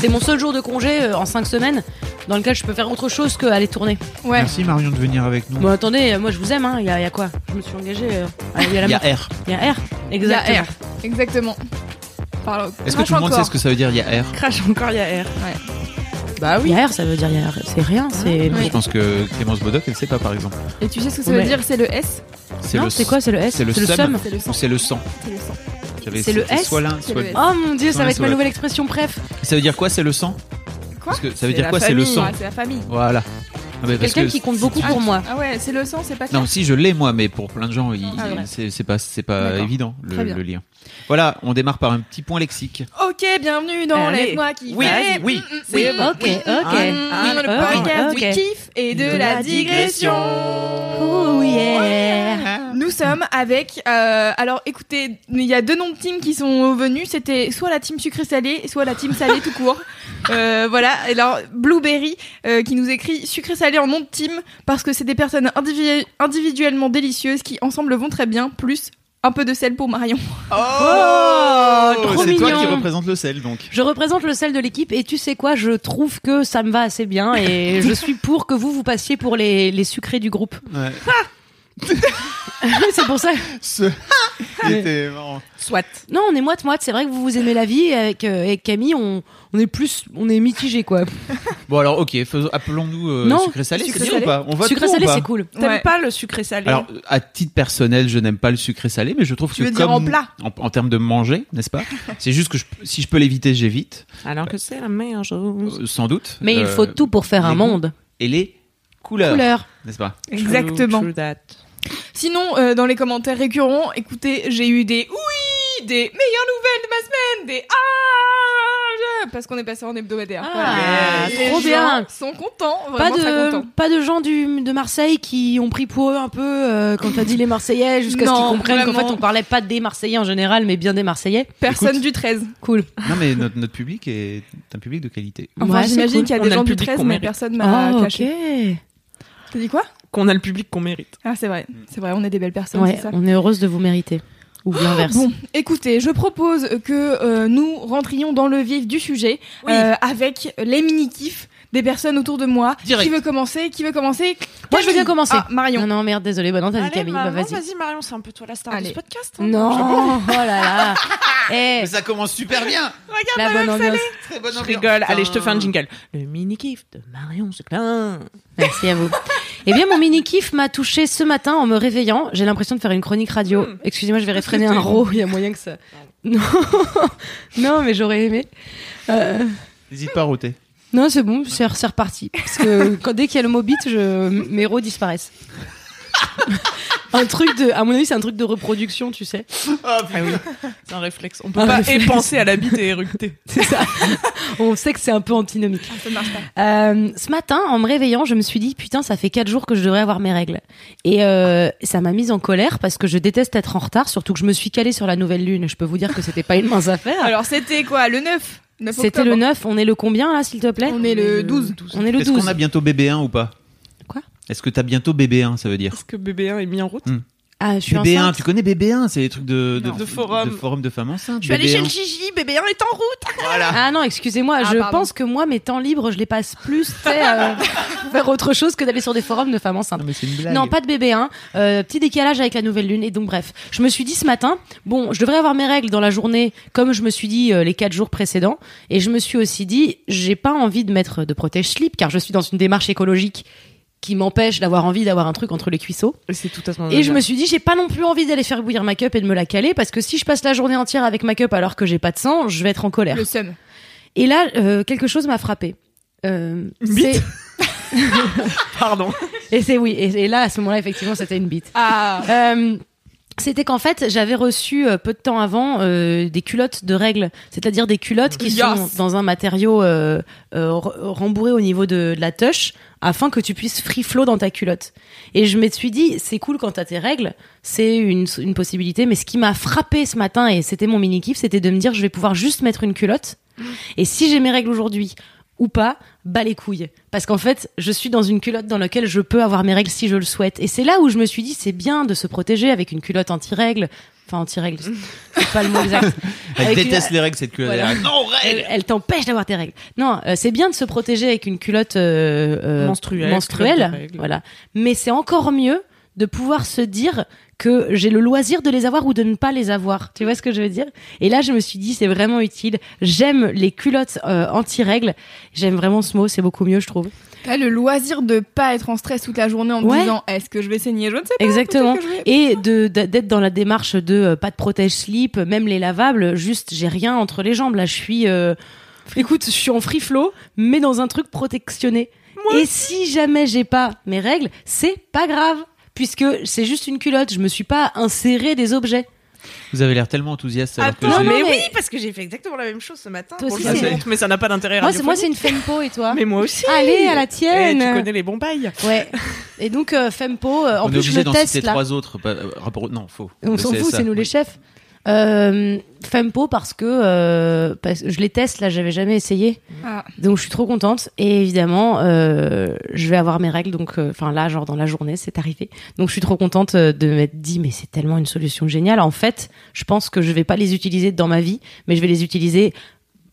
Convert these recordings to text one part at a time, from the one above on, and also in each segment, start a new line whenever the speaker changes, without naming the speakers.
C'est mon seul jour de congé euh, en 5 semaines dans lequel je peux faire autre chose qu'aller tourner. Ouais.
Merci Marion de venir avec nous.
Bon, attendez, euh, moi je vous aime, hein. Il y, a il y a quoi Je me suis engagée. euh, à aller à la
Il y a
mer.
R.
Il y a R.
Il y a
Exactement.
R. Exactement. Parle-
Est-ce que
crache
tout le monde
encore.
sait ce que ça veut dire, il y a R
Crache encore, il y a R. Bah Ah.
Il y a R, ça veut dire il y a R. C'est rien, c'est.
Oui.
Je pense que Clémence Bodoc, elle sait pas par exemple.
Et tu sais ce que ça
Ouais.
veut dire C'est le S
C'est
non,
le
c'est quoi C'est le S
c'est le seum.
seum
C'est le sang.
Ou c'est le sang
C'est le sang.
Qu'il y avait-
C'est le
c'était
S
Soit l'un,
C'est
soit
le
l'autre.
Oh mon dieu, ça
Ouais,
va être
ça
ma
va.
nouvelle expression, bref.
Ça veut dire quoi C'est le sang
Quoi
Parce que ça veut
C'est
dire
la
quoi, c'est le
famille,
sang
ouais, C'est la famille.
Voilà. Ah, mais parce
Quelqu'un
que-
qui compte beaucoup pour moi.
Ah ouais, c'est le sang, c'est pas clair.
Non, si je l'ai moi, mais pour plein de gens, il-
Ah, ouais.
c'est c'est pas, c'est pas
D'accord.
évident le,
Très bien.
le lien. Voilà, on démarre par un petit point lexique.
Ok, bienvenue dans
Allez.
Laisse-moi kiffer.
Vas-y, oui,
C'est
bon. Ok, ok.
Ah, le
Ah,
podcast
ok.
du kiff et de, la digression.
Oh yeah
Nous sommes avec. euh, alors écoutez, il y a deux noms de teams qui sont venus. C'était soit la team sucré-salé, soit la team salé tout court. Euh, voilà. Et alors Blueberry euh, qui nous écrit sucré-salé en nom de team parce que c'est des personnes individu- individuellement délicieuses qui ensemble vont très bien. Plus un peu de sel pour Marion. Ah.
Oh, trop
C'est toi
mignon.
qui représente le sel, donc.
Je représente le sel de l'équipe et tu sais quoi, je trouve que ça me va assez bien et je suis pour que vous vous passiez pour les, les sucrés du groupe.
Ouais.
c'est pour ça.
Ce- Il était marrant.
Soit.
Non, on est moite moite. C'est vrai que vous vous aimez la vie et avec euh, avec Camille, on, on est plus on est mitigé quoi.
Bon alors ok, faisons- appelons-nous euh,
Non,
sucré salé, c'est
sucré
bien ou
salé.
pas On vote
Sucré
pour ou
salé,
pas
c'est cool.
T'aimes Ouais.
pas le sucré salé
Alors à titre personnel, je n'aime pas le sucré salé, mais je trouve
Tu
que
veux
comme
dire en plat
en, en termes de manger, n'est-ce pas C'est juste que je- si je peux l'éviter, j'évite,
Alors que c'est la meilleure chose.
euh, sans doute.
Mais il
Euh,
faut tout pour faire un
les
monde.
et les couleurs,
Couleur.
n'est-ce pas
Exactement.
True, true that.
Sinon, euh, dans les commentaires récurrents, écoutez, j'ai eu des oui, des meilleures nouvelles de ma semaine, des ah, je- parce qu'on est passé en hebdomadaire.
Ah,
Voilà.
trop
les
bien.
gens sont contents,
Pas
vraiment très
de,
contents.
pas de gens du, de Marseille qui ont pris pour eux un peu euh, quand t'as dit les Marseillais jusqu'à ce qu'ils
Non,
comprennent qu'en fait
vraiment.
on parlait pas des Marseillais en général mais bien des Marseillais.
Personne
Écoute.
du 13.
Cool.
Non mais notre, notre public est un public de qualité.
Enfin,
Ouais, c'est
j'imagine
cool.
qu'il y a
On
des
a
gens
le
du
public
13,
qu'on
mais
mérite. Ah,
personne m'a
Oh,
caché.
ok.
T'as dit quoi
Qu'on a le public qu'on mérite.
Ah, c'est vrai, c'est vrai, on est des belles personnes,
Ouais,
c'est ça. Oh,
on est heureuse de vous mériter. Ou l'inverse.
Bon, écoutez, je propose que euh, nous rentrions dans le vif du sujet
Oui.
euh, avec les mini-kifs des personnes autour de moi.
Direct.
Qui veut commencer Qui veut commencer
Moi, je veux bien
Camille.
commencer.
Ah, Marion.
Non, non, merde, désolé, bah non, t'as dit
Allez,
Camille, bah
maman,
vas-y.
Marion, c'est un peu toi la star
Allez.
de ce podcast. hein.
Non, oh là là. Eh,
ça commence super bien.
la bonne ambiance.
Très bonne
Je rigole. Allez, je te fais un jingle. Le mini kiff de Marion Seclin.
Merci à vous. Eh bien, mon mini kiff m'a touché ce matin en me réveillant. J'ai l'impression de faire une chronique radio. Excusez-moi, je vais réfréner un ro. Il y a moyen que ça. Non, non, mais j'aurais aimé. Euh,
N'hésite pas à router.
non, c'est bon, c'est c'est reparti. Parce que quand, dès qu'il y a le mot beat, je, mes ro disparaissent. un truc de, à mon avis, c'est un truc de reproduction, tu sais.
C'est un réflexe. On peut
Un
pas
réflexe.
épenser à la bite et éructer.
C'est ça. On sait que c'est un peu antinomique.
Ah, ça marche pas.
Euh, ce matin, en me réveillant, je me suis dit putain, ça fait quatre jours que je devrais avoir mes règles. Et euh, ça m'a mise en colère parce que je déteste être en retard, surtout que je me suis calée sur la nouvelle lune. Je peux vous dire que c'était pas une mince affaire.
Alors c'était quoi Le 9, 9
C'était
octobre.
le 9, on est le combien là, s'il te plaît
On est le 12.
On est le
Est-ce
12.
qu'on a bientôt bébé 1 ou pas
Quoi
Est-ce que t'as bientôt bébé 1 Ça veut dire.
Est-ce que BB1 est mis en route
Ah, je suis
Bébé 1,
enceinte.
tu connais Bébé 1 C'est les trucs de,
Non. De forum.
de forum de femmes enceintes.
Je suis allée
Bébé hein.
chez
un.
le Gigi, bébé 1 est en route.
Voilà.
Ah non, excusez-moi,
Ah,
je
pardon.
pense que moi, mes temps libres, je les passe plus tu sais, euh, faire autre chose que d'aller sur des forums de femmes enceintes.
Non, mais c'est une blague.
Non, pas de bébé, hein. Euh, petit décalage avec la nouvelle lune. Et donc, bref, je me suis dit ce matin, bon, je devrais avoir mes règles dans la journée, comme je me suis dit euh, les quatre jours précédents. Et je me suis aussi dit, j'ai pas envie de mettre de protège-slip, car je suis dans une démarche écologique qui m'empêche d'avoir envie d'avoir un truc entre les cuisseaux.
Et c'est tout à ce
Et je me suis dit, j'ai pas non plus envie d'aller faire bouillir ma cup et de me la caler, parce que si je passe la journée entière avec ma cup alors que j'ai pas de sang, je vais être en colère.
Le seum.
Et là, euh, quelque chose m'a frappé. Euh,
Bite
c'est-
Pardon.
et c'est oui. Et, et là, à ce moment-là, effectivement, c'était une bite.
Ah.
Euh, C'était qu'en fait, j'avais reçu euh, peu de temps avant euh, des culottes de règles, c'est-à-dire des culottes qui
Yes.
sont dans un matériau euh, euh, re- rembourré au niveau de, de la touche afin que tu puisses free flow dans ta culotte. Et je me suis dit, c'est cool quand t'as tes règles, c'est une, une possibilité, mais ce qui m'a frappé ce matin, et c'était mon mini-kiff, c'était de me dire, je vais pouvoir juste mettre une culotte, et si j'ai mes règles aujourd'hui ou pas, bas les couilles. Parce qu'en fait, je suis dans une culotte dans laquelle je peux avoir mes règles si je le souhaite. Et c'est là où je me suis dit, c'est bien de se protéger avec une culotte anti-règles. Enfin, anti-règles, c'est pas le mot exact.
Elle
Avec une-
déteste les règles, cette queue.
Voilà. Elle, elle t'empêche d'avoir tes règles. Non, euh, c'est bien de se protéger avec une culotte euh, euh,
Menstruelle,
menstruelle,
culotte de règles.
voilà. Mais c'est encore mieux de pouvoir se dire que j'ai le loisir de les avoir ou de ne pas les avoir. Tu vois ce que je veux dire Et là, je me suis dit, c'est vraiment utile. J'aime les culottes euh, anti-règles. J'aime vraiment ce mot, c'est beaucoup mieux, je trouve.
T'as le loisir de pas être en stress toute la journée en
Ouais.
me disant est-ce que je vais saigner Je ne sais pas.
Exactement.
peut-être que je vais-
Et de d'a- d'être dans la démarche de euh, pas de protège-slip, même les lavables. Juste, j'ai rien entre les jambes. Là, je suis. euh, Écoute, je suis en free flow, mais dans un truc protectionné. et si jamais j'ai pas mes règles, c'est pas grave, puisque c'est juste une culotte. Je me suis pas inséré des objets.
Vous avez l'air tellement enthousiaste. Alors que
Attends,
j'ai-
non,
mais,
mais-
oui, parce que j'ai fait exactement la même chose ce matin.
Toi
pour
aussi,
le
c'est-
compte, mais ça n'a pas d'intérêt.
Moi, c'est moi,
radiophonique.
c'est une fempo et toi.
Mais moi aussi.
Allez à la tienne.
Eh, tu connais les bons bails.
Ouais. Et donc euh, fempo. euh, en
On est
plus, je
obligé
le
d'en
teste
citer
là.
trois autres. pas- euh, rapport au- Non, faux.
On
Le
s'en fout,
CSA.
c'est nous les chefs. Euh, Fempo parce que euh, parce que je les teste là, j'avais jamais essayé,
Ah.
donc je suis trop contente. Et évidemment, euh, je vais avoir mes règles, donc euh, enfin là, genre dans la journée, c'est arrivé. Donc je suis trop contente euh, de m'être dit, mais c'est tellement une solution géniale. En fait, je pense que je vais pas les utiliser dans ma vie, mais je vais les utiliser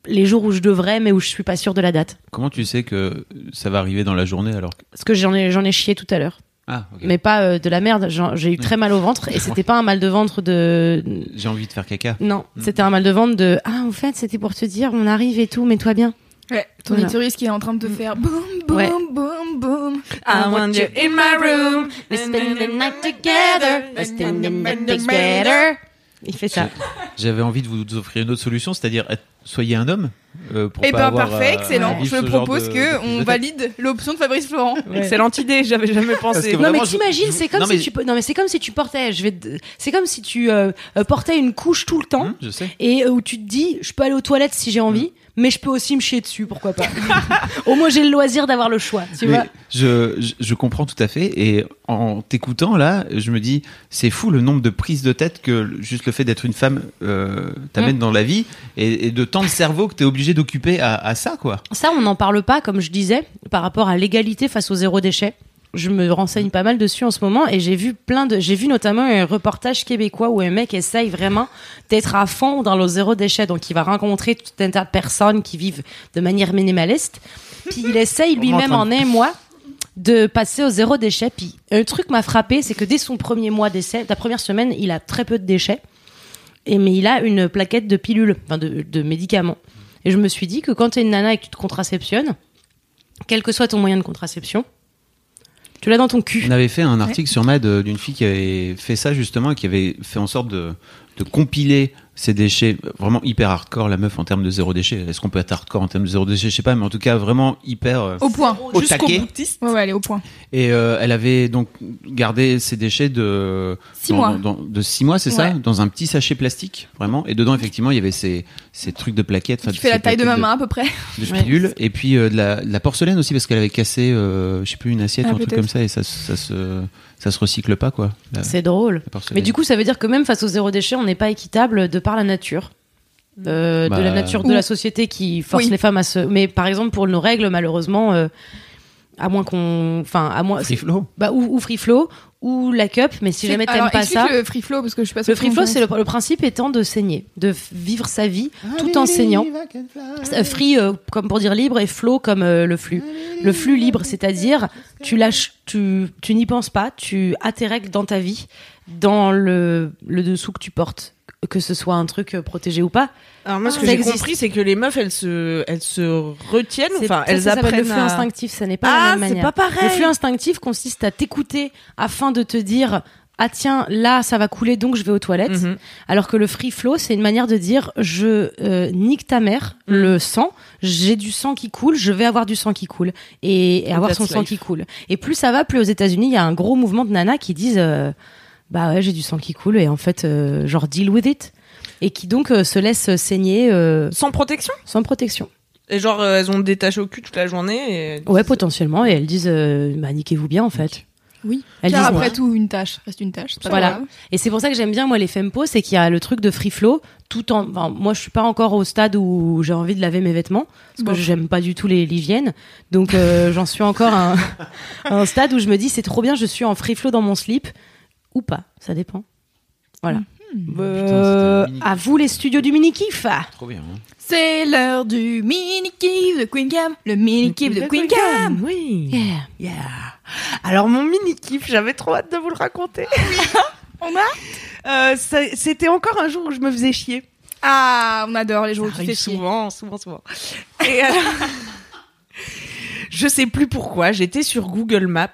les jours où je devrais, mais où je suis pas sûre de la date.
Comment tu sais que ça va arriver dans la journée alors que...
Parce que j'en ai j'en ai chié tout à l'heure,
Ah, ok.
mais pas euh, de la merde. J'en- J'ai eu très mal au ventre et c'était pas un mal de ventre de
J'ai envie de faire caca.
Non,
Mm.
c'était un mal de ventre de Ah, en fait, c'était pour te dire, on arrive et tout, mais toi bien.
Ouais, ton
Voilà.
utérus qui est en train de te faire boum, boum,
Ouais.
boum, boum.
I want you in my room.
Let's spend the night together. Let's spend the night together. Il fait ça.
J'avais envie de vous offrir une autre solution, c'est-à-dire être- soyez un homme. euh, pour
Eh
pas
ben
avoir
parfait,
à- à
excellent.
vivre
Je
ce genre
propose
de-
que
de-
on valide l'option de Fabrice Florent.
Excellente idée, j'avais jamais
Parce que
pensé.
Non mais
Vraiment, je-
t'imagines,
je-
c'est comme
non,
si
mais-
tu peux- non mais c'est comme si tu portais, je vais te- c'est comme si tu euh, euh, portais une couche tout le temps
Hum, je sais.
et euh, où tu te dis je peux aller aux toilettes si j'ai envie,
Mm.
mais je peux aussi me chier dessus, pourquoi pas. Au moins j'ai le loisir d'avoir le choix, tu
Mais
vois.
je, je, je comprends tout à fait. Et en t'écoutant là, je me dis, c'est fou le nombre de prises de tête que le- juste le fait d'être une femme euh,
Hum.
t'amène dans la vie et, et de tant de cerveau que t'es obligé d'occuper à, à ça, quoi.
Ça, on n'en parle pas, comme je disais, par rapport à l'égalité face au zéro déchet. Je me renseigne pas mal dessus en ce moment et j'ai vu plein de, j'ai vu notamment un reportage québécois où un mec essaye vraiment d'être à fond dans le zéro déchet. Donc, il va rencontrer tout un tas de personnes qui vivent de manière minimaliste. Puis, il essaye lui-même en
rentre.
un mois de passer au zéro déchet. Puis, un truc m'a frappé, c'est que dès son premier mois d'essai, la première semaine, il a très peu de déchets. Et mais il a une plaquette de pilules, enfin de, de médicaments. Et je me suis dit que quand t'es une nana et que tu te contraceptionnes, quel que soit ton moyen de contraception, tu l'as dans ton cul.
On avait fait un article sur Mad euh, d'une fille qui avait fait ça justement et qui avait fait en sorte de, de compiler ses déchets euh, vraiment hyper hardcore la meuf en termes de zéro déchet est-ce qu'on peut être hardcore en termes de zéro déchet je sais pas mais en tout cas vraiment hyper euh,
Au point.
au
Jusqu'au
taquet.
boutiste.
Ouais, ouais, allez, au point.
et euh, elle avait donc gardé ses déchets de
Six
dans-
mois.
dans- de six mois c'est ça
Ouais.
dans un petit sachet plastique vraiment et dedans effectivement il y avait ces, ces trucs de plaquettes enfin,
Tu fais la
ces
taille de ma
plaquettes
main à peu près.
de
Ouais.
pilules et puis euh, de, la, de la porcelaine aussi parce qu'elle avait cassé euh, je sais plus une assiette
Ah,
ou un truc
peut-être.
comme ça et ça, se- ça se ça se recycle pas quoi la-
C'est drôle.
la porcelaine.
Mais du coup, ça veut dire que même face au zéro déchet, on n'est pas équitable de par la nature. Euh,
Bah,
de la nature de
Mm. Ou-
la société qui force
Oui.
les femmes à se. Mais par exemple, pour nos règles, malheureusement, euh, à moins qu'on. Enfin, à moins.
Free flow.
Bah, ou, ou free flow, ou la cup, mais si jamais t'aimes
Alors,
pas
explique
ça.
le free flow parce que je suis pas sûre
Le free
qu'on Ah
flow,
connaisse.
c'est le, le principe étant de saigner, de f- vivre sa vie tout en saignant. Euh, Free euh, comme pour dire libre et flow comme euh, le flux. Le flux libre, c'est-à-dire tu lâches, tu, tu n'y penses pas, tu as tes règles dans ta vie, dans le, le dessous que tu portes, que ce soit un truc euh, protégé ou pas.
Alors moi, ce
Ah.
que
Ça
j'ai
existe.
compris, c'est que les meufs, elles se, elles se retiennent.
C'est-
Enfin,
ça,
elles
ça s'appelle
apprennent
le flux
à-
instinctif, ça n'est pas la
Ah,
même
c'est
manière.
pas pareil.
Le flux instinctif consiste à t'écouter afin de te dire ah tiens là ça va couler donc je vais aux toilettes
Mhm.
alors que le free flow c'est une manière de dire je euh, nique ta mère
Mm.
le sang j'ai du sang qui coule je vais avoir du sang qui coule et, et avoir
That's
son sang
life.
qui coule et plus ça va plus aux États-Unis il y a un gros mouvement de nanas qui disent euh, bah ouais, j'ai du sang qui coule et en fait, euh, genre deal with it. Et qui donc euh, se laisse saigner euh,
Sans protection
sans protection.
Et genre, euh, elles ont des taches au cul toute la journée. Et...
Ouais, potentiellement. Et elles disent, euh, bah niquez-vous bien en fait.
Oui.
Elles
Car
disent,
après
ouais.
tout, une tâche reste une tâche. c'est pas
Voilà.
grave.
Et c'est pour ça que j'aime bien moi les femmes-pos, c'est qu'il y a le truc de free flow. Tout en, enfin, moi je suis pas encore au stade où j'ai envie de laver mes vêtements parce
Bon.
que j'aime pas du tout les l'hygiène. Donc euh, j'en suis encore à un, à un stade où je me dis c'est trop bien, je suis en free flow dans mon slip ou pas, ça dépend. Voilà.
Bah,
Euh,
Oh,
c'était
ah.
un mini-
à vous les studios du mini kiff.
Trop bien. hein.
C'est l'heure du mini kiff de Queen Cam, le mini kiff de Queen Cam.
Oui. Yeah. Alors mon mini kiff, j'avais trop hâte de vous le raconter.
On a
Euh, ça- C'était encore un jour où je me faisais chier.
Ah, on adore les jours où
Ça
tu te
arrive
fais chier.
souvent, souvent, souvent. Et alors, je sais plus pourquoi. J'étais sur Google Maps.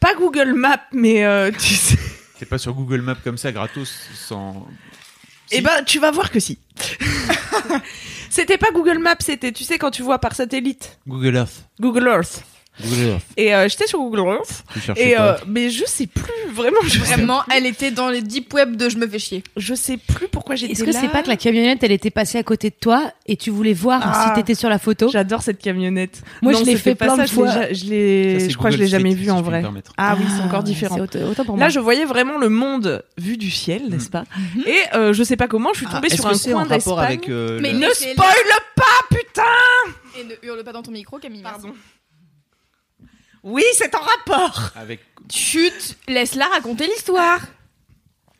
Pas Google Maps, mais euh, tu sais.
C'est pas sur Google Maps comme ça, gratos, sans.
Eh ben, tu vas voir que si. c'était pas Google Maps, c'était, tu sais, quand tu vois par satellite.
Google Earth.
Google Earth.
Google Earth.
Et euh, j'étais sur Google Earth.
Tu cherches
Et
pas.
euh, mais je sais plus vraiment. Je, Sais,
Vraiment, elle était dans les deep web de je me fais chier.
je sais plus pourquoi j'étais là.
Est-ce que c'est pas que la camionnette elle était passée à côté de toi et tu voulais voir
Ah.
si t'étais sur la photo
J'adore cette camionnette.
Moi, je l'ai
c'était
fait
pas
plein de
ça, je l'ai
fois.
ja- Je l'ai,
Ça, c'est
je crois que je l'ai
Google
jamais
Street,
vu
si
en
je puis me
vrai.
permettre.
Ah oui, c'est
Ah,
encore différent.
c'est autant- autant pour
Là,
moi.
je voyais vraiment le monde vu du ciel, n'est-ce pas Et euh, je sais pas comment, je suis tombée
Ah, Est-ce
sur
que
un
c'est
coin
en rapport
d'Espagne.
avec. euh,
Mais
la-
Ne
Laissez-la.
spoil pas, putain
Et ne hurle pas dans ton micro, Camille. Pardon.
Oui, c'est en rapport.
Avec.
Chut, laisse-la raconter l'histoire.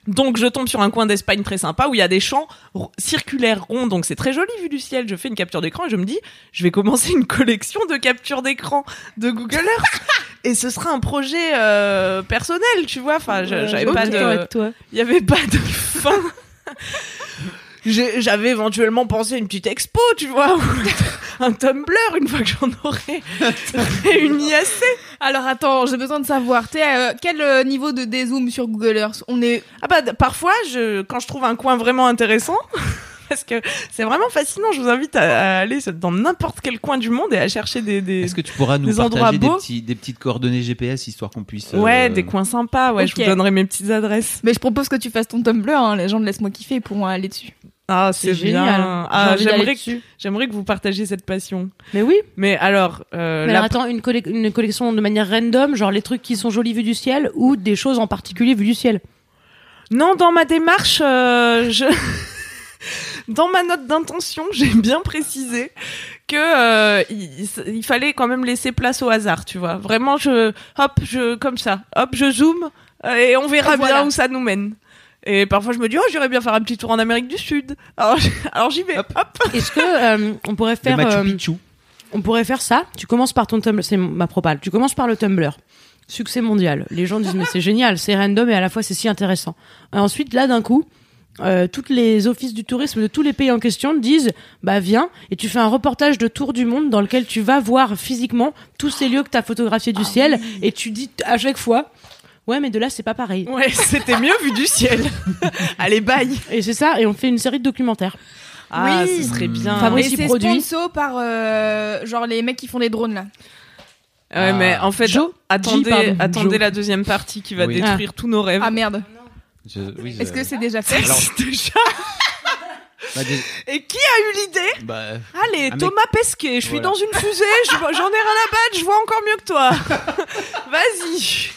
Donc, je tombe sur un coin d'Espagne très sympa où il y a des champs r- circulaires ronds, donc c'est très joli vu du ciel. Je fais une capture d'écran et je me dis, je vais commencer une collection de captures d'écran de Google Earth. Et ce sera un projet euh, personnel, tu vois. Enfin, je- j'avais pas de.
toi.
Il n'y avait pas de fin. J'ai- J'avais éventuellement pensé à une petite expo, tu vois, ou un Tumblr, une fois que j'en aurais réuni assez.
Alors attends, j'ai besoin de savoir, t'es à euh, quel euh, niveau de dézoom sur Google Earth On est
Ah bah, d- parfois, je, quand je trouve un coin vraiment intéressant, parce que c'est vraiment fascinant, je vous invite à, à aller dans n'importe quel coin du monde et à chercher des... des-
Est-ce que tu pourras nous
Des endroits
partager des,
beaux.
petits- des petites coordonnées GPS histoire qu'on puisse. euh,
Ouais, des coins sympas, ouais, je
Ok.
vous donnerai mes petites adresses.
Mais je propose que tu fasses ton Tumblr, hein, les gens de Laisse-moi kiffer pourront aller dessus.
Ah, c'est
C'est génial.
bien. Ah,
J'ai envie d'aller
J'aimerais que,
dessus.
j'aimerais que vous partagiez cette passion.
Mais oui.
Mais alors, euh,
Mais
la
alors, attends, une, collec- une collection de manière random, genre les trucs qui sont jolis vus du ciel ou des choses en particulier vues du ciel.
Non, dans ma démarche, euh, je... dans ma note d'intention, j'ai bien précisé que euh, il, il fallait quand même laisser place au hasard, tu vois. Vraiment, je hop, je comme ça, hop, je zoome euh, et on verra
Et voilà.
bien où ça nous mène. Et parfois, je me dis, oh, j'irais bien faire un petit tour en Amérique du Sud. Alors, j- alors j'y vais.
Hop.
Hop.
Est-ce que euh, on pourrait
Le
faire
Machu
euh,
Picchu.
on pourrait faire ça Tu commences par ton Tumblr, c'est ma propale. Tu commences par le Tumblr. Succès mondial. Les gens disent mais c'est génial, c'est random et à la fois c'est si intéressant. Et ensuite là d'un coup, euh, toutes les offices du tourisme de tous les pays en question disent bah viens et tu fais un reportage de tour du monde dans lequel tu vas voir physiquement tous ces lieux que tu as photographiés
Ah
du ciel et tu dis à chaque fois ouais mais de là c'est pas pareil.
Ouais, c'était mieux vu du ciel. Allez, bye.
Et c'est ça, et on fait une série de documentaires.
Ah,
Oui.
ce serait bien.
Fabrice-
Et
Aussi
c'est
produit.
sponsor par euh, genre les mecs qui font des drones là.
Ouais, mais en fait,
Joe.
attendez,
G, pardon.
attendez
Joe.
la deuxième partie qui va
Oui.
détruire tous nos rêves.
Ah merde.
Je- oui, je-
Est-ce que c'est déjà fait
Alors-
Déjà.
Bah, des-
Et qui a eu l'idée
bah,
Allez,
mec-
Thomas Pesquet, je suis
Voilà.
dans une fusée, je vois- j'en ai rien à battre, je vois encore mieux que toi. Vas-y.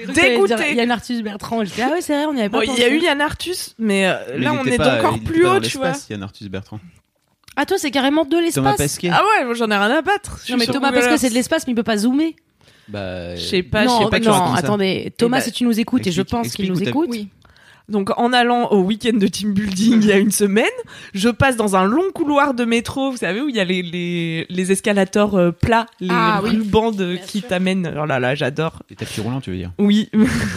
Il
Dégoûté.
y a un artiste Bertrand. J'étais, ah ouais, c'est vrai, on y avait pas
Bon, il
pensé.
y a eu Yann Arthus, mais euh,
mais
là
il
on
était
est
pas-
encore
il était
plus
pas dans
haut, tu vois.
l'espace, Yann Arthus Bertrand.
Ah, toi, c'est carrément de l'espace.
Thomas Pesquet.
Ah ouais, moi, j'en ai rien à battre. Je suis
Non, mais
sur
Thomas
Google
Pesquet, c'est
Earth.
de l'espace, mais il peut pas zoomer.
Bah,
Je sais pas, je sais
non,
pas
que
tu
non,
racontes ça.
attendez. Thomas,
bah,
si tu nous écoutes, et je
explique-
pense qu'il nous
explique où
écoute.
Oui.
Donc en allant au week-end de team building il y a une semaine, je passe dans un long couloir de métro, vous savez où il y a les les, les escalators euh, plats, les
Ah oui.
rubans de- qui t'amènent. Oh là là, j'adore.
Les tapis roulants, tu veux dire.
Oui,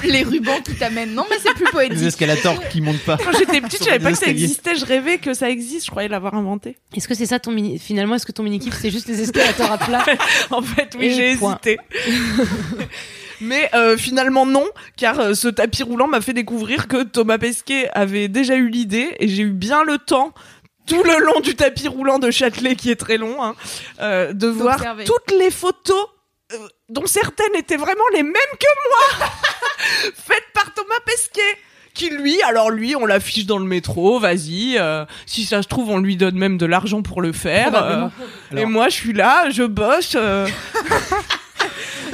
Les rubans qui t'amènent. Non mais c'est plus
Les
poétique.
escalators qui montent pas.
Quand j'étais petite, je
Sur
savais pas
des
que ça
escaliers.
existait. Je rêvais que ça existe. Je croyais l'avoir inventé.
Est-ce que c'est ça ton mini. Finalement, est-ce que ton mini-kiff, c'est juste les escalators à plat
En fait, oui,
Et
j'ai
point.
hésité. Mais euh, finalement non, car euh, ce tapis roulant m'a fait découvrir que Thomas Pesquet avait déjà eu l'idée et j'ai eu bien le temps tout le long du tapis roulant de Châtelet qui est très long, hein, euh, de voir
D'observer.
toutes les photos euh, dont certaines étaient vraiment les mêmes que moi faite par Thomas Pesquet. Qui lui, alors lui, on l'affiche dans le métro, vas-y. euh, si ça se trouve, on lui donne même de l'argent pour le faire.
Probablement.
euh, et moi, je suis là, je bosse. euh,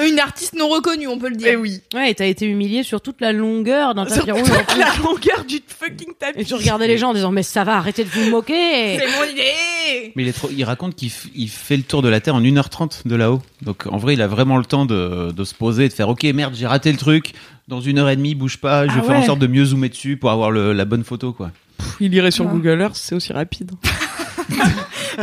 Une artiste non reconnue, on peut le
et
dire.
oui.
Ouais, et t'as été humilié sur toute la longueur d'un
Sur
tapis rouge.
toute la longueur du fucking tapis.
Et tu regardais les gens en disant mais ça va, arrêtez de vous moquer.
C'est mon idée.
Mais il, est trop- il raconte qu'il f- il fait le tour de la Terre en 1h30 de là-haut. Donc en vrai, il a vraiment le temps de, de se poser, de faire Ok, merde, j'ai raté le truc. Dans une heure et demie, bouge pas. Je
Ah
vais faire en
ouais.
sorte de mieux zoomer dessus pour avoir le- la bonne photo, quoi.
Il irait sur
Ouais.
Google Earth, c'est aussi rapide.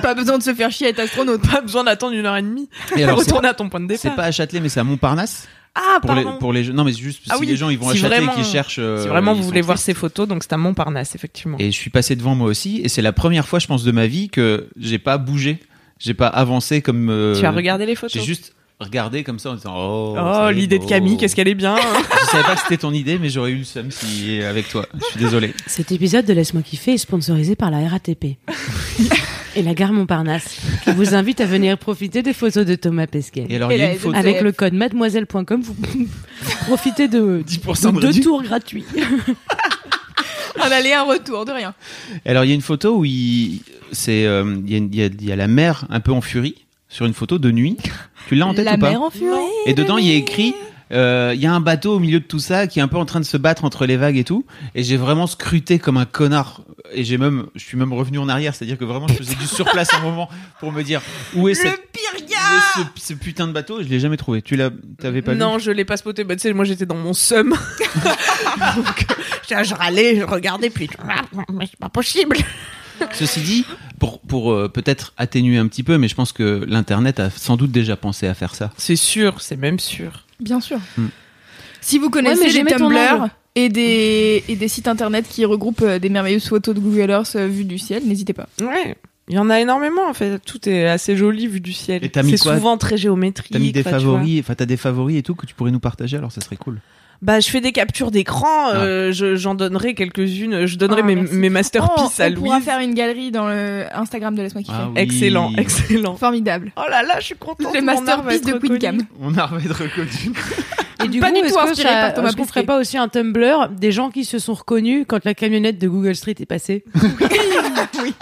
Pas besoin de se faire chier à être astronaute.
Pas besoin d'attendre une heure et demie.
Et alors, c'est-
Retourne à ton point de
c'est
départ.
pas à Châtelet, mais c'est à Montparnasse.
Ah,
Pour les,
pardon.
pour les gens- Non, mais c'est juste
Ah
si
oui,
les gens ils vont
si
à Châtelet et
vraiment-
qu'ils cherchent. euh,
Si vraiment
ils
vous
sont
voulez voir
tristes.
ces photos, donc c'est à Montparnasse, effectivement.
Et je suis passé devant moi aussi, et c'est la première fois, je pense, de ma vie que j'ai pas bougé, j'ai pas avancé comme. euh,
tu as regardé les photos
J'ai juste regardé comme ça en disant Oh,
Oh, l'idée de Camille, qu'est-ce qu'elle est bien hein.
Je savais pas que c'était ton idée, mais j'aurais eu le seum si avec toi. Je suis désolé.
Cet épisode de Laisse-moi kiffer est sponsorisé par la RATP et la gare Montparnasse qui vous invite à venir profiter des photos de Thomas Pesquet.
Et alors, il y
Et
a
là,
une photo.
Avec le code mademoiselle.com, vous profitez de,
10%
de
de
deux
réduction.
tours gratuits.
Un aller, un retour, de rien.
Alors, il y a une photo où il, c'est, euh, il, y a, une- il y a- il y a la mer un peu en furie sur une photo de nuit. Tu l'as en tête
La
ou pas
mer en furie.
Et dedans, il y a écrit. euh, Il y a un bateau au milieu de tout ça qui est un peu en train de se battre entre les vagues et tout. Et j'ai vraiment scruté comme un connard. Et j'ai même, je suis même revenu en arrière, c'est-à-dire que vraiment, je faisais du surplace un moment pour me dire où est, cette-
Le pire
où est
gars.
ce, ce putain de bateau. Et je l'ai jamais trouvé. Tu l'as, t'avais pas vu
Non, je l'ai pas spoté. Bah, tu sais, moi j'étais dans mon seum. Donc, je, je râlais, je regardais, puis je- Ah, mais c'est pas possible.
Ceci dit, pour, pour euh, peut-être atténuer un petit peu, mais je pense que l'Internet a sans doute déjà pensé à faire ça.
C'est sûr, c'est même sûr.
Bien sûr.
Hmm.
Si vous
Ouais, mais
connaissez
j'aimais
des
ton
Tumblr
angle.
et des, et des sites internet qui regroupent euh, des merveilleuses photos de Google Earth euh, vues du ciel, n'hésitez pas.
Ouais. Il y en a énormément en fait. Tout est assez joli vu du ciel.
Et t'as mis
C'est
quoi
souvent très géométrique.
T'as mis des
quoi, tu vois.
favoris, enfin t'as des favoris et tout que tu pourrais nous partager, alors ça serait cool.
Bah, je fais des captures d'écran.
Ah.
euh, je- J'en donnerai quelques-unes. Je donnerai
Ah,
mes,
merci.
mes masterpieces
Oh,
à
on pourra
Louise.
faire une galerie dans le Instagram de Laisse-moi
Ah
kiffer.
Excellent, excellent.
Formidable.
Oh là là, je suis contente.
Le
mon art va
masterpiece
être
de
reconnu.
Quidcam.
On a envie de reconnaître.
Et du
Pas
coup,
du
est-ce
tout
que
inspiré
ça-
par Thomas
est-ce qu'on ferait
Pesquet.
pas aussi un Tumblr des gens qui se sont reconnus quand la camionnette de Google Street est passée
Oui.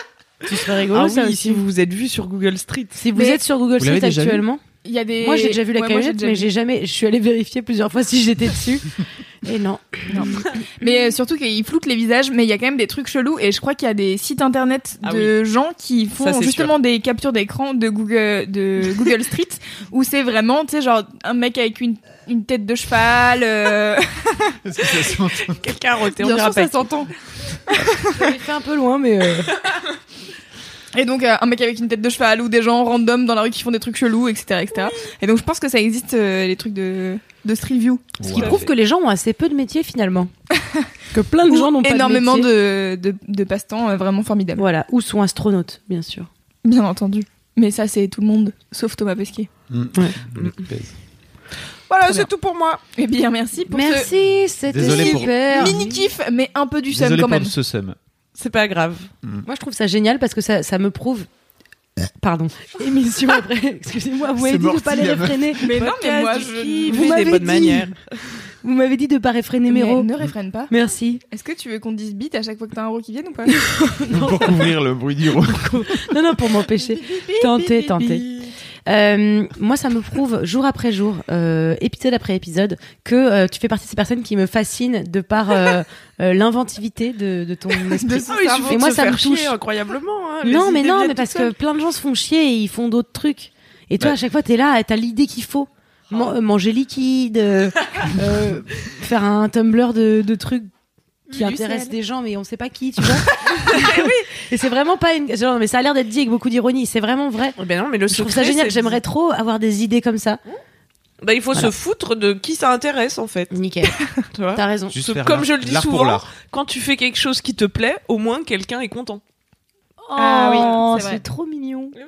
Ce serait rigolo,
Ah
ça
oui,
aussi.
si vous vous êtes vu sur Google Street.
Si vous
Mais-
êtes sur Google
Vous l'avez
Street
déjà vu
actuellement,
Il y a des...
moi j'ai déjà vu la
Ouais, moi, j'ai
camionnette,
déjà
mais
vu.
j'ai jamais. Je suis allée vérifier plusieurs fois si j'étais dessus. Et non.
Mais euh, surtout qu'ils floutent les visages, mais il y a quand même des trucs chelous et je crois qu'il y a des sites internet
Ah
de gens qui font
Ça, c'est
justement des captures d'écran de Google de Google Street où c'est vraiment tu sais genre un mec avec une une tête de cheval euh,
Quelqu'un a roté, on
bien
dira
sûr
pas.
ça s'entend.
J'avais fait un peu loin, mais. euh,
Et donc euh, un mec avec une tête de cheval ou des gens random dans la rue qui font des trucs chelous etc etc. Et donc je pense que ça existe euh, les trucs de de Street View.
Ce
qui prouve que les gens ont assez peu de métiers finalement. que plein de
Où
gens n'ont pas
énormément
de métier.
de de, de passe-temps euh, vraiment formidables.
Voilà, ou sont astronautes, bien sûr.
Bien entendu. Mais ça c'est tout le monde sauf Thomas Pesquet.
Mm.
Voilà,
Très
c'est
bien.
tout pour moi.
Eh bien merci pour ce
Merci, c'était
Désolé pour-
super.
Mini kiff, mais un peu du seum
Désolé
quand
pour
même.
ce seum.
C'est pas grave.
Moi, je trouve ça génial parce que ça, ça me prouve. Pardon. Émission après. Excusez-moi, vous m'avez
C'est
dit de
morti,
pas les
la meuf.
réfréner.
Mais non, mais
Podcast
moi,
du
je-
kiff,
Vous
des
m'avez
bonnes
dit.
manières.
Vous m'avez dit de pas réfréner mes
Mais
rots.
ne réfrène pas.
Merci.
Est-ce que tu veux qu'on dise bite à chaque fois que t'as un euro qui vient ou pas
Pour couvrir le bruit du roi.
Non, non, pour m'empêcher. Tentez, tentez. Euh, moi, ça me prouve jour après jour, euh, épisode après épisode, que euh, tu fais partie de ces personnes qui me fascinent de par euh, euh, l'inventivité de, de ton esprit.
son cerveau
et moi, ça me touche.
incroyablement. hein.
Non,
Les
mais
idées
non,
viennent
mais
toutes
parce que
seules.
plein de gens se font chier et ils font d'autres trucs. Et toi,
Ouais.
à chaque fois, t'es là, t'as l'idée qu'il faut.
Oh.
Man- euh, manger liquide, euh, euh, faire un tumbler de, de trucs qui
Du
intéressent
sel. Eh
des gens, mais on sait pas qui, tu vois. Et c'est vraiment pas une. genre, mais ça a l'air d'être dit avec beaucoup d'ironie, c'est vraiment vrai.
Eh ben non, mais le
Je trouve ça
secret,
génial,
c'est-
j'aimerais trop avoir des idées comme ça.
Bah, il faut
Voilà.
se foutre de qui ça intéresse en fait.
Nickel,
Tu vois
t'as raison.
Parce que comme je le dis
l'art
souvent,
pour l'art.
Quand tu fais quelque chose qui te plaît, au moins quelqu'un est content.
Ah oui,
Oh,
c'est vrai.
c'est trop mignon.
Eh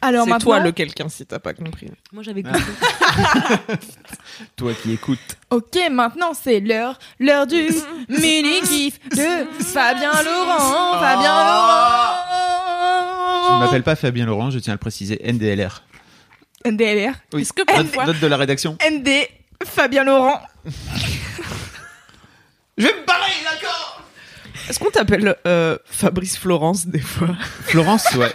Alors
C'est toi
maintenant,
le quelqu'un si t'as pas compris.
Moi j'avais
Ah.
compris.
Toi qui écoutes.
ok, maintenant c'est l'heure, l'heure du mini kiff de Fabien Laurent, Fabien
Oh.
Je ne
Laurent.
m'appelle pas Fabien Laurent, je tiens à le préciser. NDLR.
NDLR,
Oui.
Est-ce que
Note,
parfois
note de la rédaction.
ND, Fabien Laurent.
Je vais me barrer, d'accord
Est-ce qu'on t'appelle euh, Fabrice Florence des fois
Florence, ouais.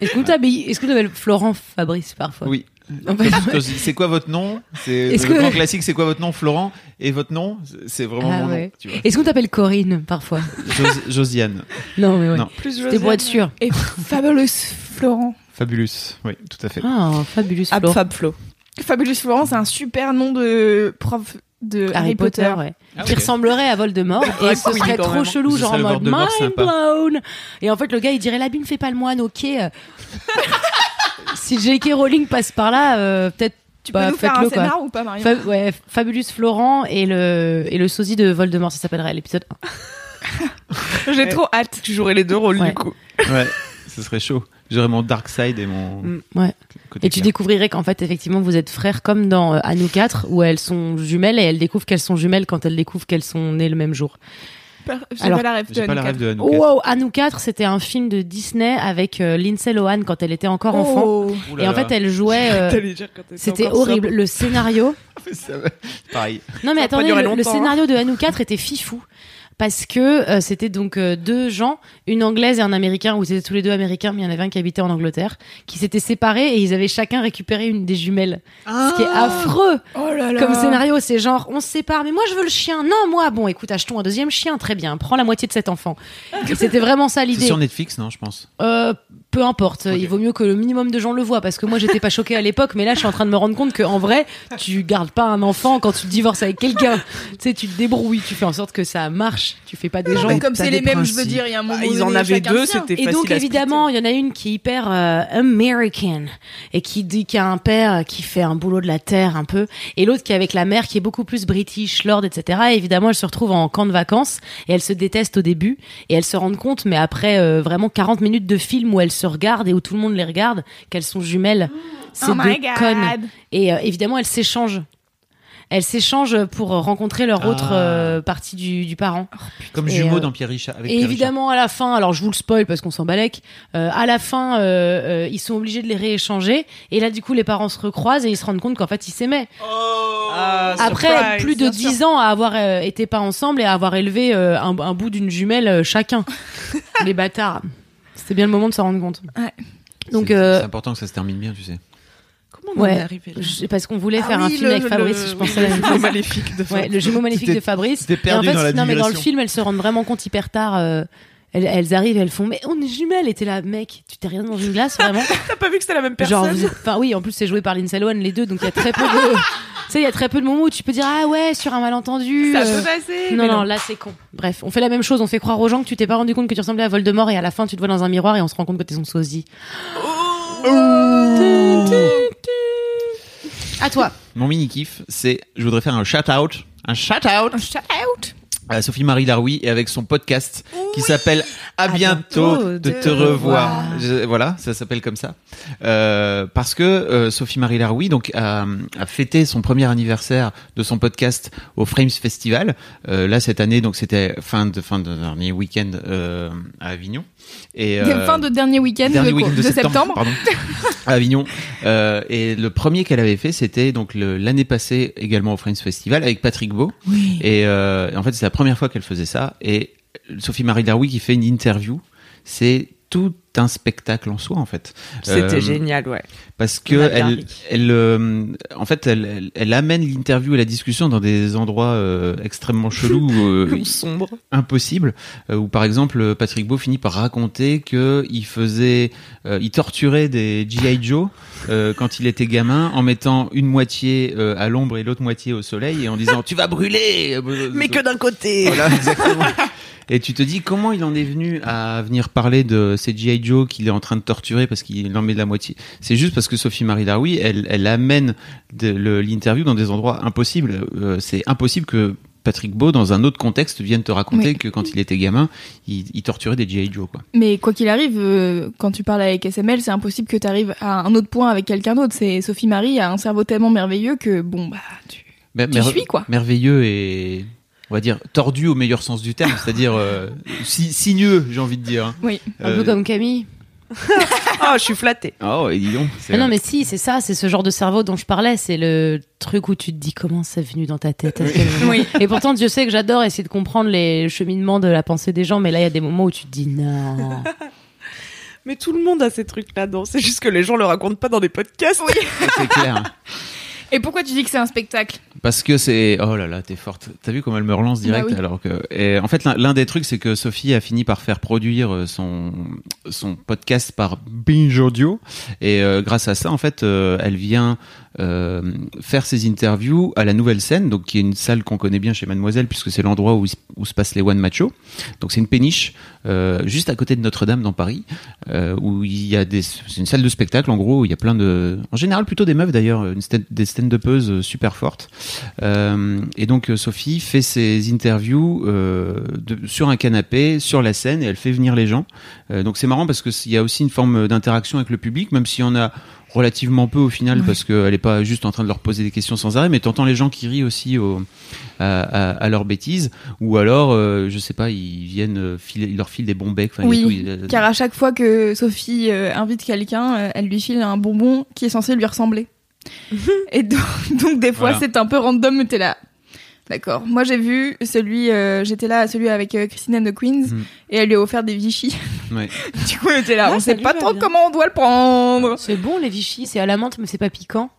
Est-ce qu'on t'appelle est-ce qu'on t'appelle Florent Fabrice parfois
Oui.
En
Quand
fait,
je- quand je dis, c'est quoi votre nom C'est
Ah
le
bah, Est-ce que-
grand classique, c'est quoi votre nom, Florent Et votre nom, c'est vraiment
Ah
mon nom.
ouais.
Tu vois.
Est-ce qu'on t'appelle Corinne parfois
Jos- Josiane.
Non, mais ouais.
Non.
Plus
C'était pour être sûr.
Et Fabulous Florent.
Fabulous. Oui, tout à fait.
Ah, fabulous
Ab
Florent.
Fab Flo.
Fabulous Florent, c'est un super nom de prof de Harry, Potter.
ouais.
Ah
qui ressemblerait à Voldemort et ce
queen,
serait
Ah, quand
trop
même.
chelou
Ce
genre en
serait le
mode
Voldemort
mind
sympa.
blown et en fait le gars il dirait la bine fait pas le moine ok si J.K. Rowling passe par là euh, peut-être
Tu
bah,
peux nous faire un
faites-le, quoi.
scénar ou pas, Marion
Fa- ouais, Fabulous Florent et le et le sosie de Voldemort ça s'appellerait l'épisode
J'ai trop hâte.
Tu jouerais les deux rôles
Ouais.
du coup.
Ouais, ce serait chaud. J'aurais mon dark side et mon
1 Mm, ouais
côté.
Et tu
clair.
découvrirais qu'en fait, effectivement, vous êtes frères comme dans euh, À nous quatre, où elles sont jumelles et elles découvrent qu'elles sont jumelles quand elles découvrent qu'elles sont nées le même jour.
J'ai
Alors,
pas la rêve de
J'ai pas la
Anne
rêve de Anouk.
Wow, À nous quatre, c'était un film de Disney avec euh, Lindsay Lohan quand elle était encore enfant.
Oh.
Ouh là
Et en
là.
fait, elle jouait. euh,
T'allais dire quand t'étais
c'était
encore
horrible. Le scénario.
Ça va- Pareil.
Non mais
Ça a pas
attendez,
duré
le, le
longtemps, hein.
scénario de Hanou 4 était fifou parce que euh, c'était donc euh, deux gens, une anglaise et un américain, où c'était tous les deux américains, mais il y en avait un qui habitait en Angleterre, qui s'étaient séparés et ils avaient chacun récupéré une des jumelles, ce qui est affreux
Oh là là.
comme scénario. C'est genre on se sépare, mais moi je veux le chien, non moi bon écoute achetons un deuxième chien, très bien, prends la moitié de cet enfant. c'était vraiment ça
C'est
l'idée.
sur Netflix, non, je pense.
Euh, peu importe,
Ok.
il vaut mieux que le minimum de gens le voient parce que moi j'étais pas choquée à l'époque, mais là je suis en train de me rendre compte qu'en vrai, tu gardes pas un enfant quand tu divorces avec quelqu'un. tu sais, tu te débrouilles, tu fais en sorte que ça marche, tu fais pas Bah, des gens.
Mais comme
t'as
c'est
des
les mêmes, je veux
principes.
dire, il y a un moment
Bah, ils
donné,
en avaient
chacun
deux,
le sien.
c'était
Et
facile
donc
à
évidemment, il y en a une qui est hyper euh, American et qui dit qu'il y a un père qui fait un boulot de la terre un peu, et l'autre qui est avec la mère qui est beaucoup plus British, Lord, etc. Et évidemment, elles se retrouvent en camp de vacances et elles se détestent au début et elles se rendent compte, mais après euh, vraiment 40 minutes de film où elles se regardent et où tout le monde les regarde, qu'elles sont jumelles. C'est
Oh my
des connes.
god.
Et euh, évidemment, elles s'échangent. Elles s'échangent pour rencontrer leur
Ah.
autre euh, partie du, du parent.
Comme
Et,
jumeau
euh,
dans Pierre Richard. Avec
Et
Pierre
évidemment, à la fin, alors je vous le spoil parce qu'on s'en balèque, euh, à la fin, euh, euh, ils sont obligés de les rééchanger. Et là, du coup, les parents se recroisent et ils se rendent compte qu'en fait, ils s'aimaient.
Ah,
Après
surprise,
plus de
bien sûr.
10 ans à avoir euh, été pas ensemble et à avoir élevé euh, un, un bout d'une jumelle euh, chacun. les bâtards. C'était bien le moment de s'en rendre compte.
Ouais.
Richard.
Donc,
C'est-
euh,
c'est important que ça se termine bien, tu sais.
Comment on en est
Ouais.
arrivé là
je- parce qu'on voulait
Ah
faire un
oui,
film
le-
avec
le-
Fabrice,
le-
je pensais à la même
le
chose.
maléfique de
Ouais, le jumeau maléfique
t'es-
de Fabrice.
t'es perdu
et en fait,
dans la
non, mais dans le
digression.
film, elles se rendent vraiment compte hyper tard. euh, elles, elles arrivent, elles font, mais on est jumelles. Et t'es là, mec, tu t'es rien dans une glace, vraiment.
T'as pas vu que c'était la même
Genre,
personne
vous êtes- enfin oui, en plus c'est joué par Lindsay Lohan les deux, donc il y a très peu de, tu sais, il y a très peu de moments où tu peux dire ah ouais sur un malentendu.
Ça
euh,
peut passer.
Non,
mais
non, là c'est con. Bref, on fait la même chose, on fait croire aux gens que tu t'es pas rendu compte que tu ressemblais à Voldemort et à la fin tu te vois dans un miroir et on se rend compte que t'es son sosie. À toi.
Mon mini kiff, c'est je voudrais faire un shout out, un shout out
Un Oh, shout out.
à Sophie Marie Laroui et avec son podcast qui s'appelle À bientôt,
bientôt
de
de
te
te
revoir.
revoir.
Je- voilà, ça s'appelle comme ça. Euh, parce que euh, Sophie Marie Laroui donc a, a fêté son premier anniversaire de son podcast au Frames Festival. Euh, là cette année donc c'était fin de fin de dernier week-end euh, à Avignon et euh,
Fin de dernier week-end
dernier
de,
week-end de,
de septembre.
pardon, à Avignon. Euh, et le premier qu'elle avait fait, c'était donc le- l'année passée également au Friends Festival avec Patrick Beau. Et euh, en fait, c'est la première fois qu'elle faisait ça. Et Sophie Marie Daroui qui fait une interview, c'est tout un spectacle en soi en fait.
C'était
Euh,
génial, ouais.
parce que
Marie
elle,
Larry.
elle euh, en fait, elle, elle, elle amène l'interview et la discussion dans des endroits euh, extrêmement chelous, euh,
Sombre.
impossible euh, où par exemple euh, Patrick Beau finit par raconter que il faisait euh, il torturait des GI Joe euh, quand il était gamin en mettant une moitié euh, à l'ombre et l'autre moitié au soleil et en disant tu vas brûler euh,
Mais que d'un côté
voilà exactement et tu te dis comment il en est venu à venir parler de ces GI Joe qu'il est en train de torturer parce qu'il en met de la moitié c'est juste parce que Sophie Marie Daroui elle elle amène de- le- l'interview dans des endroits impossibles Euh, c'est impossible que Patrick Beau, dans un autre contexte, vienne te raconter
Oui.
que quand il était gamin, il, il torturait des G.I. Joe, quoi.
Mais quoi qu'il arrive, euh, quand tu parles avec SML, c'est impossible que tu arrives à un autre point avec quelqu'un d'autre. C'est Sophie Marie a un cerveau tellement merveilleux que bon bah tu.
Mais-
Tu suis, quoi.
Merveilleux et, on va dire, tordu au meilleur sens du terme, c'est-à-dire euh, si- sinueux, j'ai envie de dire. hein.
Oui.
Un peu
Euh,
comme Camille.
Ah, je suis flattée.
Oh, et dis donc. c'est-
Mais Ah non, mais si, c'est ça, c'est ce genre de cerveau dont je parlais. C'est le truc où tu te dis comment c'est venu dans ta tête. à quel moment.
Oui.
Et pourtant, Dieu sait que j'adore essayer de comprendre les cheminements de la pensée des gens, mais là, il y a des moments où tu te dis non.
Mais tout le monde a ces trucs là-dedans. C'est juste que les gens le racontent pas dans des podcasts.
C'est clair.
Et pourquoi tu dis que c'est un spectacle
Parce que c'est. Oh là là, t'es forte. T'as vu comment elle me relance direct
Bah oui.
alors que. Et en fait, l'un- l'un des trucs, c'est que Sophie a fini par faire produire euh, son, son podcast par Binge Audio. Et euh, grâce à ça, en fait, euh, elle vient euh, faire ses interviews à la Nouvelle Scène, donc qui est une salle qu'on connaît bien chez Mademoiselle, puisque c'est l'endroit où, il se- où se passent les One Macho. Donc c'est une péniche euh, juste à côté de Notre-Dame dans Paris, euh, où il y a des, c'est une salle de spectacle en gros, où il y a plein de, en général plutôt des meufs d'ailleurs, une stand- des stand-upeuses euh, super fortes. Euh, et donc euh, Sophie fait ses interviews euh, de- sur un canapé, sur la scène, et elle fait venir les gens. Euh, donc c'est marrant parce que s- il y a aussi une forme euh, d'interaction avec le public, même si on a relativement peu au final parce qu'elle n'est pas juste en train de leur poser des questions sans arrêt mais t'entends les gens qui rient aussi au, à, à, à leurs bêtises ou alors euh, je sais pas ils viennent euh, filer, ils leur filent des euh, bons becs enfin, il y a tout,
Oui,
il y a-
car à chaque fois que Sophie euh, invite quelqu'un, euh, elle lui file un bonbon qui est censé lui ressembler. Et donc, donc des fois,
Voilà.
c'est un peu random, mais t'es là. D'accord. Moi, j'ai vu celui, euh, j'étais là, à celui avec euh, Christine and the Queens,
Mhm.
et elle lui a offert des Vichy.
Ouais.
du coup, on était là,
Ah,
on
ça
sait
lui
pas
va
trop
bien.
comment on doit le prendre.
c'est bon, les Vichy, c'est à la menthe, mais c'est pas piquant.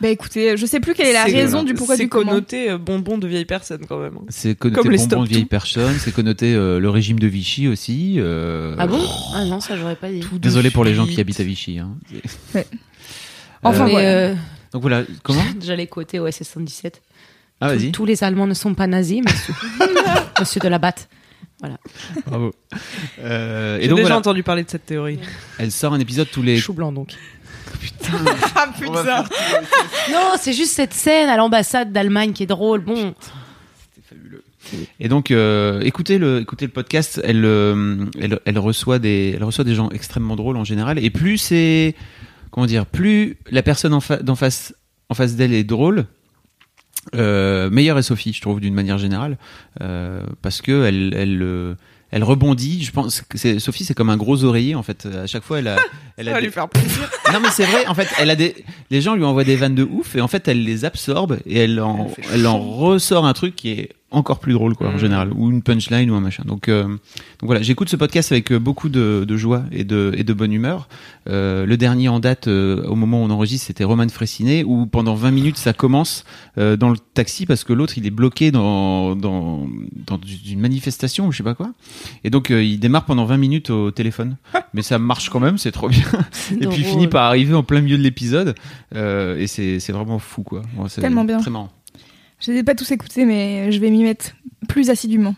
Bah écoutez, je sais plus quelle est la
C'est-
raison du pourquoi
C'est
du comment.
connoté euh, bonbon de vieille personne quand même. hein.
c'est connoté
Comme les
bonbon de
stop-tout.
vieille personne c'est connoté euh, le régime de Vichy aussi euh,
Ah bon Ah non, ça j'aurais pas dit.
désolé pour les gens qui
suite.
habitent à Vichy hein.
Ouais.
Enfin,
Enfin,
Mais,
voilà.
euh,
donc voilà comment
J'allais côté au SS77.
ah
Tous-
vas-y
Tous les Allemands ne sont pas nazis, monsieur, monsieur de la batte.
bravo Euh,
J'ai
et
déjà
donc voilà
entendu parler de cette théorie.
elle sort un épisode tous les
Chou blanc donc.
Ah putain.
Non, c'est juste cette scène à l'ambassade d'Allemagne qui est drôle. Bon,
Et donc, euh, écoutez le, écoutez le podcast. Elle, euh, elle, elle reçoit des, elle reçoit des gens extrêmement drôles en général. Et plus c'est, comment dire, plus la personne en, fa- d'en face, en face d'elle est drôle, euh, meilleure est Sophie, je trouve, d'une manière générale, euh, parce que elle, elle, euh, elle rebondit. Je pense que c'est, Sophie, c'est comme un gros oreiller en fait. À chaque fois, elle a, elle
Ça
a
va
des-
lui faire plaisir.
non mais c'est vrai, en fait, elle a des les gens lui envoient des vannes de ouf et en fait, elle les absorbe et elle en
Elle fait
elle, en ressort un truc qui est encore plus drôle quoi en
Mm.
général ou une punchline ou un machin. Donc euh, donc voilà, j'écoute ce podcast avec euh, beaucoup de, de joie et de et de bonne humeur. Euh, le dernier en date euh, au moment où on enregistre, c'était Roman Fressinet où pendant 20 minutes ça commence euh, dans le taxi parce que l'autre il est bloqué dans dans dans une manifestation ou je sais pas quoi. Et donc euh, il démarre pendant 20 minutes au téléphone. Mais ça marche quand même, c'est trop bien.
c'est
Et puis il
drôle.
finit par arriver en plein milieu de l'épisode. Euh, et c'est c'est vraiment fou, quoi. Ouais, c'est
Tellement bien.
Très marrant.
Je les ai pas tous écoutés, mais je vais m'y mettre plus assidûment.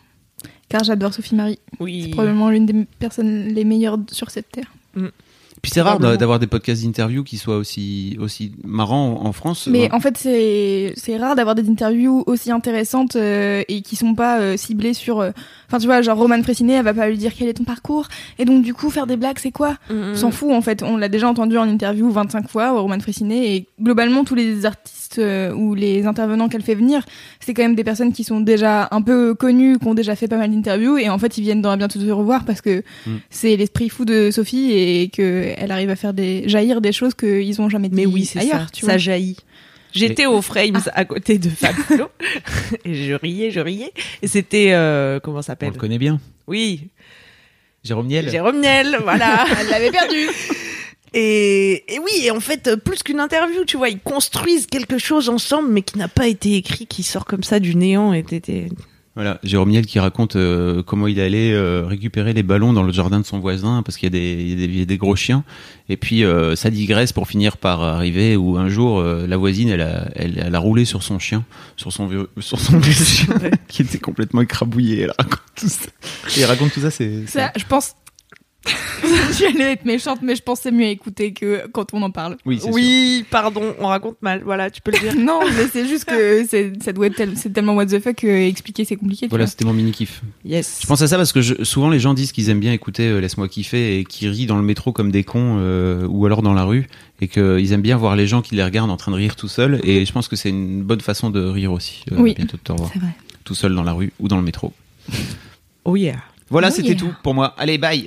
Car j'adore Sophie Marie. C'est
Oui.
probablement l'une des personnes les meilleures sur cette terre.
Puis c'est rare
Probablement.
d'avoir des podcasts d'interview qui soient aussi, aussi marrants en en France. hein.
Mais
Ouais.
en fait, c'est c'est rare d'avoir des interviews aussi intéressantes euh, et qui sont pas euh, ciblées sur. euh, Enfin, tu vois, genre Romane Fressinet, elle va pas lui dire quel est ton parcours. Et donc, du coup, faire des blagues, c'est quoi
Mm,
On s'en fout, en fait. On l'a déjà entendu en interview 25 fois, Romane Fressinet. Et globalement, tous les artistes euh, ou les intervenants qu'elle fait venir, c'est quand même des personnes qui sont déjà un peu connues, qui ont déjà fait pas mal d'interviews. Et en fait, ils viennent dans un bientôt te revoir parce que
Mm.
c'est l'esprit fou de Sophie et qu'elle arrive à faire des, jaillir des choses qu'ils ont jamais dit
Mais oui, c'est
ailleurs.
ça.
Tu
ça
vois.
jaillit. J'étais au Frames à côté de Fabio et je riais, je riais. Et c'était euh, comment ça
on
s'appelle
le connaît bien.
Oui,
Jérôme Niel.
Jérôme Niel, voilà.
Elle l'avait perdu.
Et, et oui, et en fait, euh, plus qu'une interview, tu vois, ils construisent quelque chose ensemble, mais qui n'a pas été écrit, qui sort comme ça du néant. Et t'étais-
Voilà, Jérôme Niel qui raconte euh, comment il allait euh, récupérer les ballons dans le jardin de son voisin parce qu'il y, a des- il y a des- il y a des gros chiens. Et puis euh, ça digresse pour finir par arriver où un jour euh, la voisine elle a, elle, elle a roulé sur son chien, sur son vieux, sur son vieux chien qui était complètement écrabouillé. Elle raconte tout ça. Et elle raconte tout ça, c'est. c'est-
Ça, je pense. J'allais être méchante, mais je pense que c'est mieux à écouter que quand on en parle.
Oui, c'est sûr.
Oui, pardon, on raconte mal. Voilà, tu peux le dire.
Non, mais c'est juste que c'est- ça doit être tel- c'est tellement what the fuck que expliquer c'est compliqué. tu
Voilà,
vois.
c'était mon mini kiff.
yes.
Je pense à ça parce que je- souvent les gens disent qu'ils aiment bien écouter euh, Laisse-moi kiffer et qui rient dans le métro comme des cons euh, ou alors dans la rue et qu'ils aiment bien voir les gens qui les regardent en train de rire tout seuls et je pense que c'est une bonne façon de rire aussi. euh,
Oui.
Bientôt de te revoir
C'est vrai.
tout seul dans la rue ou dans le métro.
Oh yeah.
Voilà,
Oh
c'était
yeah.
tout pour moi. Allez, bye.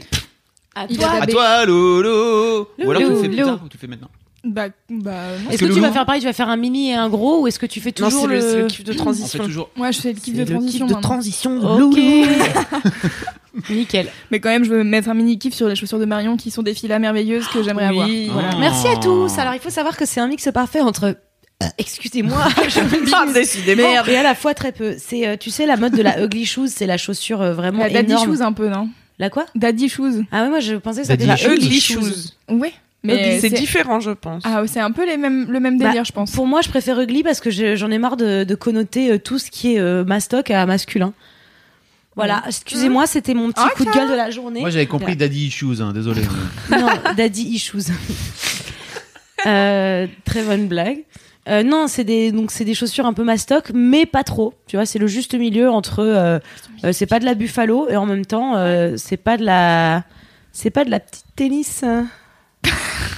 À
Il
toi.
a-
À toi, Lolo
Loulou,
Ou alors tu le fais plus
Ah, Lolo.
tard ou tu le fais maintenant
Bah, bah, non.
Parce
Est-ce
que
que,
le
tu vas
loup-
faire pareil Tu vas faire un mini et un gros ou est-ce que tu fais
Non,
toujours
c'est le, c'est
le
le kiff de
On fait
transition.
toujours.
Moi, je fais le kiff
C'est
de
le
transition.
kiff de
maintenant.
transition.
Ok.
loulou.
Nickel.
Mais quand même, je veux mettre un mini kiff sur les chaussures de Marion qui sont des filas merveilleuses que j'aimerais avoir.
Oui.
Voilà. Ah.
Merci à tous. Alors, il faut savoir que c'est un mix parfait entre. euh, Excusez-moi, je me
Ah,
dis-
décidément.
mais, mais à la fois très peu. C'est, euh, tu sais, la mode de la ugly shoes, c'est la chaussure euh, vraiment
La daddy
énorme.
shoes hein. un peu, non
La quoi
Daddy shoes.
Ah ouais, moi je pensais que ça
Daddy
s'appelait
shoes.
la
Ugly
ugly
shoes.
shoes.
Oui. Mais
c'est différent, je pense.
Ah, c'est un peu les mêmes, le même
Bah,
délire, je pense.
Pour moi, je préfère ugly parce que je- j'en ai marre de, de connoter euh, tout ce qui est euh, mastoc à masculin. Voilà, excusez-moi, c'était mon petit coup de gueule de la journée.
Moi j'avais compris Daddy Issues, hein, désolé.
Non, Daddy Issues. Euh, très bonne blague. Euh, non, c'est des donc c'est des chaussures un peu mastoc, mais pas trop. Tu vois, c'est le juste milieu entre euh, euh, c'est pas de la Buffalo et en même temps euh, c'est pas de la c'est pas de la petite tennis. hein.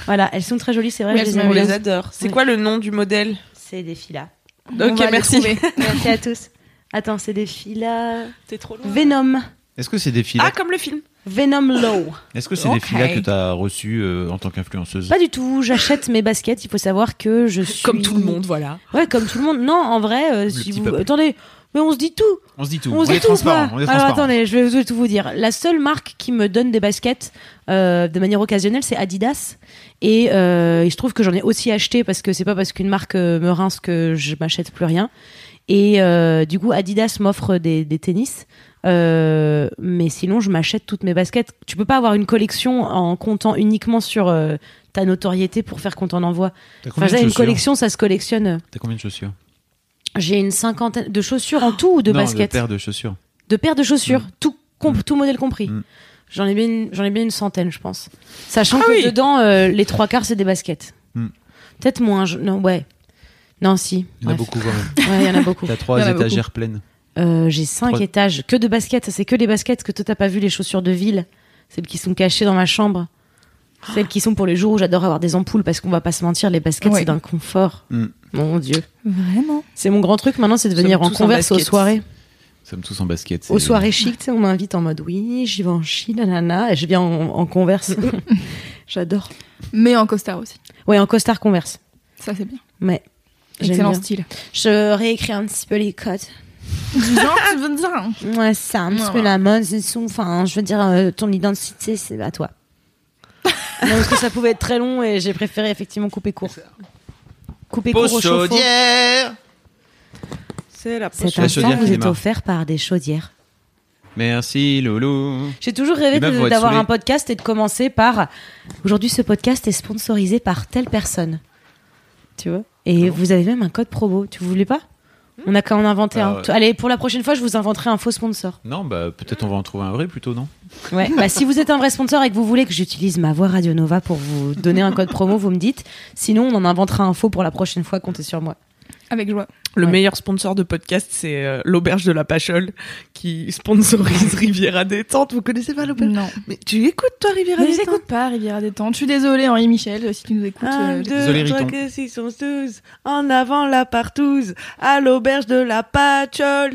voilà, elles sont très jolies, c'est vrai.
Oui,
je les
elles sont
aime
On
bien.
les adore. C'est
Oui.
quoi le nom du modèle
C'est des filas.
On
Ok,
va les
merci.
trouver.
Merci à tous. Attends, c'est des filas.
T'es trop loin.
Venom,
Est-ce que c'est des filles
Ah, comme le film.
Venom Low.
Est-ce que c'est
Ok.
des filles que t'as reçues euh, en tant qu'influenceuse
Pas du tout. J'achète mes baskets. Il faut savoir que je suis
Comme tout le monde, voilà.
Ouais, comme tout le monde. Non, en vrai, euh, si
petit
vous.
peuple.
Attendez, mais on se dit tout.
On se dit tout.
on se
est
dit tout.
transparent.
pas
On est
Alors
transparent.
attendez, je vais, je vais tout vous dire. La seule marque qui me donne des baskets euh, de manière occasionnelle, c'est Adidas. Et euh, il se trouve que j'en ai aussi acheté parce que c'est pas parce qu'une marque euh, me rince que je m'achète plus rien. Et euh, du coup, Adidas m'offre des, des tennis. Euh, mais sinon, je m'achète toutes mes baskets. Tu peux pas avoir une collection en comptant uniquement sur euh, ta notoriété pour faire qu'on t'en envoie.
T'as combien,
Enfin,
de
une
chaussures
collection, ça se collectionne.
T'as combien de chaussures
J'ai une cinquantaine de chaussures en tout ou de
Oh Non,
baskets
paire de chaussures.
de paires de chaussures, tout, comp- tout modèle compris.
Mm.
J'en ai bien, une- j'en ai bien une centaine, je pense. Sachant que
oui.
dedans, euh, les trois quarts c'est des baskets.
Ah Mm.
Peut-être moins, je- non, ouais. Non, si.
Il y en a
Bref.
beaucoup quand même.
Ouais, il y en a beaucoup.
T'as
Il y
trois
en a
étagères pleines.
Euh, J'ai cinq
Trois-
étages, que de baskets. C'est que des baskets que toi t'as pas vu les chaussures de ville, celles qui sont cachées dans ma chambre, celles qui sont pour les jours où j'adore avoir des ampoules parce qu'on va pas se mentir, les baskets
Ouais.
c'est d'un confort.
Mm.
Mon Dieu,
Vraiment
c'est mon grand truc maintenant, c'est de
Nous
venir
sommes
en
tous en
converse aux
baskets.
soirées.
Nous sommes tous en basket.
Aux
c'est-
soirées chic, tu sais, on m'invite en mode oui, j'y vais en Chine, nanana, et je viens en, en converse. J'adore.
Mais en costard aussi.
Ouais, en costard converse.
Ça, c'est bien.
Mais j'aime
Excellent
bien.
style.
Je réécris un petit peu les codes.
Disons, tu veux dire. hein.
Ouais, ça, un petit
Voilà.
peu la mode, c'est son- Enfin, je veux dire, euh, ton identité, c'est à toi. non, parce que ça pouvait être très long et j'ai préféré effectivement couper court. Couper court au
Pause
chauffe-eau.
chaudière
C'est la
Cet
La
instant
chaudière
vous
qui
est
démarre.
offert par des chaudières.
Merci Lolo.
J'ai toujours rêvé
Les meufs
de-
vont être
d'avoir
saoulées.
un podcast et de commencer par aujourd'hui ce podcast est sponsorisé par telle personne. Tu vois
Ah
Et vous avez même un code promo, tu voulais pas On a quand même inventé
Ah
un.
ouais.
Tu- Allez, pour la prochaine fois, je vous inventerai un faux sponsor.
Non, bah peut-être on va en trouver un vrai plutôt, non
Ouais. bah, si vous êtes un vrai sponsor et que vous voulez que j'utilise ma voix Radio Nova pour vous donner un code promo, vous me dites. Sinon, on en inventera un faux pour la prochaine fois, comptez sur moi.
Avec joie.
Le
Ouais.
meilleur sponsor de podcast, c'est euh, l'auberge de la Pachole qui sponsorise Riviera Détente. Vous connaissez pas l'auberge
Non.
Mais tu écoutes toi Riviera
Ne les
Détente
écoute pas, Riviera Détente. Je suis désolée, Henri Michel, si tu nous écoutes. euh,
Désolé, Riton.
que six, sont tous, en avant la partouze, à l'auberge de la Pachole.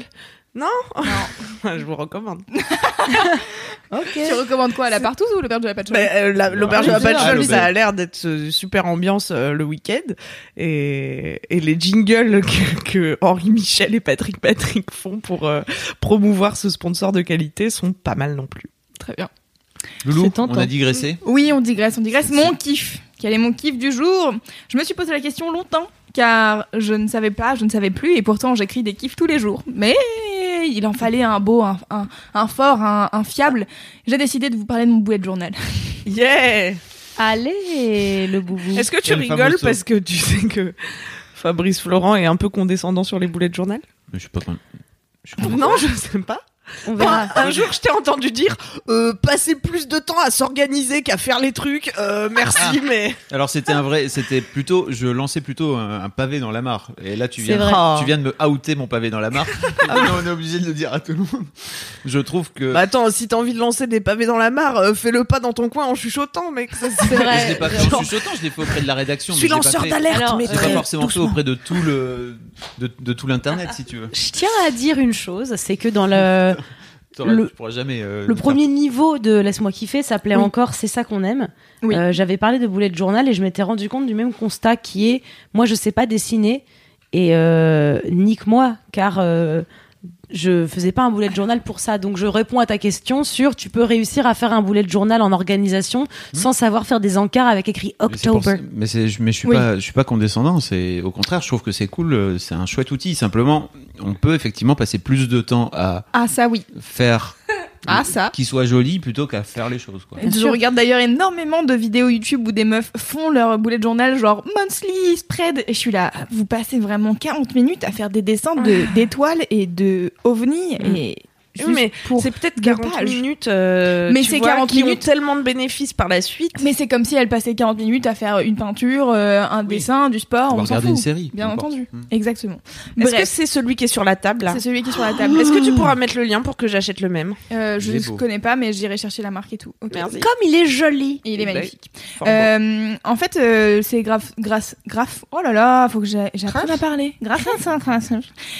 Non Non. Je vous recommande.
Ok.
Tu recommandes quoi, la partouze ou le père de la patchwork
Mais, euh, la- L'auberge de la
Ah, l'auberge.
Pachole, ça
Ah,
a l'air d'être euh, super ambiance euh, le week-end. Et, et les jingles que, que Henri Michel et Patrick Patrick font pour euh, promouvoir ce sponsor de qualité sont pas mal non plus.
Très bien.
Loulou,
C'est
on
tentant.
a digressé.
Oui, on digresse, on digresse. Mon kiff. Quel est mon kiff du jour Je me suis posé la question longtemps, car je ne savais pas, je ne savais plus, et pourtant j'écris des kiffs tous les jours. Mais il en fallait un beau, un, un- un fort, un, un fiable. J'ai décidé de vous parler de mon boulet de journal.
Yeah
Allez, le boubou.
Est-ce que tu
Et le
rigoles
famoso.
parce que tu sais que Fabrice Florent est un peu condescendant sur les boulets de journal
Mais je suis pas con- je suis con-
Non, je sais pas.
On verra.
Bah, Un jour, je t'ai entendu dire euh, passer plus de temps à s'organiser qu'à faire les trucs. euh,
Ah.
merci, mais
Alors c'était un vrai, c'était plutôt, je lançais plutôt un, un pavé dans la mare. Et là tu
C'est
viens,
vrai. Ah
de, tu viens de me outer mon pavé dans la mare. Et là, on est obligé de le dire à tout le monde. Je trouve que
Bah attends, si t'as envie de lancer des pavés dans la mare, euh, fais-le pas dans ton coin en chuchotant, mec. Ça, c'est
Mais je l'ai pas fait en
genre-
chuchotant, je l'ai fait auprès de la rédaction.
Je
mais
suis
je l'ai pas
lanceur
fait-
d'alerte,
Alors, euh,
mais
Je l'ai
très
pas forcément fait
doucement.
auprès de tout le de, de tout l'internet si tu veux.
Je tiens à dire une chose, c'est que dans le
T'aurais-
Le-
tu pourras jamais. euh,
Le
faire-
premier niveau de Laisse-moi kiffer, ça plaît
Oui.
encore, c'est ça qu'on aime.
Oui.
Euh, J'avais parlé de boulet de journal et je m'étais rendu compte du même constat qui est moi, je sais pas dessiner et euh, nique-moi car euh, je faisais pas un boulet de journal pour ça. Donc je réponds à ta question sur tu peux réussir à faire un boulet de journal en organisation
Hmm.
sans savoir faire des encarts avec écrit
Mais c'est pour-
October.
Mais, c'est- je- mais je suis
Oui.
pas, je suis pas condescendant. C'est au contraire, je trouve que c'est cool. euh, C'est un chouette outil. Simplement, on peut effectivement passer plus de temps à
Ah, ça oui.
faire
Ah, ça.
qu'il soit joli plutôt qu'à faire les choses. Quoi.
Je
sûr.
regarde d'ailleurs énormément de vidéos YouTube où des meufs font leur boulet de journal, genre monthly spread. Et je suis là, vous passez vraiment 40 minutes à faire des dessins de- d'étoiles et de ovnis. Et Ah. Mm. juste
mais
pour...
C'est
Deux
peut-être 40
pages.
minutes. euh,
Mais
tu
c'est
vois,
40
qui ont
minutes.
tellement de bénéfices par la suite.
Mais c'est comme si elle passait 40 minutes à faire une peinture, euh, un dessin, du sport,
On va
on s'en
regarder une
fout.
série.
Bien
n'importe.
entendu.
Mm.
Exactement.
Est-ce que
Bref,
c'est celui qui est sur la table là
c'est celui qui est sur la table.
Est-ce que tu pourras mettre le lien pour que j'achète le même
Euh, je
Il est
ne
beau.
connais pas, mais j'irai chercher la marque et tout. Ok.
Merci.
Comme il est joli.
Et il est magnifique.
Fort beau.
Euh, en fait, euh, c'est grave, grâce, grâce. Oh là là, faut que j'a- j'apprenne à parler. Grâce à ça, grâce à-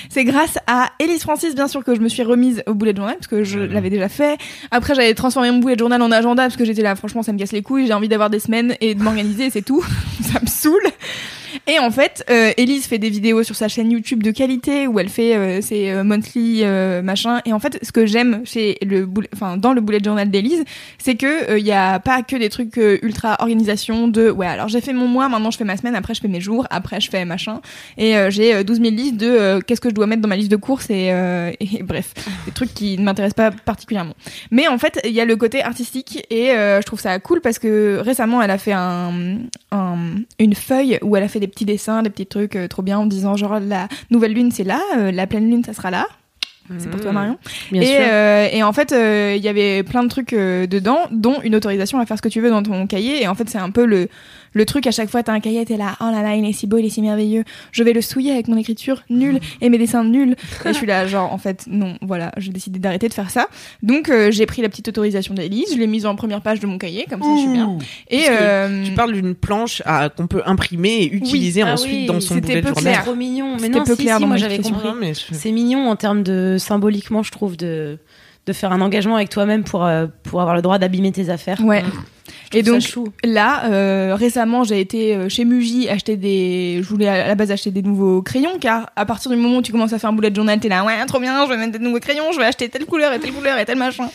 C'est grâce à Elise Francis, bien sûr, que je me suis remise au boulet de journal parce que je l'avais déjà fait. Après, j'avais transformé mon boulet de journal en agenda parce que j'étais là, franchement, ça me casse les couilles. J'ai envie d'avoir des semaines et de m'organiser, c'est tout. ça me saoule. Et en fait, euh, Elise fait des vidéos sur sa chaîne YouTube de qualité où elle fait euh, ses euh, monthly euh, machin. Et en fait, ce que j'aime chez le boulet, enfin dans le bullet journal d'Elise, c'est que euh, il y a pas que des trucs euh, ultra organisation de ouais alors j'ai fait mon mois, maintenant je fais ma semaine, après je fais mes jours, après je fais machin. Et euh, j'ai euh, 12 000 listes de euh, qu'est-ce que je dois mettre dans ma liste de courses et, euh, et bref des trucs qui ne m'intéressent pas particulièrement. Mais en fait, il y a le côté artistique et euh, je trouve ça cool parce que récemment, elle a fait un, un- une feuille où elle a fait des petits dessins, des petits trucs euh, trop bien en disant genre la nouvelle lune c'est là, euh, la pleine lune ça sera là. C'est pour toi Marion.
Bien
Et,
sûr.
euh, et en fait, euh, il y avait plein de trucs euh, dedans, dont une autorisation à faire ce que tu veux dans ton cahier. Et en fait, c'est un peu le, le truc à chaque fois, t'as un cahier, t'es là, oh là là, il est si beau, il est si merveilleux. Je vais le souiller avec mon écriture nulle et mes dessins nuls. Et je suis là, genre, en fait, non, voilà, j'ai décidé d'arrêter de faire ça. Donc, euh, j'ai pris la petite autorisation d'Élise, je l'ai mise en première page de mon cahier, comme ça, je suis bien. Et
Mmh. Parce que
euh,
Tu parles d'une planche à- qu'on peut imprimer et utiliser
Ah
ensuite
Mm. oui,
dans son
c'était
boulet de
peu
journal.
clair.
trop mignon. Mais
C'était
non,
peu
si,
clair
si,
dans
moi
ma
j'avais
description.
compris.
Non, mais je-
C'est mignon en termes de symboliquement, je trouve, de, de faire un engagement avec toi-même pour, euh, pour avoir le droit d'abîmer tes affaires.
Ouais. Et donc,
ça chou.
Là, euh, récemment, j'ai été euh, chez Muji acheter des. Je voulais à la base acheter des nouveaux crayons, car à partir du moment où tu commences à faire un boulet de journal, t'es là, ouais, trop bien, je vais mettre des nouveaux crayons, je vais acheter telle couleur et telle couleur et tel machin.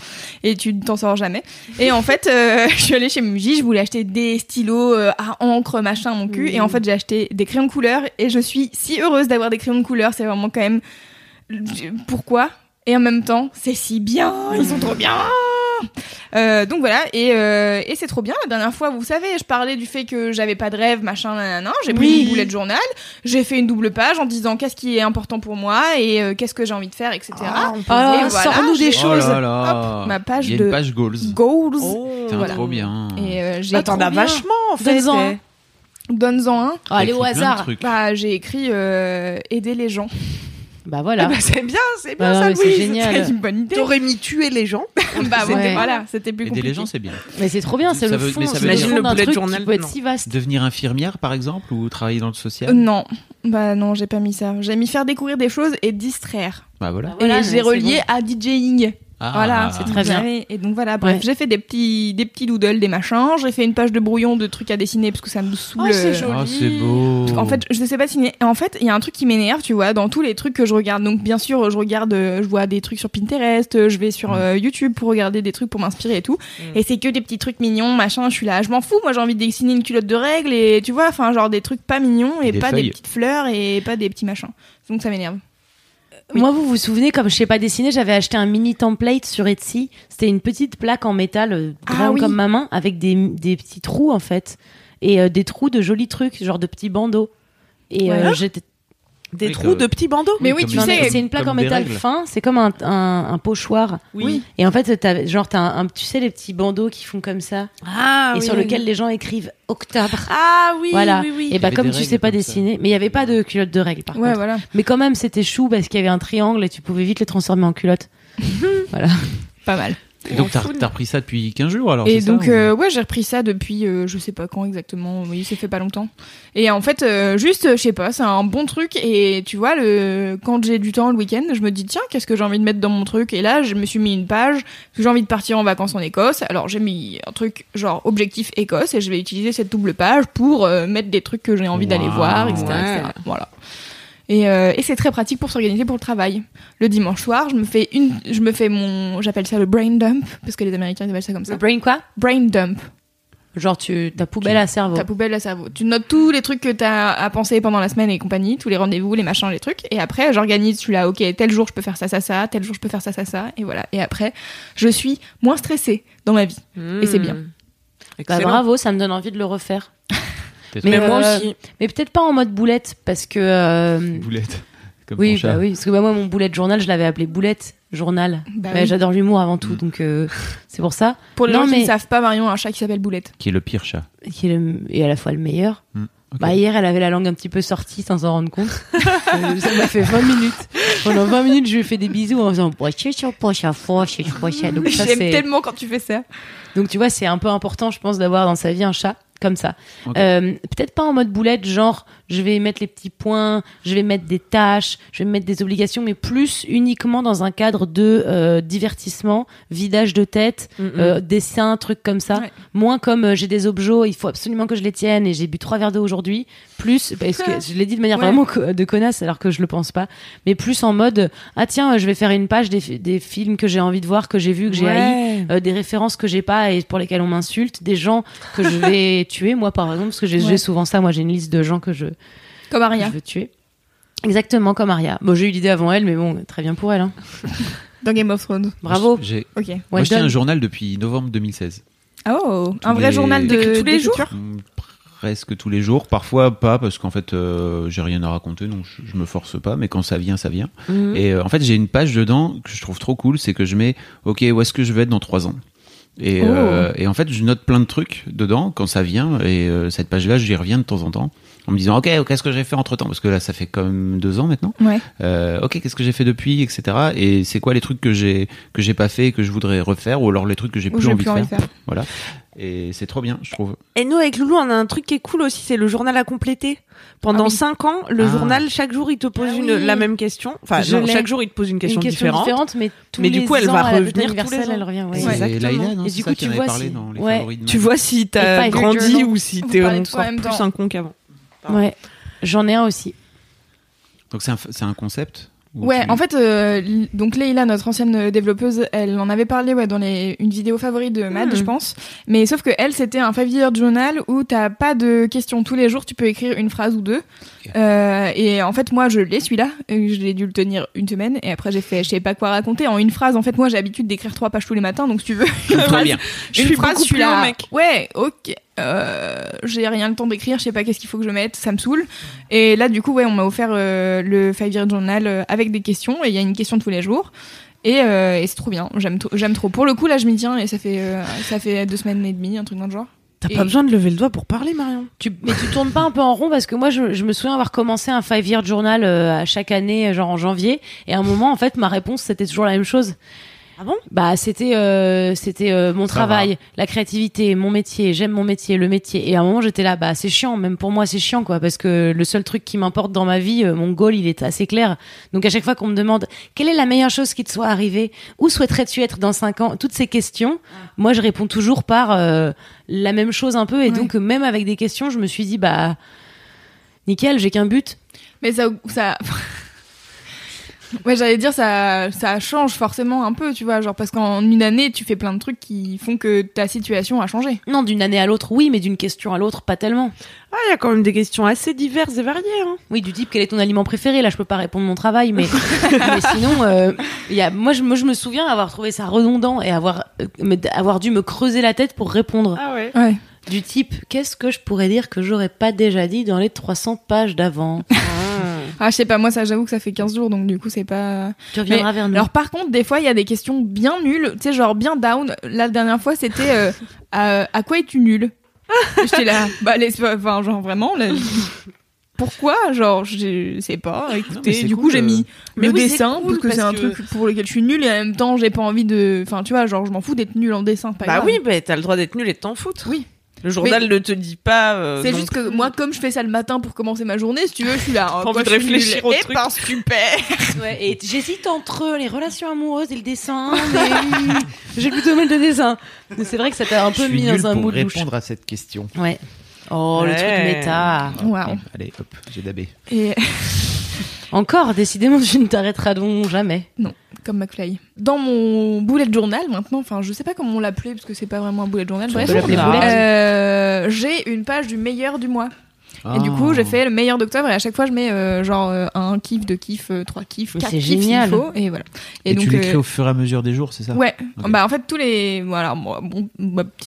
Et tu ne t'en sors jamais. Et en fait, euh, je suis allée chez Muji, je voulais acheter des stylos euh, à encre, machin, mon cul. Et en fait, j'ai acheté des crayons de couleur et je suis si heureuse d'avoir des crayons de couleur, c'est vraiment quand même. Pourquoi Et en même temps, c'est si bien, ils sont trop bien euh, donc voilà, et, euh, et c'est trop bien. La dernière fois, vous savez, je parlais du fait que j'avais pas de rêve, machin, nanana. J'ai pris
Oui.
une boulette journal, j'ai fait une double page en disant qu'est-ce qui est important pour moi et euh, qu'est-ce que j'ai envie de faire, etc.
Ah,
Et voilà,
sors-nous des
j'ai-
choses.
Oh là là.
Hop, ma page
Il y a
de-
une page goals.
Goals.
Oh,
Putain,
voilà.
Trop bien.
Et euh, j'ai
Bah, t'en
trop
as
bien.
vachement en fait. Eh
Donne-en un.
Donne-en un.
Ah, allez au
T'as écrit plein de
hasard.
trucs.
Bah, j'ai écrit euh, aider les gens.
Bah
Ah
voilà.
bah, c'est bien, c'est bien
Bah, non,
ça,
mais c'est
Louise.
génial.
C'est une bonne idée.
T'aurais mis tuer les gens.
bah,
Ouais.
c'était- voilà, c'était plus
Aider
compliqué.
les gens, c'est bien.
Mais c'est trop bien, c'est
Ça
le
veut-
fond.
mais ça veut
j'imagine,
dire-
le
Le
d'un
bullet
truc qui
journal,
peut être
non.
si vaste.
Devenir infirmière, par exemple, ou travailler dans le social.
Euh, non, bah non, j'ai pas mis ça. J'ai mis faire découvrir des choses et distraire.
Bah voilà.
Voilà,
et
mais
j'ai
c'est
relié à DJing.
Ah.
Voilà, c'est
très
très
bien.
bien. Et donc voilà, bref,
Ouais.
j'ai fait des petits, des petits doodles, des machins. J'ai fait une page de brouillon de trucs à dessiner parce que ça me saoule.
c'est
euh,
joli.
Ah, c'est beau.
En fait, je sais pas dessiner. En fait, il y a un truc qui m'énerve, tu vois, dans tous les trucs que je regarde. Donc bien sûr, je regarde, euh, je vois des trucs sur Pinterest, euh, je vais sur euh, YouTube pour regarder des trucs pour m'inspirer et tout. Et c'est que des petits trucs mignons, machin. Je suis là, je m'en fous. Moi, j'ai envie de dessiner une culotte de règles et tu vois, enfin genre des trucs pas mignons et,
Et des
pas
feuilles.
des petites fleurs et pas des petits machins. Donc ça m'énerve. Oui.
Moi, vous vous souvenez, comme je sais pas dessiner, j'avais acheté un mini template sur Etsy. C'était une petite plaque en métal, euh,
Ah
grande
oui.
comme ma main, avec des, des petits trous en fait. Et euh, des trous de jolis trucs, genre de petits bandeaux. Et euh,
Ouais.
j'étais.
Des
Oui,
trous
comme-
de petits bandeaux.
Mais oui,
comme
tu
Non,
des-
sais,
mais c'est une plaque
comme
en
des
métal
règles.
fin, c'est comme un, un- un pochoir.
Oui.
Et en fait, t'as, genre, t'as un, un- tu sais, les petits bandeaux qui font comme ça,
Ah
et sur lequel les gens écrivent octobre.
Ah oui,
voilà.
oui, oui.
Et bah,
avait
comme
des
tu sais
règles
pas
comme ça.
dessiner, mais il y avait pas de culotte de règles par
Ouais,
contre.
voilà.
Mais quand même, c'était chou parce qu'il y avait un triangle et tu pouvais vite les transformer en culotte.
Pas mal.
Et donc, t'as t'as repris ça depuis 15 jours alors
Et
c'est ça,
donc,
ou-
euh, ouais, j'ai repris ça depuis euh, je sais pas quand exactement. Oui, ça fait pas longtemps. Et en fait, euh, juste, euh, je sais pas, c'est un bon truc. Et tu vois, le... quand j'ai du temps le week-end, je me dis, tiens, qu'est-ce que j'ai envie de mettre dans mon truc Et là, je me suis mis une page, parce que j'ai envie de partir en vacances en Écosse. Alors, j'ai mis un truc genre objectif Écosse et je vais utiliser cette double page pour euh, mettre des trucs que j'ai envie d'aller
Waouh.
voir, etc. etc. Voilà. Et, euh, et c'est très pratique pour s'organiser pour le travail. Le dimanche soir, je me fais une, je me fais mon, j'appelle ça le brain dump parce que les Américains ils appellent ça comme ça.
Le brain quoi
Brain dump.
Genre tu ta poubelle à cerveau.
Ta poubelle à cerveau. Tu notes tous les trucs que t'as à penser pendant la semaine et compagnie, tous les rendez-vous, les machins, les trucs. Et après, j'organise, je suis là, ok, tel jour je peux faire ça, ça, ça, tel jour je peux faire ça, ça, ça. Et voilà. Et après, je suis moins stressée dans ma vie. Et c'est bien.
Bah,
Excellent.
bravo, ça me donne envie de le refaire.
Peut-être
Mais
euh,
moi aussi.
Mais peut-être pas en mode boulette parce que euh,
Boulette. Comme
oui,
ton chat.
bah oui, parce que bah, moi mon boulette journal, je l'avais appelé boulette journal.
Bah
Ouais,
oui.
J'adore l'humour avant
Mm.
tout, donc euh, c'est pour ça.
Pour les
Non,
gens qui
mais-
ne savent pas, Marion a un chat qui s'appelle Boulette.
Qui est le pire chat.
Qui est le- et à la fois le meilleur.
Ok.
Bah hier, elle avait la langue un petit peu sortie sans s'en rendre compte. Euh, ça m'a fait 20 minutes. Pendant 20 minutes, je lui ai fait des bisous en faisant poche sur poche à foche sur poche à- Donc ça,
J'aime
c'est-
tellement quand tu fais ça.
Donc tu vois, c'est un peu important, je pense, d'avoir dans sa vie un chat comme ça.
Ok.
Euh, Peut-être pas en mode boulette, genre je vais mettre les petits points, je vais mettre des tâches, je vais mettre des obligations, mais plus uniquement dans un cadre de euh, divertissement, vidage de tête,
Mm,
euh, dessin, trucs comme ça.
Ouais.
Moins comme euh, j'ai des objets, il faut absolument que je les tienne et j'ai bu trois verres d'eau aujourd'hui. Plus, parce que je l'ai dit de manière
Ouais.
vraiment co- de connasse alors que je le pense pas, mais plus en mode ah tiens, euh, je vais faire une page des, fi- des films que j'ai envie de voir, que j'ai vu, que j'ai haï euh, des références que j'ai pas et pour lesquelles on m'insulte, des gens que je vais tuer, moi par exemple, parce que j'ai
Ouais.
j'ai souvent ça, moi j'ai une liste de gens que je, que
Comme Aria.
je veux tuer. Exactement comme Aria. Bon, j'ai eu l'idée avant elle, mais bon, très bien pour elle. hein.
Dans Game of Thrones.
Bravo.
J'ai-
Ok.
Moi,
Well
je tiens un
done.
journal depuis novembre 2016.
Ah, Oh,
Tous
un vrai
les-
journal de
T'écris tous les jours
d'écriture
Mm, Presque tous les jours. Parfois pas, parce qu'en fait, euh, j'ai rien à raconter, donc je, je me force pas. Mais quand ça vient, ça vient.
Mm.
Et euh, en fait, j'ai une page dedans que je trouve trop cool. C'est que je mets OK, où est-ce que je vais être dans trois ans et,
Oh.
euh, et en fait, je note plein de trucs dedans quand ça vient. Et euh, cette page-là, j'y reviens de temps en temps en me disant OK, qu'est-ce que j'ai fait entre temps Parce que là, ça fait comme deux ans maintenant.
Ouais.
Euh, ok, qu'est-ce que j'ai fait depuis, etc. Et c'est quoi les trucs que j'ai que j'ai pas fait et que je voudrais refaire, ou alors les trucs que j'ai
Ou
plus
j'ai
envie
plus
de
envie de
faire.
faire.
Voilà. Et c'est trop bien, je trouve.
Et nous, avec Loulou, on a un truc qui est cool aussi, c'est le journal à compléter. Pendant
Ah oui.
cinq ans, le
Ah.
journal, chaque jour, il te pose
Ah
une,
oui.
la même question. Enfin,
Je
non,
l'ai.
chaque jour, il te pose une question,
une question différente,
différente.
mais tous
Mais
les
du coup, elle
ans,
va
à la date
revenir tous les
universelle,
ans.
elle revient. ouais.
C'est
C'est
ça. Exactement.
Laïla, non
Et
C'est
du
ça
coup,
qui
tu
en avait
vois
parlé
si-
dans les
ouais.
favoris de
Tu
Noël.
vois si
Et
t'as
pas
grandi
écrit, non.
ou si
Vous
t'es
parlez tous en
encore
même
plus
temps.
un con qu'avant.
Ouais. J'en ai un aussi.
Donc c'est un, f- c'est un concept ou
Ouais,
tu-
en fait, euh, l- donc Leïla, notre ancienne euh, développeuse, elle en avait parlé ouais, dans les, une vidéo favorite de Mad,
Mhm.
je pense. Mais sauf que elle, c'était un five-year journal où t'as pas de questions tous les jours, tu peux écrire une phrase ou deux.
Ok.
Euh, et en fait, moi, je l'ai celui-là, et je l'ai dû le tenir une semaine, et après, j'ai fait, je sais pas quoi raconter. En une phrase, en fait, moi, j'ai l'habitude d'écrire trois pages tous les matins, donc si tu veux. une
Trop
phrase-
bien.
Je
une
suis
phrase,
beaucoup
je suis
plus
là,
un mec.
Ouais, ok. Euh, j'ai rien le temps d'écrire, je sais pas qu'est-ce qu'il faut que je mette, ça me saoule. Et là, du coup, ouais, on m'a offert euh, le Five Year Journal euh, avec des questions, et il y a une question tous les jours. Et, euh, et c'est trop bien, j'aime tro- j'aime trop. Pour le coup, là, je m'y tiens, et ça fait, euh, ça fait deux semaines et demie, un truc dans le genre.
T'as
Et-
pas besoin de lever le doigt pour parler, Marion.
Tu, mais tu tournes pas un peu en rond parce que moi je, je me souviens avoir commencé un five year journal euh, à chaque année euh, genre en janvier et à un moment en fait ma réponse c'était toujours la même chose.
Ah bon
Bah c'était euh, c'était euh, mon
Ça
travail, la créativité, mon métier, j'aime mon métier, le métier et à un moment j'étais là bah c'est chiant même pour moi c'est chiant quoi parce que le seul truc qui m'importe dans ma vie euh, mon goal il est assez clair. Donc à chaque fois qu'on me demande quelle est la meilleure chose qui te soit arrivée, où souhaiterais-tu être dans cinq ans, toutes ces questions,
Ah.
moi je réponds toujours par euh, la même chose un peu et
Ouais.
donc euh, même avec des questions je me suis dit bah nickel j'ai qu'un but
Mais ça. ça... ouais, j'allais dire, ça, ça change forcément un peu, tu vois, genre, parce qu'en une année, tu fais plein de trucs qui font que ta situation a changé.
non d'une année à l'autre oui mais d'une question à l'autre pas tellement
Ah, il y a quand même des questions assez diverses et variées. Hein.
oui du type quel est ton aliment préféré là je peux pas répondre mon travail mais, mais sinon euh, il y a, moi, je, moi je me souviens avoir trouvé ça redondant et avoir, euh, me- avoir dû me creuser la tête pour répondre
Ah ouais.
Ouais.
du type qu'est-ce que je pourrais dire que j'aurais pas déjà dit dans les 300 pages d'avant
Ah, je sais pas, moi, ça, j'avoue que ça fait 15 jours, donc du coup, c'est pas.
tu reviendras
Mm.
vers nous
Alors par contre, des fois, il y a des questions bien nulles, tu sais, genre bien down. La dernière fois, c'était euh, à, à quoi es-tu nul J'étais là, bah laisse, enfin genre vraiment. là, pourquoi Genre, je sais pas. Écoutez,
Ah c'est
du
cool,
coup, j'ai
euh.
mis
Mais
le
oui, c'est
dessin parce
cool,
que c'est
parce
un
que-
truc pour lequel je suis nulle et en même temps, j'ai pas envie de. Enfin, tu vois, genre, je m'en fous d'être nulle en dessin. c'est Pas
Bah
grave.
oui, bah, t'as le droit d'être nul et de t'en foutre.
Oui.
Le journal ne te dit pas. euh,
C'est
non
juste
plus.
que moi, comme je fais ça le matin pour commencer ma journée, si tu veux, je suis là.
Pas envie de réfléchir au truc.
super.
Ouais, et j'hésite entre les relations amoureuses et le dessin. mais, hum, J'ai plutôt mal de dessin. Mais c'est vrai que ça t'a un
Je
peu
suis
mis
nul
dans un
pour
bout de douche.
répondre à cette question.
Ouais. Oh, le
Ouais.
truc méta.
Ah,
Wow.
ok. Allez, hop, j'ai dabé.
Et
Encore, décidément, tu ne t'arrêteras donc jamais.
comme McFly. Dans mon bullet journal maintenant, enfin, je sais pas comment on l'appelait parce que c'est pas vraiment un bullet journal. Bref,
peut l'appeler
bullet.
Euh, j'ai une page du meilleur du mois. Et du
Ah.
coup, j'ai fait le meilleur d'octobre et à chaque fois, je mets euh, genre euh, un kiff, deux kiffs, euh, trois kiffs,
Mais
quatre
c'est
kiffs s'il
génial.
faut. Et voilà.
Et, tu
donc,
l'écris
euh,
au fur et à mesure des jours, c'est ça
Ouais,
Ok.
bah en fait tous les voilà, moi, bon, ma petite-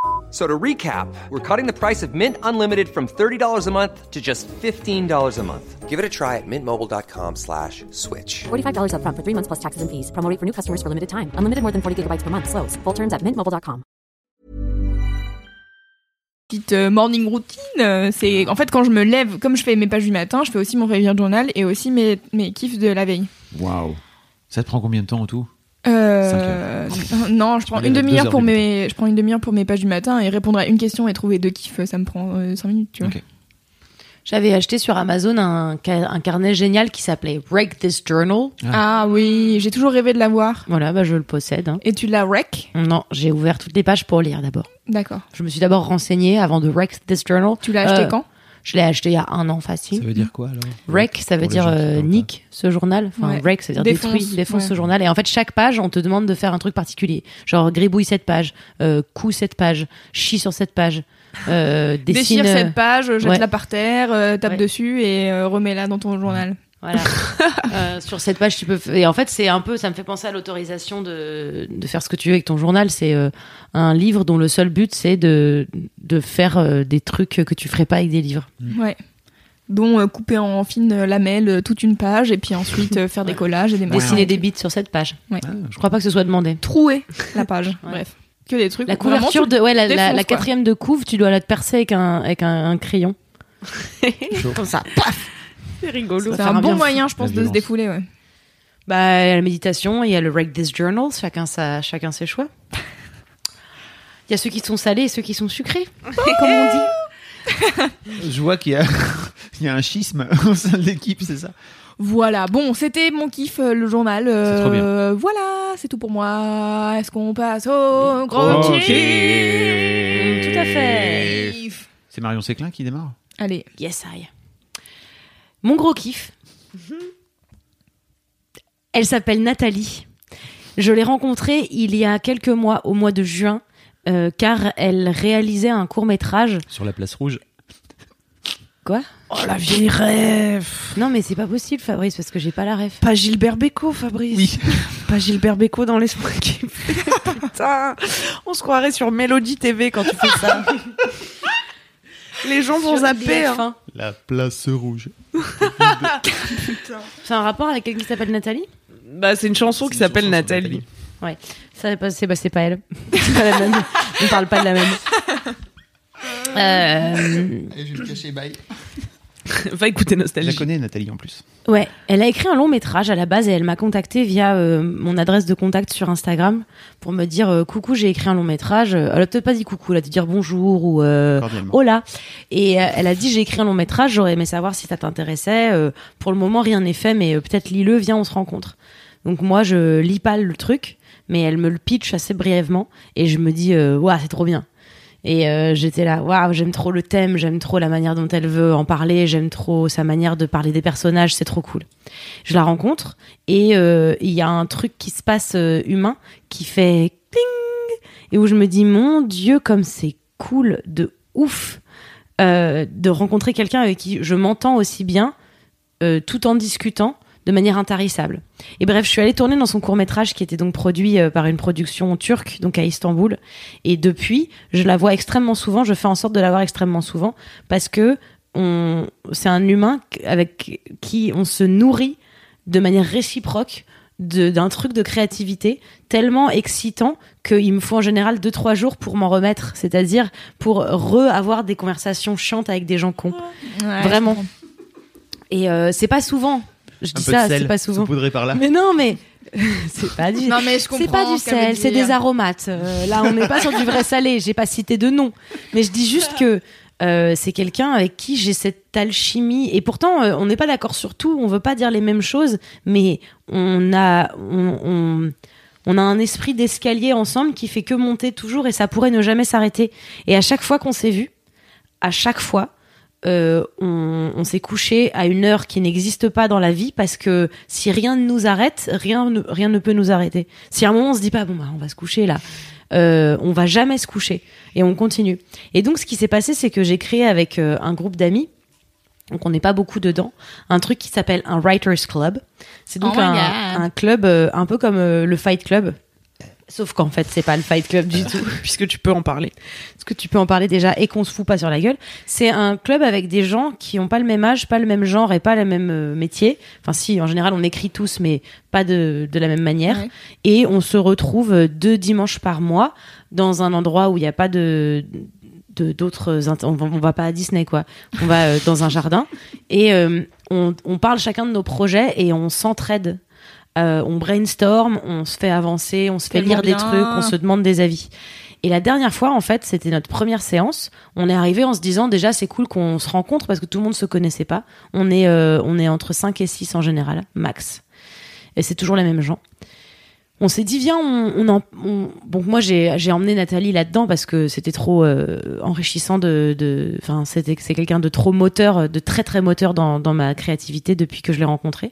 So to recap, we're cutting the price of Mint Unlimited from $30 a month to just $15 a month. Give it a try at mintmobile.com slash switch.
$45 upfront for three months plus taxes and fees. Promo rate for new customers for limited time. Unlimited more than 40 gigabytes per month. Slows. Full terms at mintmobile.com.
petite euh, morning routine, euh, c'est
Ah.
en fait quand je me lève, comme je fais mes pages du matin, je fais aussi mon réveil journal et aussi mes, mes kiffs de la veille.
Waouh. Ça te prend combien de temps en tout
Euh, non, je prends
me
une
lèves à
demi-heure
deux
pour
heures du
mes je prends une demi-heure pour mes pages du matin et répondre à une question et trouver deux kiffs, ça me prend 5 minutes, tu vois.
Ok.
J'avais acheté sur Amazon un, ca- un carnet génial qui s'appelait Break This Journal.
Ah oui, j'ai toujours rêvé de l'avoir.
Voilà, bah, je le possède. hein.
Et tu la wreck
Non, j'ai ouvert toutes les pages pour lire d'abord.
D'accord.
Je me suis d'abord renseignée avant de Wreck This Journal.
Tu l'as acheté
Euh,
quand
Je l'ai acheté il y a un an
Ça
facile.
veut dire quoi alors
Wreck, ça veut
Pour les
dire
gens qui
euh,
parlent pas.
nique ce journal. Enfin,
Ouais.
wreck, ça veut dire
Défonce,
détruit, défonce
ouais.
ce journal. Et en fait, chaque page, on te demande de faire un truc particulier. Genre, gribouille cette page, euh, coup cette page, chie sur cette page, euh, dessine.
Déchire cette page, jette-la
euh, ouais.
par terre, euh, tape
Ouais.
dessus et euh, remets-la dans ton journal.
Voilà. Euh, sur cette page, tu peux. f- Et en fait, c'est un peu. Ça me fait penser à l'autorisation de, de faire ce que tu veux avec ton journal. C'est euh, un livre dont le seul but, c'est de, de faire euh, des trucs que tu ferais pas avec des livres.
Ouais. Dont euh, couper en fines euh, lamelles euh, toute une page et puis ensuite euh, faire des
Ouais.
collages et des machins.
Dessiner des bits sur cette page. Je crois pas que ce soit demandé.
Trouer la page. Bref. Que des trucs.
La
où vraiment
couverture
tu-
de. Ouais, la, la- la
défonces, quoi.
quatrième de couve, tu dois la te percer avec un, avec un, un crayon. Comme ça. Paf C'est rigolo.
C'est un bon moyen, je
La
pense, de se
violence.
défouler. Ouais.
Bah, il y a la méditation, il y a le Write This Journal, chacun, sa, chacun ses choix. Il y a ceux qui sont salés et ceux qui sont sucrés, comme on dit.
Je vois qu'il y a, il y a un schisme au sein de l'équipe, c'est ça
Voilà. Bon, c'était mon kiff, euh, le journal.
C'est
Euh,
trop
Voilà, c'est tout pour moi. Est-ce qu'on passe au gros
Ok.
kiff
Mm, Tout à fait.
C'est Marion Séclin qui démarre
Allez.
Yes, I. Mon gros kiff. Elle s'appelle Nathalie. Je l'ai rencontrée il y a quelques mois, au mois de juin, euh, car elle réalisait un court métrage.
Sur la place rouge.
Quoi
Oh la vieille rêve
Non, mais c'est pas possible, Fabrice, parce que j'ai pas la ref.
Pas Gilbert Bécaud, Fabrice.
Oui.
Pas Gilbert Bécaud dans l'esprit qui Putain, on se croirait sur Mélodie TV quand tu fais ça. Les gens vont
Sur
zapper. hein.
IDF1.
La place rouge.
C'est un rapport avec quelqu'un qui s'appelle Nathalie
Bah, c'est une chanson qui s'appelle Nathalie.
Ça, c'est pas- c'est pas, c'est pas elle. C'est pas la même. On parle pas de la même. Euh,
Et je vais me cacher, bye.
Va écouter
Je la
Nostalgie.
connais, Nathalie, en plus.
Ouais, elle a écrit un long métrage à la base et elle m'a contacté via euh, mon adresse de contact sur Instagram pour me dire euh, coucou, j'ai écrit un long métrage. Euh, Elle a peut-être pas dit coucou, elle a dû dire bonjour ou euh,
Cordialement.
hola. Et euh, elle a dit j'ai écrit un long métrage, j'aurais aimé savoir si ça t'intéressait. Euh, pour le moment, rien n'est fait, mais euh, peut-être lis-le, viens, on se rencontre. Donc moi, je lis pas le truc, mais elle me le pitch assez brièvement et je me dis euh, Ouah, c'est trop bien. Et euh, j'étais là, waouh, j'aime trop le thème, j'aime trop la manière dont elle veut en parler, j'aime trop sa manière de parler des personnages, c'est trop cool. Je la rencontre et euh, il y a un truc qui se passe euh, humain qui fait ping et où je me dis mon dieu comme c'est cool de ouf euh, de rencontrer quelqu'un avec qui je m'entends aussi bien euh, tout en discutant de manière intarissable. Et bref, je suis allée tourner dans son court métrage qui était donc produit euh, par une production turque, donc à Istanbul. Et depuis, je la vois extrêmement souvent. Je fais en sorte de la voir extrêmement souvent parce que on, c'est un humain qu- avec qui on se nourrit de manière réciproque de- d'un truc de créativité tellement excitant qu'il me faut en général 2-3 jours pour m'en remettre, c'est-à-dire pour re-avoir des conversations chiantes avec des gens cons.
Ouais,
Vraiment. Et euh, c'est pas souvent. Je dis
Un peu de
ça,
sel,
c'est pas souvent.
saupoudré par là.
Mais non, mais c'est pas du.
Non mais je comprends.
C'est pas du
ce qu'elle veut
sel, c'est
dire.
des aromates. Euh, là, on n'est pas sur du vrai salé. J'ai pas cité de nom, mais je dis juste que euh, c'est quelqu'un avec qui j'ai cette alchimie. Et pourtant, euh, on n'est pas d'accord sur tout. On veut pas dire les mêmes choses, mais on a, on, on- on a un esprit d'escalier ensemble qui fait que monter toujours, et ça pourrait ne jamais s'arrêter. Et à chaque fois qu'on s'est vu, à chaque fois, euh, on, on s'est couché à une heure qui n'existe pas dans la vie parce que si rien ne nous arrête, rien ne, rien ne peut nous arrêter. Si à un moment on se dit pas bon bah on va se coucher là, euh, on va jamais se coucher et on continue. Et donc ce qui s'est passé c'est que j'ai créé avec euh, un groupe d'amis, donc on n'est pas beaucoup dedans, un truc qui s'appelle un writers club. C'est donc
Oh my
un,
God.
un club euh, un peu comme euh, le Fight Club. Sauf qu'en fait, c'est pas le Fight Club du tout.
puisque tu peux en parler.
Est-ce que tu peux en parler déjà et qu'on se fout pas sur la gueule C'est un club avec des gens qui ont pas le même âge, pas le même genre et pas le même euh, métier. Enfin, si, en général, on écrit tous, mais pas de, de la même manière.
Ouais.
Et on se retrouve euh, deux dimanches par mois dans un endroit où il n'y a pas de de- d'autres int- on, va- on va pas à Disney quoi on va euh, dans un jardin et euh, on, on parle chacun de nos projets et on s'entraide Euh, on brainstorm on se fait avancer on se fait
Tellement
lire des
bien.
trucs on se demande des avis et la dernière fois, en fait, c'était notre première séance. On est arrivé en se disant déjà c'est cool qu'on se rencontre parce que tout le monde se connaissait pas. On est euh, on est entre 5 et 6 en général, max. Et c'est toujours les mêmes gens. On s'est dit viens, on, on en on- donc moi j'ai j'ai emmené Nathalie là-dedans parce que c'était trop euh, enrichissant de de enfin c'était c'est quelqu'un de trop moteur, de très très moteur dans dans ma créativité depuis que je l'ai rencontré.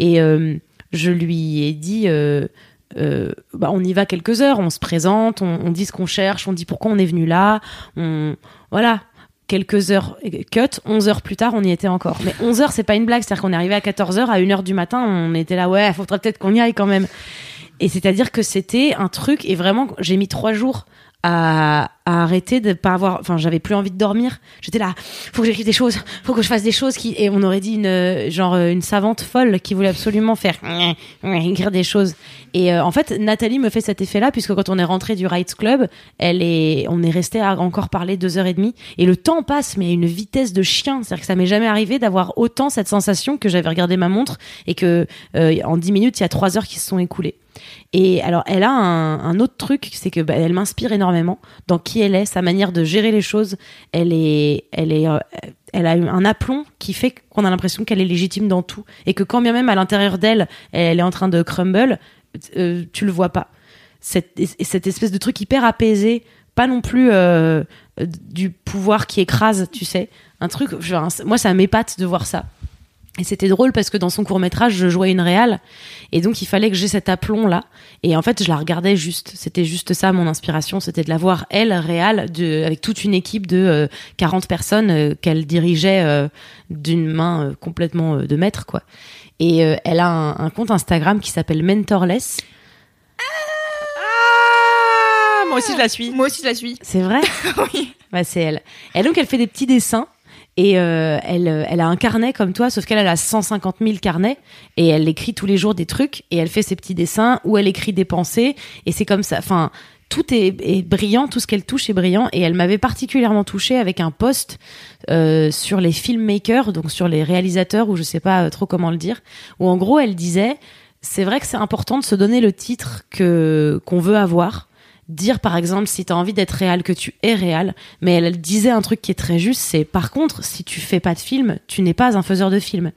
Et euh, je lui ai dit euh, euh, bah, on y va quelques heures, on se présente, on, on dit ce qu'on cherche, on dit pourquoi on est venu là, on voilà. Quelques heures euh, cut, 11 heures plus tard, on y était encore. Mais 11 heures, c'est pas une blague, c'est-à-dire qu'on est arrivé à 14 heures, à 1 heure du matin, on était là, ouais, faudrait peut-être qu'on y aille quand même. Et c'est-à-dire que c'était un truc, et vraiment, j'ai mis trois jours à, à arrêter de pas avoir, enfin, j'avais plus envie de dormir. J'étais là, faut que j'écrive des choses, faut que je fasse des choses qui, et on aurait dit une, euh, genre, euh, une savante folle qui voulait absolument faire, écrire des choses. Et euh, en fait, Nathalie me fait cet effet-là, puisque quand on est rentré du Rights Club, elle est, on est resté à encore parler deux heures et demie. Et le temps passe, mais à une vitesse de chien. C'est-à-dire que ça m'est jamais arrivé d'avoir autant cette sensation que j'avais regardé ma montre et que euh, en dix minutes, il y a trois heures qui se sont écoulées. Et alors, elle a un, un autre truc, c'est que bah, elle m'inspire énormément dans qui elle est, sa manière de gérer les choses. Elle est, elle est, euh, elle a un aplomb qui fait qu'on a l'impression qu'elle est légitime dans tout et que quand bien même à l'intérieur d'elle, elle est en train de crumble, euh, tu le vois pas. Cette, et cette espèce de truc hyper apaisé, pas non plus euh, euh, du pouvoir qui écrase, tu sais. Un truc, genre, un- moi ça m'épate de voir ça. Et c'était drôle parce que dans son court métrage, je jouais une réale et donc il fallait que j'ai cet aplomb là. Et en fait, je la regardais juste. C'était juste ça mon inspiration, c'était de la voir elle réale de, avec toute une équipe de euh, 40 personnes euh, qu'elle dirigeait euh, d'une main euh, complètement euh, de maître quoi. Et euh, elle a un, un compte Instagram qui s'appelle Mentorless.
Ah, moi aussi je la suis.
Moi aussi je la suis.
C'est vrai
Oui.
Bah, c'est elle. Et donc, elle fait des petits dessins. Et euh, elle, euh, elle a un carnet comme toi, sauf qu'elle elle a 150 000 carnets et elle écrit tous les jours des trucs et elle fait ses petits dessins où elle écrit des pensées et c'est comme ça. Enfin, tout est, est brillant, tout ce qu'elle touche est brillant et elle m'avait particulièrement touchée avec un post euh, sur les filmmakers, donc sur les réalisateurs ou je sais pas euh, trop comment le dire, où en gros elle disait c'est vrai que c'est important de se donner le titre que qu'on veut avoir, dire par exemple si t'as envie d'être réel que tu es réel, mais elle disait un truc qui est très juste, c'est par contre, si tu fais pas de film, tu n'es pas un faiseur de film.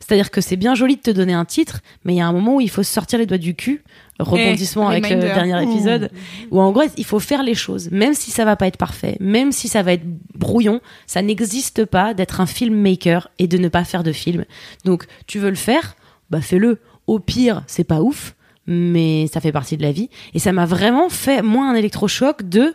C'est-à-dire que c'est bien joli de te donner un titre, mais il y a un moment où il faut se sortir les doigts du cul, rebondissement avec le
reminder.
dernier épisode, où en gros, il faut faire les choses, même si ça va pas être parfait, même si ça va être brouillon, ça n'existe pas d'être un filmmaker et de ne pas faire de film. Donc, tu veux le faire, bah fais-le. Au pire, c'est pas ouf, mais ça fait partie de la vie. Et ça m'a vraiment fait, moi, un électrochoc de...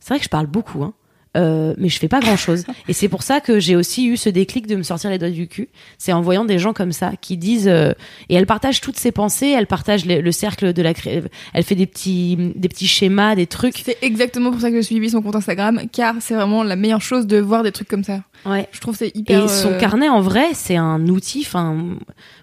C'est vrai que je parle beaucoup, hein. euh, mais je fais pas grand chose. Et c'est pour ça que j'ai aussi eu ce déclic de me sortir les doigts du cul. C'est en voyant des gens comme ça qui disent euh, et elle partage toutes ses pensées, elle partage le, le cercle de la cré... elle fait des petits des petits schémas, des trucs.
C'est exactement pour ça que je suivis son compte Instagram, car c'est vraiment la meilleure chose de voir des trucs comme ça.
Ouais.
Je trouve que c'est
Et
hyper.
son
euh,
carnet, en vrai, c'est un outil. Enfin,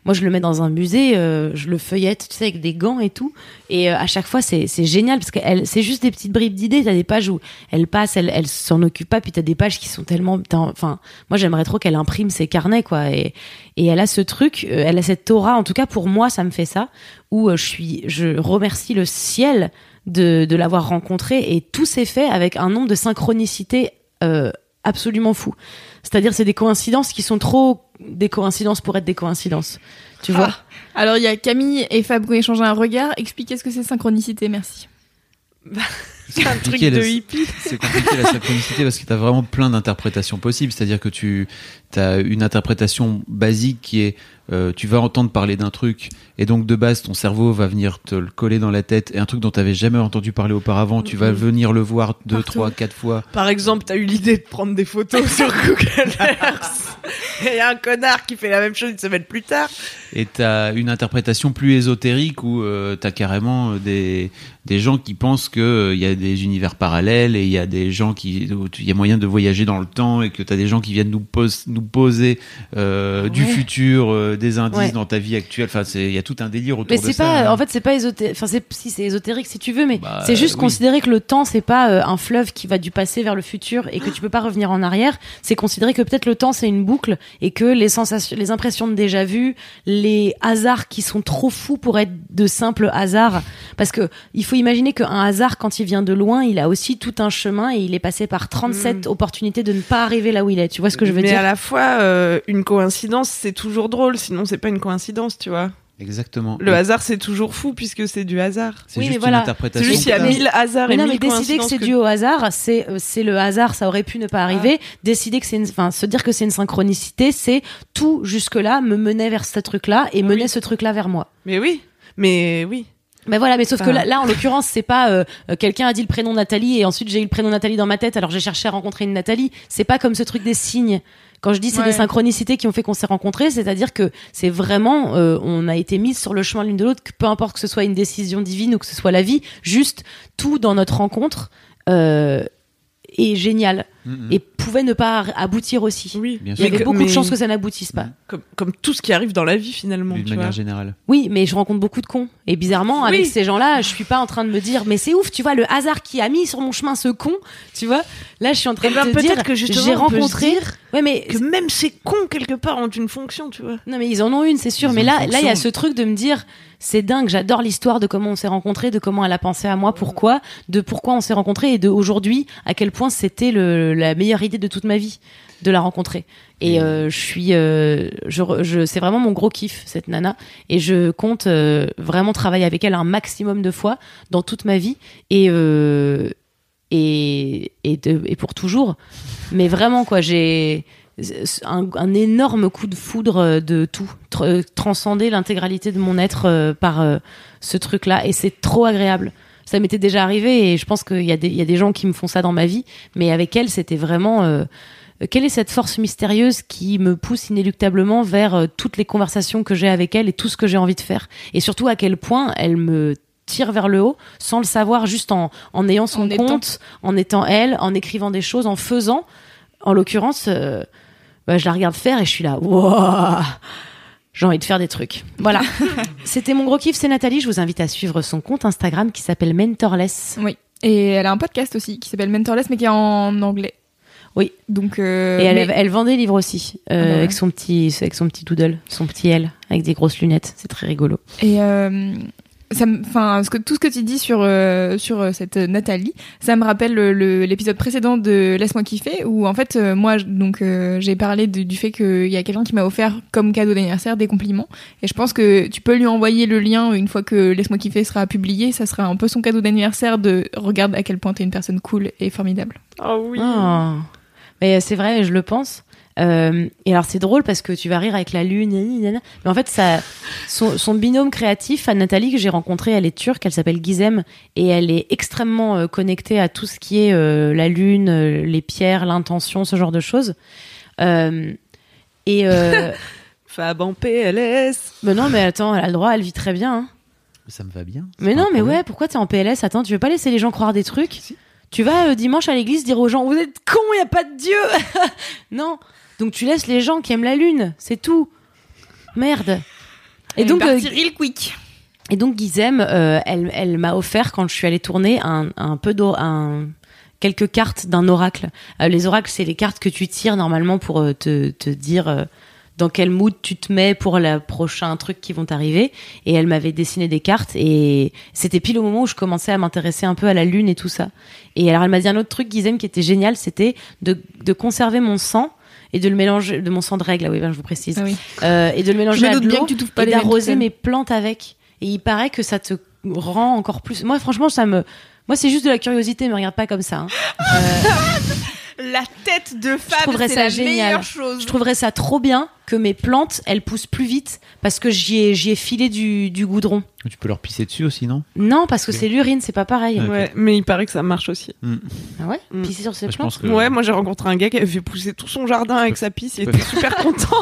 moi, je le mets dans un musée, euh, je le feuillette, tu sais, avec des gants et tout. Et euh, à chaque fois, c'est c'est génial parce que elle- c'est juste des petites bribes d'idées. T'as des pages où elle passe, elle, elle s'en occupe pas, puis t'as des pages qui sont tellement. putain, Enfin, moi, j'aimerais trop qu'elle imprime ses carnets, quoi. Et, et elle a ce truc, euh, elle a cette aura. En tout cas, pour moi, ça me fait ça. Où euh, je suis, je remercie le ciel de, de l'avoir rencontrée et tout s'est fait avec un nombre de synchronicités euh, absolument fou. C'est-à-dire, c'est des coïncidences qui sont trop des coïncidences pour être des coïncidences. Tu vois
Ah. Alors il y a Camille et Fab qui ont échangé un regard. Expliquez ce que c'est synchronicité, merci.
C'est
un truc
compliqué,
de
la-
hippie.
C'est compliqué la synchronicité parce que tu as vraiment plein d'interprétations possibles. C'est-à-dire que tu as une interprétation basique qui est euh, tu vas entendre parler d'un truc et donc de base ton cerveau va venir te le coller dans la tête et un truc dont tu jamais entendu parler auparavant, tu vas venir le voir deux,
Partout.
trois, quatre fois.
Par exemple, t'as eu l'idée de prendre des photos sur Google Earth. Et il y a un connard qui fait la même chose une semaine plus tard.
Et t'as une interprétation plus ésotérique où euh, t'as carrément euh, des, des gens qui pensent que euh, y a des univers parallèles et il y a des gens qui où tu- y a moyen de voyager dans le temps et que t'as des gens qui viennent nous, pos- nous poser euh, du
Ouais.
futur, euh, des indices
Ouais.
dans ta vie actuelle. Enfin, il y a tout un délire autour
Mais
de
c'est
ça. hein.
pas, en fait, c'est pas ésotérique. Enfin, c'est- si c'est ésotérique si tu veux, mais
Bah,
c'est juste
euh, oui.
considérer que le temps, c'est pas euh, un fleuve qui va du passé vers le futur et que tu peux pas revenir en arrière. C'est considérer que peut-être le temps, c'est une boucle et que les sensations, les impressions de déjà vu, les hasards qui sont trop fous pour être de simples hasards. Parce que il faut imaginer qu'un hasard, quand il vient de loin, il a aussi tout un chemin et il est passé par 37 opportunités de ne pas arriver là où il est. Tu vois ce que je veux
Mais
dire?
à la fois, euh, une coïncidence, c'est toujours drôle. Sinon, c'est pas une coïncidence, tu vois.
Exactement.
Le hasard, c'est toujours fou puisque c'est du hasard.
C'est
Oui,
juste
mais voilà.
une
C'est
interprétation.
juste qu'il y a
Mais-
mille hasards
Mais
et
non, mais
mille
décider que
coïncidences.
c'est
que- Ah.
dû au hasard, c'est euh, c'est le hasard, ça aurait pu ne pas arriver. Décider que c'est une, enfin, se dire que c'est une synchronicité, c'est tout jusque là me menait vers ce truc-là et menait ce truc-là vers moi.
Mais oui, mais oui.
Mais voilà, mais sauf que
Enfin.
là, là, en l'occurrence, c'est pas euh, euh, quelqu'un a dit le prénom Nathalie et ensuite j'ai eu le prénom Nathalie dans ma tête, alors j'ai cherché à rencontrer une Nathalie. C'est pas comme ce truc des signes. Quand je dis c'est
Ouais.
des synchronicités qui ont fait qu'on s'est rencontrés, c'est-à-dire que c'est vraiment euh, on a été mis sur le chemin l'une de l'autre, que peu importe que ce soit une décision divine ou que ce soit la vie, juste tout dans notre rencontre euh, est génial
Mhm.
et pouvait ne pas ar- aboutir aussi.
Oui,
Il
Bien
y
sûr.
avait
que-
beaucoup de
mais-
chances que ça n'aboutisse pas.
Comme, comme tout ce qui arrive dans la vie finalement,
D'une
tu vois.
manière générale.
Oui, mais je rencontre beaucoup de cons. Et bizarrement,
Oui.
avec ces gens-là, je suis pas en train de me dire, mais c'est ouf, tu vois, le hasard qui a mis sur mon chemin ce con, tu vois. Là, je suis en train
Eh ben,
de te
peut-être
dire,
que justement,
j'ai
on peut se
rencontré.
dire
Ouais, mais
Que même ces cons quelque part ont une fonction, tu vois.
non, mais ils en ont une, c'est sûr.
Ils
Mais
ont
là,
une
là, il y a
fonction.
ce truc de me dire, c'est dingue. J'adore l'histoire de comment on s'est rencontrés, de comment elle a pensé à moi, pourquoi, de pourquoi on s'est rencontrés et de aujourd'hui à quel point c'était le, la meilleure idée de toute ma vie de la rencontrer. Et euh, je suis, euh, je, re- je, c'est vraiment mon gros kiff cette nana. Et je compte euh, vraiment travailler avec elle un maximum de fois dans toute ma vie et euh, et et, de- et pour toujours. Mais vraiment quoi, j'ai un, un énorme coup de foudre euh, de tout, tr- euh, transcender l'intégralité de mon être euh, par euh, ce truc-là. Et c'est trop agréable. Ça m'était déjà arrivé et je pense qu'il y, a des- il y a des gens qui me font ça dans ma vie. Mais avec elle, c'était vraiment... euh, euh, quelle est cette force mystérieuse qui me pousse inéluctablement vers euh, toutes les conversations que j'ai avec elle et tout ce que j'ai envie de faire Et surtout, à quel point elle me tire vers le haut sans le savoir, juste en, en ayant son
En étant.
compte, en étant elle, en écrivant des choses, en faisant. En l'occurrence... euh, bah, je la regarde faire et je suis là, Wouah j'ai envie de faire des trucs. Voilà. C'était mon gros kiff, c'est Nathalie. Je vous invite à suivre son compte Instagram qui s'appelle Mentorless.
Oui. Et elle a un podcast aussi qui s'appelle Mentorless, mais qui est en anglais.
Oui.
Donc. euh,
et elle,
mais-
elle vend des livres aussi, euh,
Ah bah ouais.
avec, son petit, avec son petit doodle, son petit L, avec des grosses lunettes. C'est très rigolo.
Et euh, ça me- enfin, ce que, tout ce que tu dis sur, euh, sur euh, cette euh, Nathalie, ça me rappelle le- le- l'épisode précédent de Laisse-moi kiffer, où en fait, euh, moi, je- donc, euh, j'ai parlé de- du fait qu'il y a quelqu'un qui m'a offert comme cadeau d'anniversaire des compliments. Et je pense que tu peux lui envoyer le lien une fois que Laisse-moi kiffer sera publié. Ça sera un peu son cadeau d'anniversaire de regarde à quel point t'es une personne cool et formidable.
Oh oui.
Ah. Mais c'est Ah. vrai, je le pense. Euh, et alors c'est drôle parce que tu vas rire avec la lune, gna, gna, gna. mais en fait ça, son, son binôme créatif, Anne Nathalie que j'ai rencontrée, elle est turque, elle s'appelle Gizem et elle est extrêmement euh, connectée à tout ce qui est euh, la lune, euh, les pierres, l'intention, ce genre de choses. Euh, et euh,
Fab en PLS.
mais non mais attends, elle a le droit, elle vit très bien. hein.
Ça me va bien. c'est
Mais
pas
non,
un
mais
problème.
ouais, pourquoi t'es en PLS Attends, tu veux pas laisser les gens croire des trucs Tu vas euh, dimanche à l'église dire aux gens Vous êtes cons, y a pas de Dieu Non Donc tu laisses les gens qui aiment la lune, c'est tout Merde Et donc, euh,
parti real quick.
et donc Gizem, euh, elle, elle m'a offert quand je suis allée tourner un, un peu d'or- un quelques cartes d'un oracle. Euh, les oracles, c'est les cartes que tu tires normalement pour euh, te, te dire euh, dans quel mood tu te mets pour le prochain truc qui vont t'arriver. Et elle m'avait dessiné des cartes et c'était pile au moment où je commençais à m'intéresser un peu à la lune et tout ça. Et alors elle m'a dit un autre truc, Gizem, qui était génial, c'était de, de conserver mon sang et de le mélanger, de mon sang de règle, ah oui, ben, je vous précise,
Ah oui.
Euh, et de le mélanger
Je me
à
doute
de
bien
l'eau
que tu touches pas
et
les mêmes
d'arroser
trucs.
mes plantes avec. Et il paraît que ça te rend encore plus. Moi, franchement, ça me. Moi, c'est juste de la curiosité, me regarde pas comme ça. hein.
La tête de Fab,
trouverais
c'est
ça
la
génial.
meilleure chose.
Je trouverais ça trop bien que mes plantes, elles poussent plus vite parce que j'y ai, j'y ai filé du, du goudron.
Tu peux leur pisser dessus aussi, non
Non, parce que
Oui.
c'est l'urine, c'est pas pareil.
Ouais.
Ouais, mais il paraît que ça marche aussi.
Ah ouais
Mm.
Pisser sur ces
Bah, Je
plantes
pense que.
Ouais, moi j'ai rencontré un gars qui avait fait pousser tout son jardin avec sa pisse, il
peux-
était super content.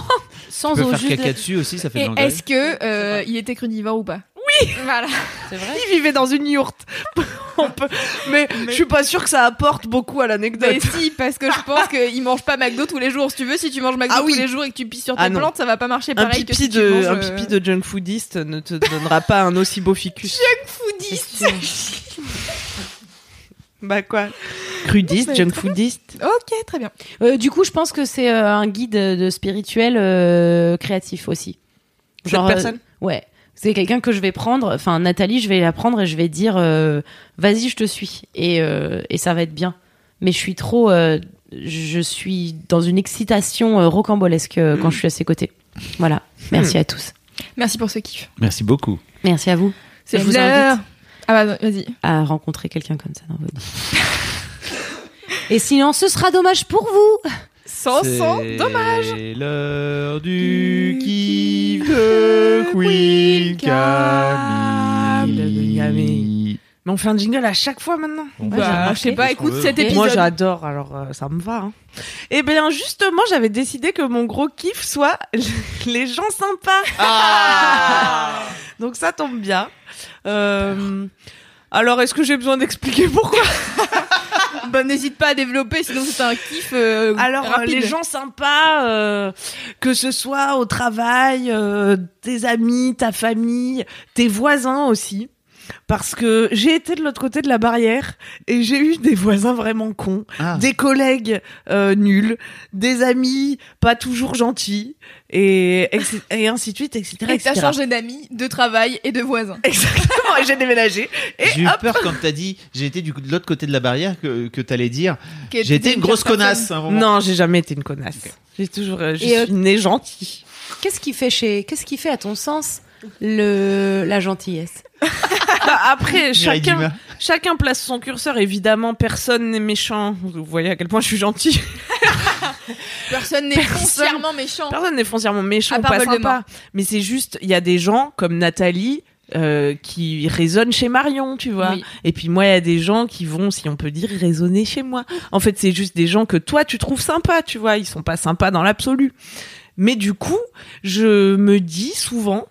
sans
Tu peux
eau
faire
juste.
caca dessus aussi, ça fait
Et
de l'engrais.
est-ce que euh, il était crudivore ou pas Oui. Voilà.
C'est vrai.
Il vivait dans une yourte. On peut- mais, je suis pas sûre que ça apporte beaucoup à
Mais
l'anecdote.
Bah, si, parce que je pense qu'il mange pas McDo tous les jours. Si tu veux, si tu manges McDo
Ah oui.
tous les jours et que tu pisses sur tes
Ah non.
plantes, ça va pas marcher
Un
pareil que
pipi,
si tu
de,
manges,
un
euh,
pipi de junk foodiste ne te donnera pas un aussi beau ficus.
foodiste.
Bah quoi Crudiste,
Mais
junk foodiste.
Ok, très bien.
Euh, du coup, je pense que c'est euh, un guide euh, de spirituel euh, créatif aussi. Genre,
Cette personne
euh, ouais. C'est quelqu'un que je vais prendre, enfin Nathalie, je vais la prendre et je vais dire euh, vas-y, je te suis et, euh, et ça va être bien. Mais je suis trop, euh, je suis dans une excitation euh, rocambolesque euh, quand je suis à ses côtés. Voilà. Merci à tous.
Merci pour ce kiff.
Merci beaucoup.
Merci à vous
C'est
Je vous
l'heure.
invite.
Ah bah vas-y.
à rencontrer quelqu'un comme ça dans votre vie. et sinon, ce sera dommage pour vous.
Sans sans.
dommage. C'est l'heure du kiff de Queen Camille.
Mais on fait un jingle à chaque fois maintenant.
Bon,
Bah,
j'ai
Bah,
remarqué.
je sais pas,
Qu'est-ce qu'on
écoute
veut
cet
Et
épisode.
Moi j'adore, alors euh, ça me va. Hein. Et bien justement, j'avais décidé que mon gros kiff soit les gens sympas.
Ah.
Donc ça tombe bien. Euh, alors est-ce que j'ai besoin d'expliquer pourquoi
Bah, n'hésite pas à développer, sinon c'est un kiff. euh,
Alors, euh,
rapide.
les gens sympas, euh, que ce soit au travail, euh, tes amis, ta famille, tes voisins aussi. Parce que j'ai été de l'autre côté de la barrière et j'ai eu des voisins vraiment cons,
Ah.
des collègues euh, nuls, des amis pas toujours gentils et, etc., et ainsi de suite, etc.
Et t'as
etc..
changé d'amis, de travail et de voisins.
Exactement, et j'ai déménagé. Et
J'ai eu
hop,
peur quand t'as dit j'ai été du, de l'autre côté de la barrière que, que t'allais dire
Que
j'ai été
t'étais
une grosse
personne.
connasse. à un moment.
non, j'ai jamais été une connasse. J'ai toujours, euh, je
Et, euh,
suis née gentille.
Qu'est-ce qui fait chez, qu'est-ce qui fait à ton sens le la gentillesse
Après,
Mireille
chacun,
Dumas.
Chacun place son curseur, évidemment, personne n'est méchant. Vous voyez à quel point je suis gentil.
Personne n'est
Personne.
foncièrement méchant.
Personne n'est foncièrement méchant,
À
ou
part
pas
Voldemort.
sympa. Mais c'est juste, il y a des gens comme Nathalie euh, qui résonnent chez Marion, tu vois.
Oui.
Et puis moi, il y a des gens qui vont, si on peut dire, résonner chez moi. En fait, c'est juste des gens que toi, tu trouves sympas, tu vois. Ils sont pas sympas dans l'absolu. Mais du coup, je me dis souvent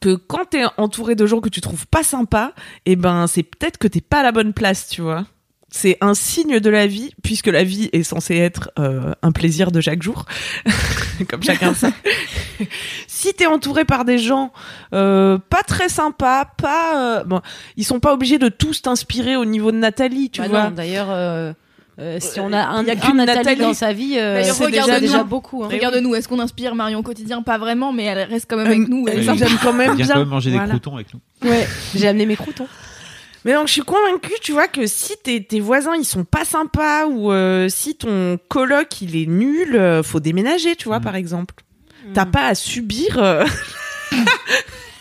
que quand t'es entouré de gens que tu trouves pas sympas, eh ben, c'est peut-être que t'es pas à la bonne place, tu vois. C'est un signe de la vie, puisque la vie est censée être euh, un plaisir de chaque jour, comme chacun sait. si t'es entouré par des gens euh, pas très sympas, pas, euh, bon, ils sont pas obligés de tous t'inspirer au niveau de Nathalie, tu
Bah
vois.
non, d'ailleurs, euh, euh, si on a un,
Il y a
un
qu'une
Nathalie,
Nathalie.
dans sa vie, euh,
D'ailleurs,
c'est déjà,
regarde-nous.
déjà beaucoup. hein.
Regarde-nous, est-ce qu'on inspire Marion au quotidien Pas vraiment, mais elle reste quand même
Euh,
avec nous. Elle est
oui.
sympa.
J'aime quand même
Viens
bien.
quand même manger des
Voilà.
croutons avec nous.
Ouais, j'ai amené mes croutons.
Mais donc je suis convaincue, tu vois, que si tes, tes voisins ils sont pas sympas ou euh, si ton coloc il est nul, Mm. euh, faut déménager, tu vois,
Mm.
par exemple. T'as pas à subir euh,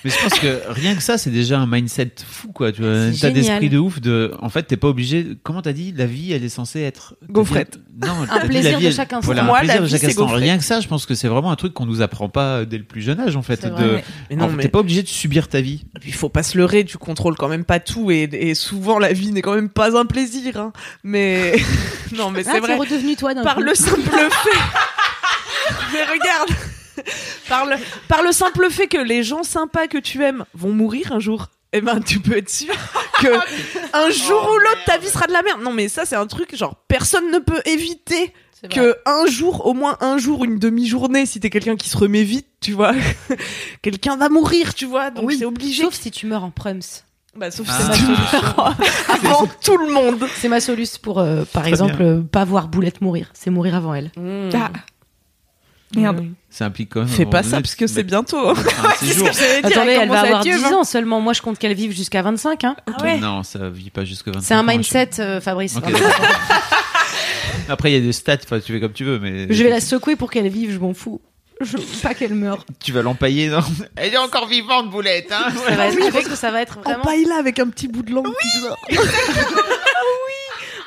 Mais je pense que rien que ça, c'est déjà un mindset fou, quoi. Tu vois, un
C'est
état
génial.
d'esprit de ouf. De, en fait, t'es pas obligé. Comment t'as dit La vie, elle est censée être. t'as dit-
Gaufrette.
Non, t'as dit,
plaisir
la vie,
de
elle-
chaque instant.
Voilà,
Moi,
un
la
plaisir de
vie,
chaque
c'est
instant.
gaufrette.
Rien que ça, je pense que c'est vraiment un truc qu'on nous apprend pas dès le plus jeune âge, en fait.
C'est
de-
vrai.
Mais non,
en fait,
mais-
T'es pas obligé de subir ta vie.
Et puis, faut pas se leurrer, tu contrôles quand même pas tout et, et souvent la vie n'est quand même pas un plaisir. hein. Mais non, mais c'est
Ah,
vrai.
t'es redevenu toi d'un
Par
coup.
le simple fait. mais regarde. Par le, par le simple fait que les gens sympas que tu aimes vont mourir un jour. Eh ben, tu peux être sûr que un jour
Oh,
ou l'autre, ta vie sera de la merde. Non, mais ça, c'est un truc, genre, personne ne peut éviter
C'est vrai.
que un jour, au moins un jour, une demi-journée, si t'es quelqu'un qui se remet vite, tu vois, quelqu'un va mourir, tu vois, donc
Oui.
c'est obligé.
Sauf si tu meurs en prums.
bah, sauf
Ah.
si tu meurs avant tout le monde.
C'est ma solution pour, euh, par exemple, euh, pas voir Boulette mourir. C'est mourir avant elle.
Ah. Merde.
Ça implique quand même.
Fais pas ça parce que c'est bientôt. hein.
C'est jour.
Attendez, elle va avoir 10 ans seulement. Moi, je compte qu'elle vive jusqu'à 25. hein.
Non, ça vit pas jusque 25
C'est un
ans, je-
mindset, euh, Fabrice.
Ok. Après, il y a des stats, enfin, tu fais comme tu veux, mais.
Je vais la secouer pour qu'elle vive, je m'en fous. Je veux pas qu'elle meure.
Tu vas l'empailler, non Elle est encore vivante, boulette, hein
Ça va être- je pense que ça va être vraiment.
Empaille-la avec un petit bout de langue. Oui,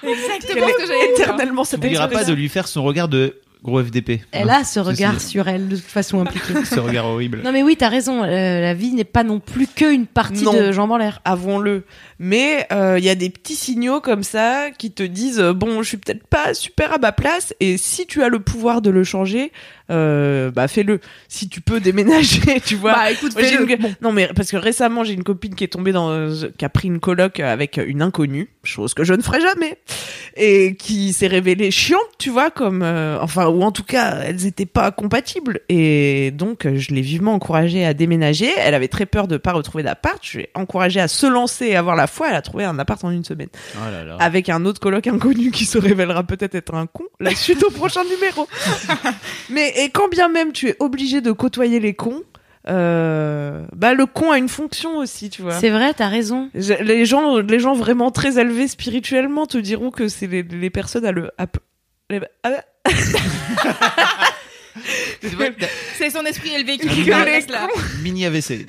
Exactement ce que j'allais dire.
éternellement cette
T'oublieras pas de
expression.
lui faire son regard de gros FDP.
Elle a ce regard
ce,
sur elle de toute façon impliquée.
Hein ce regard horrible.
Non mais oui, t'as raison. euh, la vie n'est pas non plus qu'une partie
Non.
de jambes en l'air.
Avons-le. Mais euh, il y a des petits signaux comme ça qui te disent euh, bon, je suis peut-être pas super à ma place et si tu as le pouvoir de le changer, euh, bah fais-le. Si tu peux déménager, tu vois.
Bah écoute,
Moi, j'ai
fais-le.
une- Non mais parce que récemment j'ai une copine qui est tombée dans euh, qui a pris une coloc avec une inconnue, chose que je ne ferai jamais, et qui s'est révélée chiante, tu vois, comme euh, enfin ou en tout cas elles n'étaient pas compatibles et donc euh, je l'ai vivement encouragée à déménager. Elle avait très peur de pas retrouver d'appart. Je l'ai encouragée à se lancer et avoir la foi. Elle a trouvé un appart en une semaine
Oh là là.
avec un autre colloque inconnu qui se révélera peut-être être un con, la suite au prochain numéro. Mais et quand bien même tu es obligé de côtoyer les cons, euh, bah le con a une fonction aussi, tu vois.
C'est vrai, t'as raison.
Je- Les gens, les gens vraiment très élevés spirituellement te diront que c'est les, les personnes à le. à p- les- ah à-
C'est vrai que t'as-
C'est son esprit élevé qui
Que
qui
les
reste là.
Mini AVC.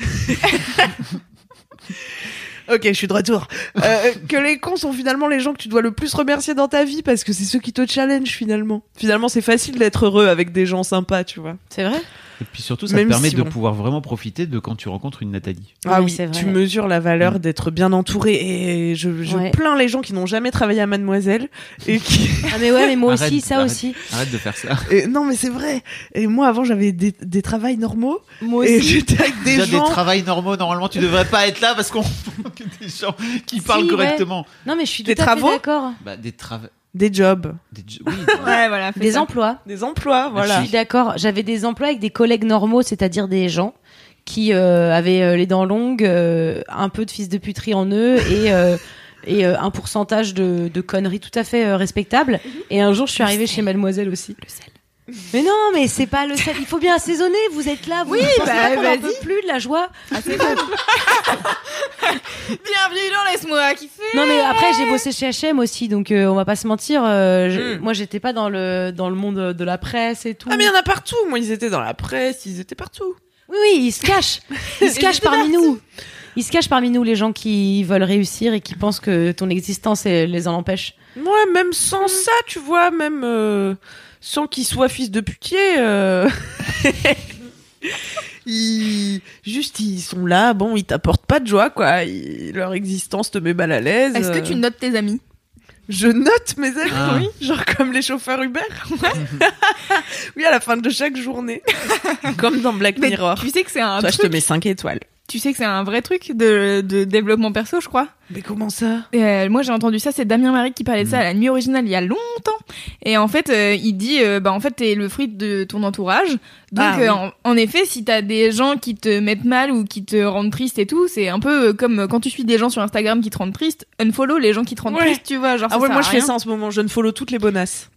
ok, je suis de retour. Euh, que les cons sont finalement les gens que tu dois le plus remercier dans ta vie parce que c'est ceux qui te challenge finalement. Finalement, c'est facile d'être heureux avec des gens sympas, tu vois.
C'est vrai.
Et puis surtout, ça
Même
te permet
si
de
bon.
pouvoir vraiment profiter de quand tu rencontres une Nathalie.
Ah
Ouais,
oui,
c'est vrai.
tu mesures la valeur d'être bien entouré et je, je
Ouais.
plains les gens qui n'ont jamais travaillé à Mademoiselle et qui
Ah mais ouais, mais moi
Arrête,
aussi, ça
arrête.
aussi.
Arrête de faire ça.
et non mais c'est vrai et moi avant j'avais des, des travails normaux
Moi
et
aussi.
j'étais avec des
Déjà
gens
des travails normaux, normalement tu devrais pas être là parce qu'on que des gens qui parlent
ouais.
correctement.
Non mais je suis tout
Des
à fait
travaux
d'accord.
Bah des travaux.
des jobs
Des... jo- Oui,
Ouais, voilà. fais
Des
ça.
emplois.
des emplois voilà
Je suis d'accord. J'avais des emplois avec des collègues normaux, c'est-à-dire des gens qui euh, avaient euh, les dents longues, euh, un peu de fils de puterie en eux et euh, et euh, un pourcentage de, de conneries tout à fait euh, respectable. Et un jour, je suis arrivée chez Mademoiselle aussi. Le sel. Mais non, mais c'est pas le sel. Il faut bien assaisonner. Vous êtes là. Vous
Oui,
vous pensez
bah,
pas qu'on en
vas-y.
peut plus de la joie.
Bienvenue dans Laisse-moi kiffer.
Non mais après j'ai bossé chez H&M aussi donc euh, on va pas se mentir euh, je- moi j'étais pas dans le dans le monde de la presse et tout.
Hmm. ah mais il y en a partout moi ils étaient dans la presse ils étaient partout
Oui oui, ils se cachent. Ils se cachent parmi nous. Ils se cachent parmi nous les gens qui veulent réussir et qui pensent que ton existence elle, les en empêche.
moi même sans
Mm.
ça tu vois même euh, sans qu'ils soient fils de putier euh, Ils, juste ils sont là, bon ils t'apportent pas de joie quoi, Ils- leur existence te met mal à l'aise.
Est-ce que
euh.
tu notes tes amis
Je note mes amis,
Ah.
oui, genre comme les chauffeurs Uber. oui, à la fin de chaque journée. comme dans Black
Mais
Mirror.
Tu sais que c'est un
Toi, je
truc-
te mets 5 étoiles.
tu sais que c'est un vrai truc de, de développement perso, je crois.
Mais comment ça
Euh, moi, j'ai entendu ça, c'est Damien Marie qui parlait de ça à la nuit originale il y a longtemps. Et en fait, euh, il dit, euh, bah en fait, t'es le fruit de ton entourage. Donc,
Ah, oui.
euh, en, en effet, si t'as des gens qui te mettent mal ou qui te rendent triste et tout, c'est un peu euh, comme quand tu suis des gens sur Instagram qui te rendent triste, unfollow les gens qui te rendent
Ouais.
triste, tu vois. Genre,
Ah
ça
ouais,
sert
moi
à
je fais
rien.
ça en ce moment, je ne follow toutes les bonasses.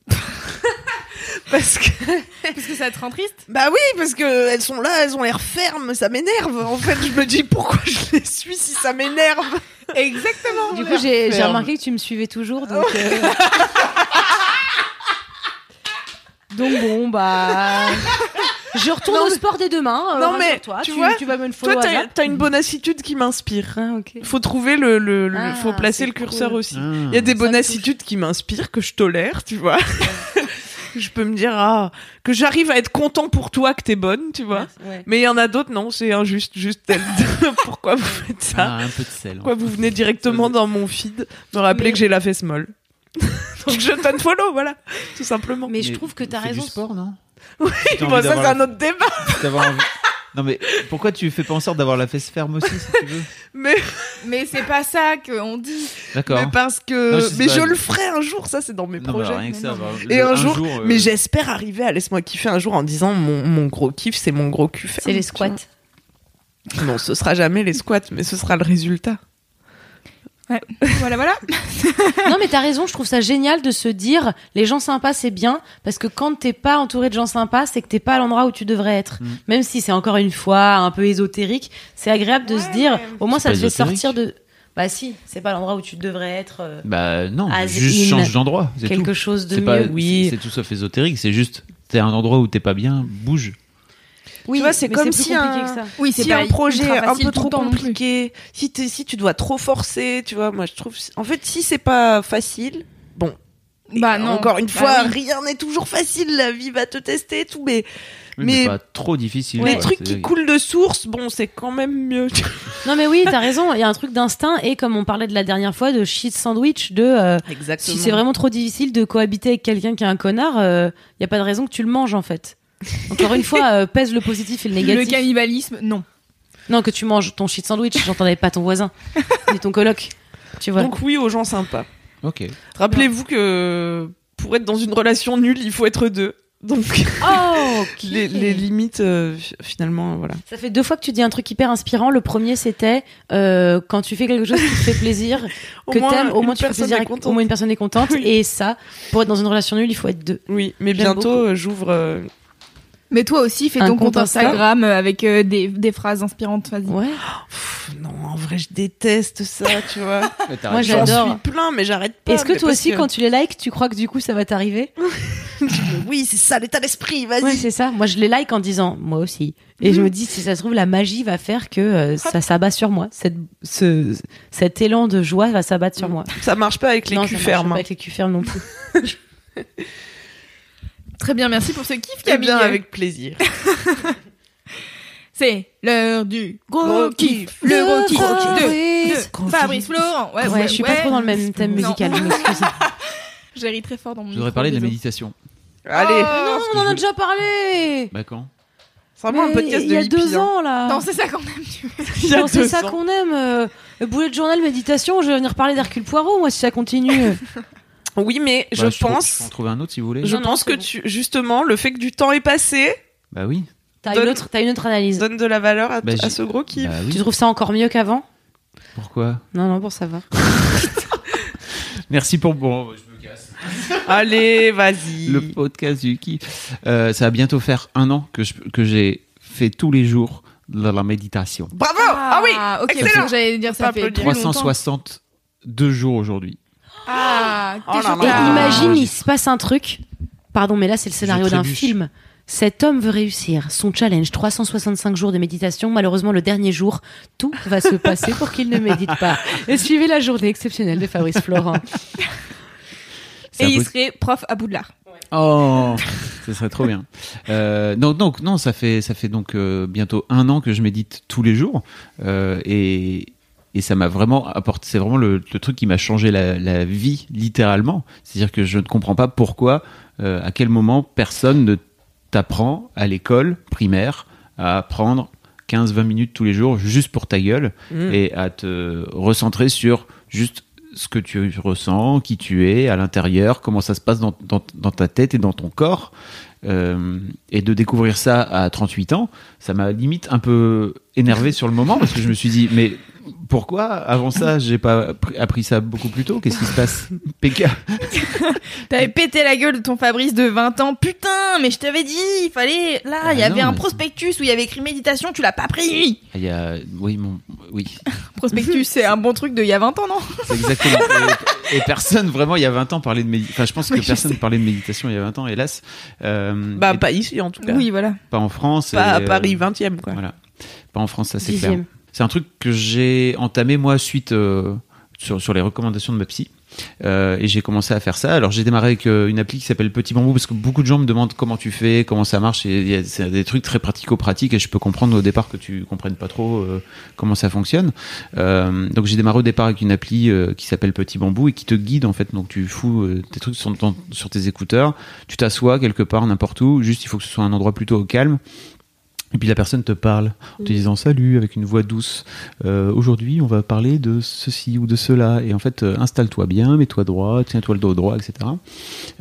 parce que
Parce que ça te rend triste.
bah oui, parce que elles sont là, elles ont l'air fermes, ça m'énerve. En fait, je me dis pourquoi je les suis si ça m'énerve. Oh,
Exactement.
Du coup j'ai j'ai
ferme.
remarqué que tu me suivais toujours donc.
Oh.
euh, Donc bon bah Je retourne
Non,
au
mais-
sport dès demain. euh,
Non, mais
rassure-toi, tu,
tu vois,
tu vas me le
Toi,
follow à
t'as
Zap.
t'as une bonne attitude qui m'inspire.
Ah, ok.
Faut trouver le, le, le-
Ah,
faut placer
c'est
le curseur
cool.
aussi.
Ah.
Il y a des bonnes
touche.
attitudes qui m'inspirent, que je tolère, tu vois. je peux me dire, ah, que j'arrive à être content pour toi que t'es bonne, tu vois.
Ouais.
Mais il y en a d'autres, non, c'est injuste, juste elle. Pourquoi vous faites ça
Ah, un peu de sel. hein.
Pourquoi vous venez directement dans mon feed me rappeler
Mais-
que j'ai la fesse molle Donc je t'unfollow, voilà, tout simplement.
Mais je trouve que t'as
fais
raison.
Du sport, non
Oui,
t'as
bon,
envie
ça c'est
d'avoir
un autre débat.
D'avoir envie- Non mais pourquoi tu fais pas en sorte d'avoir la fesse ferme aussi si tu veux
Mais,
Mais c'est pas ça qu'on dit.
D'accord.
mais parce que,
Non, je sais
mais
pas.
je le ferai un jour, ça c'est dans mes
Non, mais
projets.
alors, rien que ça, bah,
Et
le-
un, jour,
euh,
mais j'espère arriver à laisse-moi kiffer un jour en disant mon, mon gros kiff, c'est mon gros kiff.
C'est les squats.
Non, ce sera jamais les squats, mais ce sera le résultat.
Voilà, voilà.
non, mais t'as raison, je trouve ça génial de se dire les gens sympas, c'est bien, parce que quand t'es pas entouré de gens sympas, c'est que t'es pas à l'endroit où tu devrais être.
Mm.
Même si c'est encore une fois un peu ésotérique, c'est agréable de se dire au moins
C'est
ça
pas
te fait
ésotérique.
sortir de. Bah si, c'est pas l'endroit où tu devrais être. euh,
Bah non,
As
juste
in
change d'endroit, c'est
quelque
tout.
chose de
C'est
mieux,
pas,
oui.
c'est- c'est tout sauf ésotérique, c'est juste t'es à un endroit où t'es pas bien, bouge.
Oui,
Tu vois, c'est
mais
comme
plus
si
compliqué
un-
que ça.
Oui,
Si un projet un peu trop compliqué, si, t'es- si tu dois trop forcer, tu vois, moi je trouve. En fait, si c'est pas facile, bon.
Bah
Et
non.
Encore une
Bah
fois,
oui.
rien n'est toujours facile. La vie va te tester et tout, mais
Oui,
Mais-
mais pas trop difficile.
les
quoi,
trucs
c'est-
qui coulent de source, bon, c'est quand même mieux.
Non mais oui, t'as raison. Il y a un truc d'instinct et comme on parlait de la dernière fois de shit sandwich, de euh,
Exactement.
si c'est vraiment trop difficile de cohabiter avec quelqu'un qui est un connard, il y a pas de raison que tu le manges en fait. Encore une fois, euh, pèse le positif et le
Le
négatif.
cannibalisme, non.
non, que tu manges ton shit sandwich, j'entendais pas ton voisin, ni ton coloc. Tu vois.
Donc oui aux gens sympas.
Ok.
Rappelez-vous que pour être dans une relation nulle, il faut être deux. Donc
oh, ok.
les, les limites, euh, fi- finalement, voilà.
Ça fait deux fois que tu dis un truc hyper inspirant. Le premier, c'était euh, quand tu fais quelque chose qui te fait plaisir,
Au
que
moins,
t'aimes, au
une
moins tu fais
personne
plaisir,
est
à-
contente.
au moins une personne est contente.
Oui.
Et ça, pour être dans une relation nulle, il faut être deux.
Oui, mais
J'aime
bientôt
beaucoup.
euh, j'ouvre. euh,
Mais toi aussi, fais
Un
ton compte
compte Insta.
Instagram euh, avec euh, des, des phrases inspirantes, vas-y.
Ouais.
pff, non, en vrai, je déteste ça, tu vois.
Moi,
J'en
j'adore.
suis plein, mais j'arrête pas.
Est-ce que
Ah, mais
toi
parce
aussi, quand tu les likes, tu crois que du coup ça va t'arriver
oui, c'est ça l'état d'esprit, vas-y. Mhm.
Ouais, c'est ça. Moi, je les like en disant moi aussi. Et je me dis, si ça se trouve, la magie va faire que euh, ça s'abat sur moi. Cette, ce, cet élan de joie va s'abattre sur moi.
Ça marche pas Mhm. avec les
non, ça
culs
marche
fermes.
pas
hein.
avec les culs fermes non plus.
Très bien, merci pour ce kiff,
Eh
Camille. euh,
bien avec plaisir.
C'est l'heure du gros,
Gros
kiff.
kiff.
Le gros kiff de,
Fabrice.
de Fabrice Laurent. Ouais,
Ouais,
ouais,
je suis pas
ouais.
trop dans le même thème
Non.
musical. je m'excuse.
J'ai ri très fort dans mon
Je voudrais
micro,
parler de la
désolé.
méditation.
Allez,
Oh,
Non, on en a déjà parlé.
Bah quand
c'est vraiment un
Mais
podcast de
Il y a
hippies,
deux
hein.
ans là.
Non, c'est ça qu'on aime. tu vois.
Il y a
Non, c'est
deux
ça
ans.
qu'on aime. euh, Boulet de journal, méditation. Je vais venir parler d'Hercule Poirot, moi, si ça continue.
Oui, mais je
Bah, trou- Je peux en
pense.
trouver un autre si vous voulez.
Je
Non, non,
pense
c'est
que
bon.
tu, justement, le fait que du temps est passé
Bah oui.
T'as
Donne-
une autre, t'as une autre analyse.
donne de la valeur à,
Bah,
à
j'ai-
ce gros kiff.
Bah
Tu
oui.
trouves ça encore mieux qu'avant
Pourquoi
Non, non, bon, ça va.
Merci pour bon. Je me casse.
Allez, vas-y.
Le podcast du kiff. Euh, ça va bientôt faire un an que je- que j'ai fait tous les jours de la méditation.
Bravo. Ah, oui.
ok,
excellent.
parce que j'allais dire ça
On
fait
peut applaudir.
plus longtemps.
362 jours aujourd'hui.
Ah,
Oh
t'es
là
choquée.
Et
là. Ah.
imagine, il se passe un truc. Pardon, mais là, c'est le scénario d'un
trébuche.
film. Cet homme veut réussir son challenge 365 jours de méditation. Malheureusement, le dernier jour, tout va se passer pour qu'il ne médite pas. Et suivez la journée exceptionnelle de Fabrice Florent.
C'est
Et
un
il
pod-
serait prof à Boudlard.
Oh, ce serait trop bien. Euh, donc, donc, non, ça fait, ça fait donc euh, bientôt un an que je médite tous les jours. euh, et, et ça m'a vraiment apporté. C'est vraiment le, le truc qui m'a changé la, la vie, littéralement. C'est-à-dire que je ne comprends pas pourquoi, euh, à quel moment personne ne t'apprend à l'école primaire à prendre 15-20 minutes tous les jours juste pour ta gueule
Mm.
et à te recentrer sur juste ce que tu ressens, qui tu es à l'intérieur, comment ça se passe dans, dans- dans ta tête et dans ton corps. Euh, et de découvrir ça à 38 ans, ça m'a limite un peu énervé sur le moment parce que je me suis dit, mais pourquoi avant ça, j'ai pas appri- appris ça beaucoup plus tôt Qu'est-ce qui se passe PK
T'avais pété la gueule de ton Fabrice de 20 ans. Putain, mais je t'avais dit, il fallait. Là,
Ah,
il y avait
non,
un
mais-
prospectus où il y avait écrit méditation, tu l'as pas pris.
Il y a. Oui, mon, oui
Prospectus, c'est un bon truc de il y a 20 ans, non
c'est exactement. Et personne, vraiment, il y a 20 ans, parlait de méditation. Enfin, je pense que
Oui, je
personne
sais.
parlait de méditation il y a 20 ans, hélas. Euh,
Bah,
et
pas ici en tout cas.
Oui, voilà.
pas en France.
Pas à
et, euh,
Paris 20 e quoi.
Voilà. Pas en France, ça c'est
Dixième.
clair. C'est un truc que j'ai entamé moi suite euh, sur, sur les recommandations de ma psy. Euh, et j'ai commencé à faire ça. Alors j'ai démarré avec euh, une appli qui s'appelle Petit Bambou parce que beaucoup de gens me demandent comment tu fais, comment ça marche. Et il y a- c'est des trucs très pratico-pratiques et je peux comprendre au départ que tu comprennes pas trop euh, comment ça fonctionne. Euh, donc j'ai démarré au départ avec une appli euh, qui s'appelle Petit Bambou et qui te guide en fait. Donc tu fous euh, tes trucs sur, ton- sur tes écouteurs, tu t'assois quelque part n'importe où. Juste il faut que ce soit un endroit plutôt au calme. Et puis la personne te parle en te disant salut avec une voix douce. Euh, Aujourd'hui, on va parler de ceci ou de cela. Et en fait, euh, installe-toi bien, mets-toi droit, tiens-toi le dos droit, etc.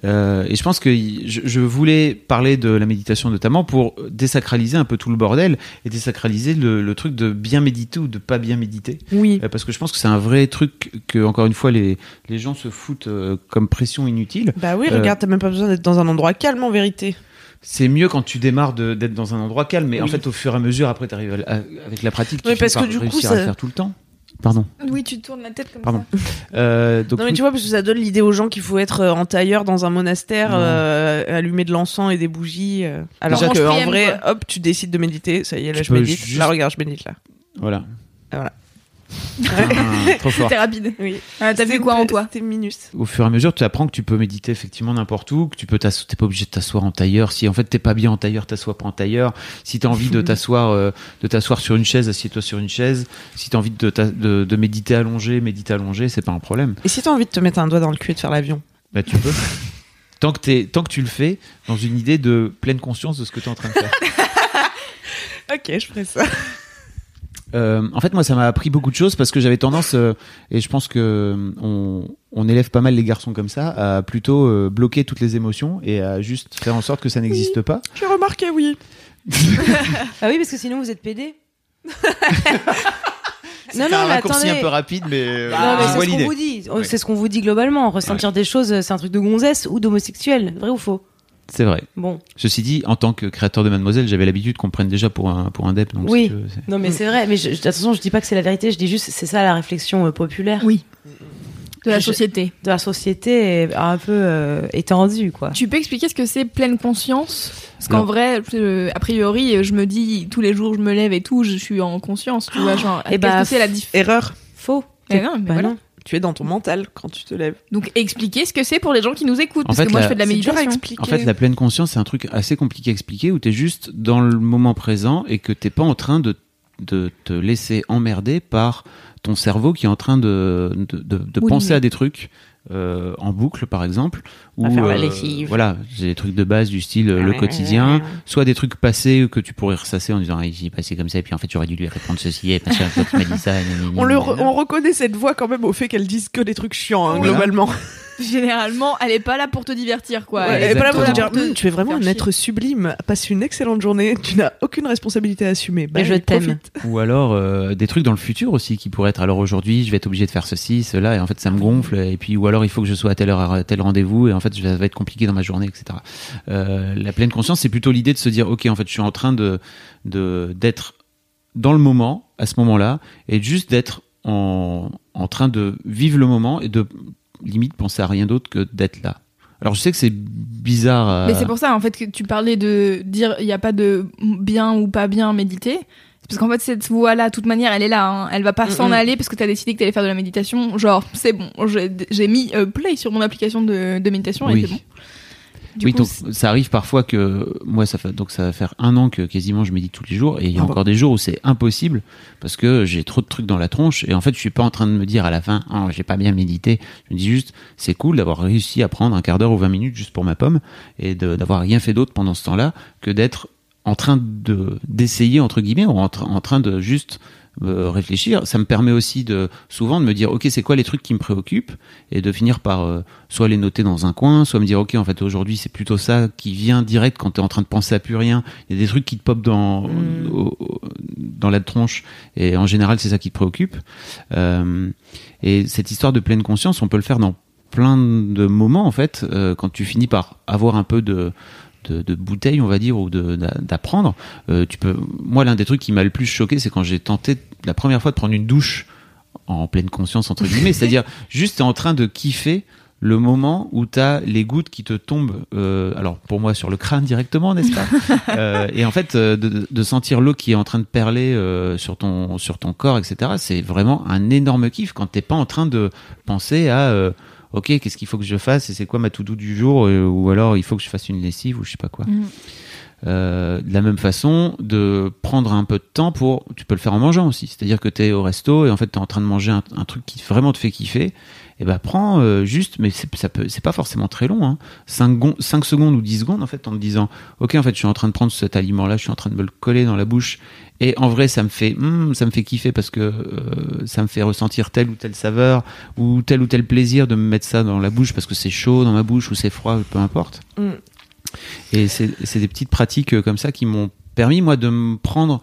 Euh, et je pense que y- je, je voulais parler de la méditation notamment pour désacraliser un peu tout le bordel et désacraliser le, le truc de bien méditer ou de pas bien méditer.
Oui.
Euh, parce que je pense que c'est un vrai truc que, encore une fois, les, les gens se foutent euh, comme pression inutile.
Bah oui,
Euh,
regarde, t'as même pas besoin d'être dans un endroit calme en vérité.
C'est mieux quand tu démarres de- d'être dans un endroit calme, mais en
Oui.
fait, au fur et à mesure, après, tu arrives avec la pratique, tu
Oui,
finis
parce
par
que du coup,
réussir à
ça-
le faire tout le temps. Pardon.
Oui, tu tournes la tête comme
Pardon. Euh, donc,
non mais tu vois parce que ça donne l'idée aux gens qu'il faut être euh, en tailleur dans un monastère,
Non.
euh, allumer de l'encens et des bougies. euh, alors
Déjà,
que
tu-
en
PM,
vrai, hop, tu décides de méditer. Ça y est, là
Tu
je
peux
médite.
juste-
Là regarde, je médite là.
voilà.
Voilà.
Putain, trop fort.
ça. C'était rapide.
Oui.
Ah, T'as vu quoi en toi
C'était minus.
Au fur et à mesure, tu apprends que tu peux méditer effectivement n'importe où, que tu peux t'asso- t'es pas obligé de t'asseoir en tailleur. Si en fait t'es pas bien en tailleur, t'assois pas en tailleur. Si t'as envie de t'asseoir, euh, de t'asseoir sur une chaise, assieds-toi sur une chaise. Si t'as envie de, ta- de, de méditer allongé, médite allongé, c'est pas un problème.
Et si t'as envie de te mettre un doigt dans le cul et de faire l'avion
Bah tu peux. tant que t'es, tant que tu le fais dans une idée de pleine conscience de ce que t'es en train de faire.
Ok, je ferai ça.
Euh, en fait, moi, ça m'a appris beaucoup de choses parce que j'avais tendance, euh, et je pense que euh, on, on élève pas mal les garçons comme ça, à plutôt euh, bloquer toutes les émotions et à juste faire en sorte que ça n'existe pas.
J'ai remarqué, oui.
Ah oui, parce que sinon vous êtes pédé. non,
C'est
non,
un
mais
raccourci
attendez.
un peu rapide, mais, euh,
Non, mais c'est
je vois
ce qu'on
l'idée.
vous dit. Oh,
Ouais.
C'est ce qu'on vous dit globalement. Ressentir des choses, euh, c'est un truc de gonzesse ou d'homosexuel. Vrai ou faux
C'est vrai.
Bon.
Ceci dit, en tant que créateur de Mademoiselle, j'avais l'habitude qu'on me prenne déjà pour un, pour un dep. Donc
Oui.
si tu veux, c'est-
Non, mais c'est vrai. Mais je, je- attention, je dis pas que c'est la vérité. Je dis juste, c'est ça la réflexion euh, populaire
Oui. De la
Je-
société.
de la société, euh, un peu euh, étendue, quoi.
Tu peux expliquer ce que c'est pleine conscience Parce qu'en
Alors-
vrai, euh, a priori, je me dis tous les jours, je me lève et tout, je suis en conscience. Tu vois, genre,
Eh
qu'est-ce
bah,
que c'est la différence
Erreur.
Faux.
Eh non, mais
Bah
voilà.
non.
Tu es dans ton mental quand tu te lèves.
Donc expliquer ce que c'est pour les gens qui nous écoutent.
En
parce
fait,
que moi,
la-
je fais de la
C'est dur à
méditation.
expliquer.
En fait, la pleine conscience, c'est un truc assez compliqué à expliquer où tu es juste dans le moment présent et que t'es pas en train de, de te laisser emmerder par ton cerveau qui est en train de, de, de- de
Oui.
penser à des trucs. euh, en boucle par exemple ou
faire la
euh,
lessive.
voilà j'ai des trucs de base du style
Ah
euh, le quotidien soit des trucs passés que tu pourrais ressasser en disant ah, il s'est passé comme ça et puis en fait j'aurais dû lui répondre ceci et machin, toi, tu m'as dit ça
On, le re- on reconnaît cette voix quand même au fait qu'elle dise que des trucs chiants, hein,
Voilà.
globalement.
Généralement, elle est pas là pour te divertir, quoi.
Ouais,
Elle
elle est pas là pour te
exactement. hmm,
dire, Hum, tu es vraiment
Faire
un
chier.
être sublime, passe une excellente journée, tu n'as aucune responsabilité à assumer. Bah,
Et je
profite.
t'aime.
Ou alors euh, des trucs dans le futur aussi qui pourraient être alors aujourd'hui je vais être obligé de faire ceci, cela et en fait ça me gonfle et puis ou alors il faut que je sois à telle heure à tel rendez-vous et en fait ça va être compliqué dans ma journée etc. Euh, la pleine conscience c'est plutôt l'idée de se dire ok en fait je suis en train de de- d'être dans le moment à ce moment-là et juste d'être en, en train de vivre le moment et de limite penser à rien d'autre que d'être là. Alors je sais que c'est bizarre. euh, à-
Euh.
Mais c'est pour ça, en fait, que tu parlais de dire il n'y a pas de bien ou pas bien méditer. C'est parce qu'en fait, cette voix-là, de toute manière, elle est là. hein. Elle va
Mm,
pas s'en
Mm-mm.
aller parce que t'as décidé que t'allais faire de la méditation. Genre, c'est bon, j'ai j'ai mis euh, play sur mon application de, de méditation et
Oui.
c'est bon. Du
oui,
coup,
donc
c'est-
ça arrive parfois que moi, ça fait, donc ça va faire un an que quasiment je médite tous les jours, et il y a
Ah
encore des jours où c'est impossible parce que j'ai trop de trucs dans la tronche, et en fait, je suis pas en train de me dire à la fin, oh, j'ai pas bien médité. Je me dis juste, c'est cool d'avoir réussi à prendre un quart d'heure ou 20 minutes juste pour ma pomme, et de- d'avoir rien fait d'autre pendant ce temps-là que d'être en train de d'essayer entre guillemets, ou en, tra- en train de juste euh, réfléchir. Ça me permet aussi de souvent de me dire, ok, c'est quoi les trucs qui me préoccupent, et de finir par euh, soit les noter dans un coin, soit me dire ok en fait aujourd'hui c'est plutôt ça qui vient direct quand t'es en train de penser à plus rien. Il y a des trucs qui te popent dans
Mm.
au- au- dans la tronche et en général c'est ça qui te préoccupe. Euh, et cette histoire de pleine conscience, on peut le faire dans plein de moments en fait euh, quand tu finis par avoir un peu de de, de bouteille on va dire ou de- d'a- d'apprendre euh, tu peux moi l'un des trucs qui m'a le plus choqué c'est quand j'ai tenté la première fois de prendre une douche en pleine conscience, entre guillemets. C'est-à-dire, juste, t'es en train de kiffer le moment où t'as les gouttes qui te tombent, euh, alors pour moi, sur le crâne directement, n'est-ce pas Euh, Et en fait, euh, de, de sentir l'eau qui est en train de perler euh, sur, ton, sur ton corps, etc., c'est vraiment un énorme kiff quand t'es pas en train de penser à... euh, Ok, qu'est-ce qu'il faut que je fasse et c'est quoi ma to-do du jour euh, ou alors il faut que je fasse une lessive ou je sais pas quoi.
Mm.
Euh, de la même façon, de prendre un peu de temps pour. Tu peux le faire en mangeant aussi. C'est-à-dire que tu es au resto et en fait tu es en train de manger un, un truc qui vraiment te fait kiffer. Et ben prends euh, juste, mais c'est ça peut- c'est pas forcément très long, hein. 5, secondes ou 10 secondes en fait en te disant Ok, en fait je suis en train de prendre cet aliment-là, je suis en train de me le coller dans la bouche. Et en vrai, ça me fait, hmm, ça me fait kiffer parce que euh, ça me fait ressentir telle ou telle saveur ou tel ou tel plaisir de me mettre ça dans la bouche parce que c'est chaud dans ma bouche ou c'est froid, peu importe.
Hum.
Mm.
Et c'est c'est des petites pratiques euh, comme ça qui m'ont permis, moi, de me prendre.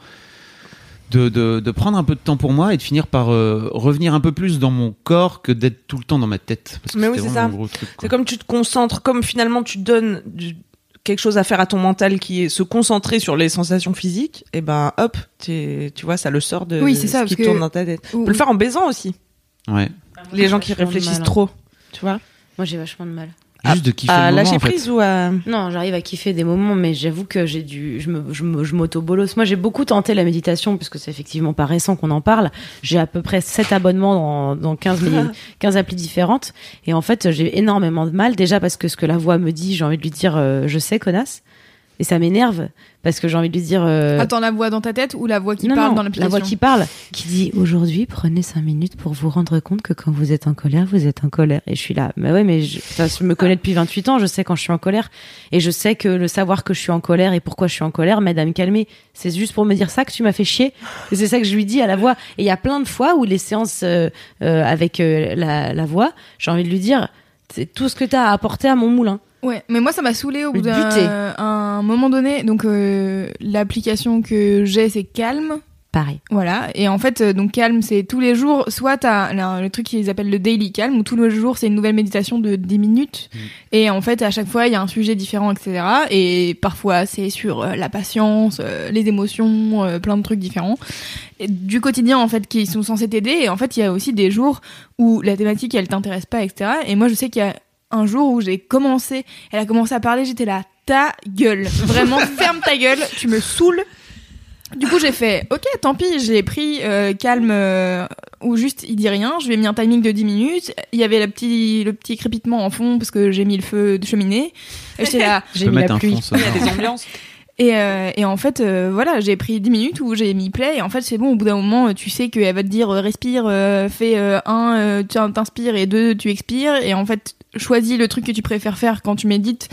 De, de, de prendre un peu de temps pour moi et de finir par euh, revenir un peu plus dans mon corps que d'être tout le temps dans ma tête. Parce que
Mais oui,
c'était
c'est
vraiment
ça.
un gros truc, quoi.
C'est comme tu te concentres, comme finalement tu donnes du- quelque chose à faire à ton mental qui est se concentrer sur les sensations physiques, et ben hop, tu, tu vois, ça le sort de
Oui, c'est ça,
ce
parce
qui
que-
tourne dans ta tête. Tu
Ou- Ah,
peux le faire en baisant aussi,
Ouais.
les gens qui réfléchissent trop, tu vois.
Moi, j'ai vachement de mal.
Juste de kiffer
Ah, À
le moment,
lâcher
en fait.
prise ou à...
Non, j'arrive à kiffer des moments, mais j'avoue que j'ai dû, je me, je, me- je m'auto-bolosse. Moi, j'ai beaucoup tenté la méditation, puisque c'est effectivement pas récent qu'on en parle. J'ai à peu près 7 abonnements dans, dans 15, mille- 15 applis différentes. Et en fait, j'ai énormément de mal, déjà parce que ce que la voix me dit, j'ai envie de lui dire, euh, je sais, connasse. Et ça m'énerve, parce que j'ai envie de lui dire, euh,
Attends, la voix dans ta tête ou la voix qui
non, non,
parle dans
la voix qui
l'application
parle, qui dit aujourd'hui prenez 5 minutes pour vous rendre compte que quand vous êtes en colère, vous êtes en colère. Et je suis là, mais ouais, mais je, enfin, je me connais depuis 28 ans, je sais quand je suis en colère. Et je sais que le savoir que je suis en colère et pourquoi je suis en colère m'aide à me calmer. C'est juste pour me dire ça que tu m'as fait chier. Et c'est ça que je lui dis à la voix. Et il y a plein de fois où les séances euh, euh, avec euh, la, la voix, j'ai envie de lui dire c'est tout ce que t'as à apporter à mon moulin.
Ouais, mais moi ça m'a saoulé au
Le
bout
buter.
d'un un moment donné. Donc euh, l'application que j'ai c'est Calm.
Pareil.
Voilà, et en fait, euh, donc calme, c'est tous les jours, soit t'as là, le truc qu'ils appellent le daily calm, où tous les jours c'est une nouvelle méditation de 10 minutes, et en fait, à chaque fois, il y a un sujet différent, etc. Et parfois, c'est sur euh, la patience, euh, les émotions, euh, plein de trucs différents, Et du quotidien, en fait, qui sont censés t'aider, et en fait, il y a aussi des jours où la thématique, elle t'intéresse pas, etc. Et moi, je sais qu'il y a un jour où j'ai commencé, elle a commencé à parler, j'étais là, ta gueule, vraiment, ferme ta gueule, tu me saoules. Du coup, j'ai fait, ok, tant pis, j'ai pris euh, calme euh, ou juste il dit rien. Je lui ai mis un timing de 10 minutes. Il y avait le petit, le petit crépitement en fond parce que j'ai mis le feu de cheminée. Et J'étais là,
Je
J'ai
peux
mis
mettre
la
un
pluie.
fond sonore.
ambiances.
et, euh, et en fait, euh, voilà, j'ai pris 10 minutes où j'ai mis play. Et en fait, c'est bon, au bout d'un moment, euh, tu sais qu'elle va te dire euh, respire, euh, fais euh, un, euh, tu t'inspires et deux, tu expires. Et en fait, choisis le truc que tu préfères faire quand tu médites.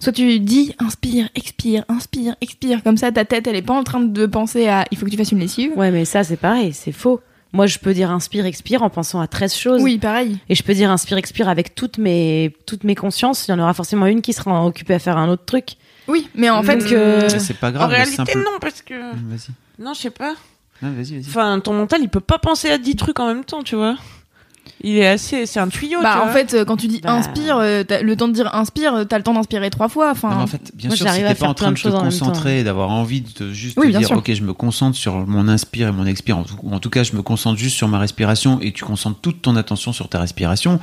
Soit tu dis inspire, expire, inspire, expire. Comme ça, ta tête, elle est pas en train de penser à il faut que tu fasses une lessive.
Ouais, mais ça c'est pareil, c'est faux. Moi, je peux dire inspire, expire en pensant à 13 choses.
Oui, pareil.
Et je peux dire inspire, expire avec toutes mes, toutes mes consciences. Il y en aura forcément une qui sera occupée à faire un autre truc.
Oui, mais en fait,
Donc, euh,
Mais C'est pas
En
grave,
réalité,
c'est Mm. simple.
non, parce que...
Vas-y.
Non, je sais pas.
Ah, vas-y, vas-y.
Enfin, ton mental, il peut pas penser à 10 trucs en même temps, tu vois. Il est assez... C'est un tuyau, tu
bah, en
vois.
fait, euh, quand tu dis
Bah.
inspire, euh, t'as- le temps de dire inspire, euh, t'as le temps d'inspirer trois fois. Enfin,
Non, mais en fait, bien
Moi,
sûr, si
j'arrive
t'es
à
pas
faire
en
plein
train de
de
te
choses en même temps.
concentrer, d'avoir envie de te- juste
Oui,
te
bien
dire,
sûr.
ok, je me concentre sur mon inspire et mon expire, en tout, ou en tout cas, je me concentre juste sur ma respiration et tu concentres toute ton attention sur ta respiration.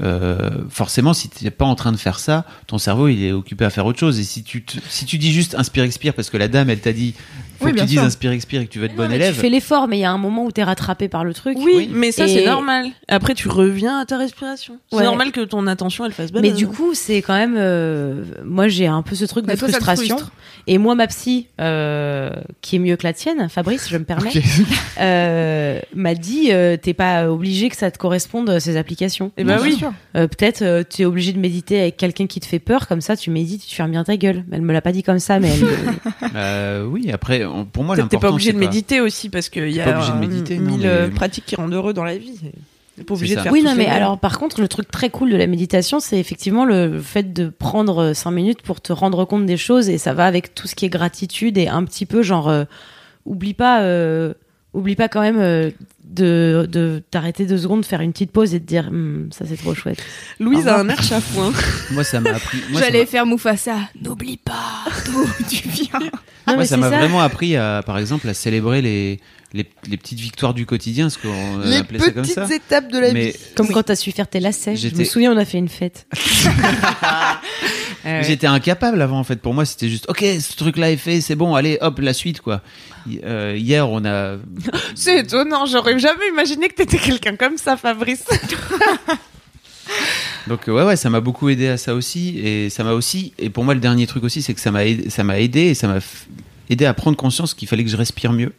euh, forcément, si t'es pas en train de faire ça, ton cerveau il est occupé à faire autre chose. Et si tu te- si tu dis juste inspire expire parce que la dame elle t'a dit faut
Oui,
que
bien
tu dises
sûr.
inspire expire et que tu veux être bon
Mais
élève.
Tu fais l'effort, mais il y a un moment où t'es rattrapé par le truc.
Oui, mais ça,
Et-
c'est normal. Après, tu reviens à ta respiration. C'est
Ouais.
normal que ton attention, elle fasse
Mais du coup, c'est quand même. euh, moi, j'ai un peu ce truc
Bah,
de
toi, ça te
frustration.
frustre.
Et moi, ma psy, euh, qui est mieux que la tienne, Fabrice, je me permets,
Ok.
euh, m'a dit euh, t'es pas obligé que ça te corresponde euh, ces applications.
Et bah
bien
Oh,
oui.
sûr.
Euh, peut-être euh, tu es obligé de méditer avec quelqu'un qui te fait peur, comme ça tu médites, tu fermes bien ta gueule. Elle me l'a pas dit comme ça, mais elle,
Euh, oui, après, on- pour moi
Peut-être t'es
l'important
pas obligé
c'est
de méditer aussi parce qu'il y
T'es pas
a
obligé de
euh,
méditer, non,
mille
mais-
euh, pratiques qui rendent heureux dans la vie. T'es pas obligé
ça.
de faire
Oui,
tout
non,
ce
mais
que-
alors par contre, le truc très cool de la méditation, c'est effectivement le fait de prendre 5 minutes pour te rendre compte des choses et ça va avec tout ce qui est gratitude et un petit peu genre, euh, oublie pas, euh, oublie pas quand même euh, de, de t'arrêter deux secondes, faire une petite pause et te dire, Hum, ça c'est trop chouette.
Louise a un air chafouin.
Moi ça m'a appris. moi, ça m'a-
J'allais faire Mufasa. N'oublie pas d'où tu viens.
Non,
Ah, Moi,
mais
ça
c'est
m'a vraiment appris, à, par exemple, à célébrer les, les, les petites victoires du quotidien, ce qu'on euh,
Les
appelait ça comme ça.
petites étapes de la
Mais-
vie.
Comme quand t'as su faire tes lacets. Je me
J'étais-
souviens, on a fait une fête.
Mais J'étais incapable avant en fait. Pour moi, c'était juste OK, ce truc-là est fait, c'est bon, allez, hop, la suite quoi. Hi- euh, hier, on a
C'est étonnant, j'aurais jamais imaginé que t'étais quelqu'un comme ça, Fabrice.
donc euh, ouais ouais, ça m'a beaucoup aidé à ça aussi et ça m'a aussi et pour moi le dernier truc aussi, c'est que ça m'a aidé, ça m'a aidé et ça m'a f- aidé à prendre conscience qu'il fallait que je respire mieux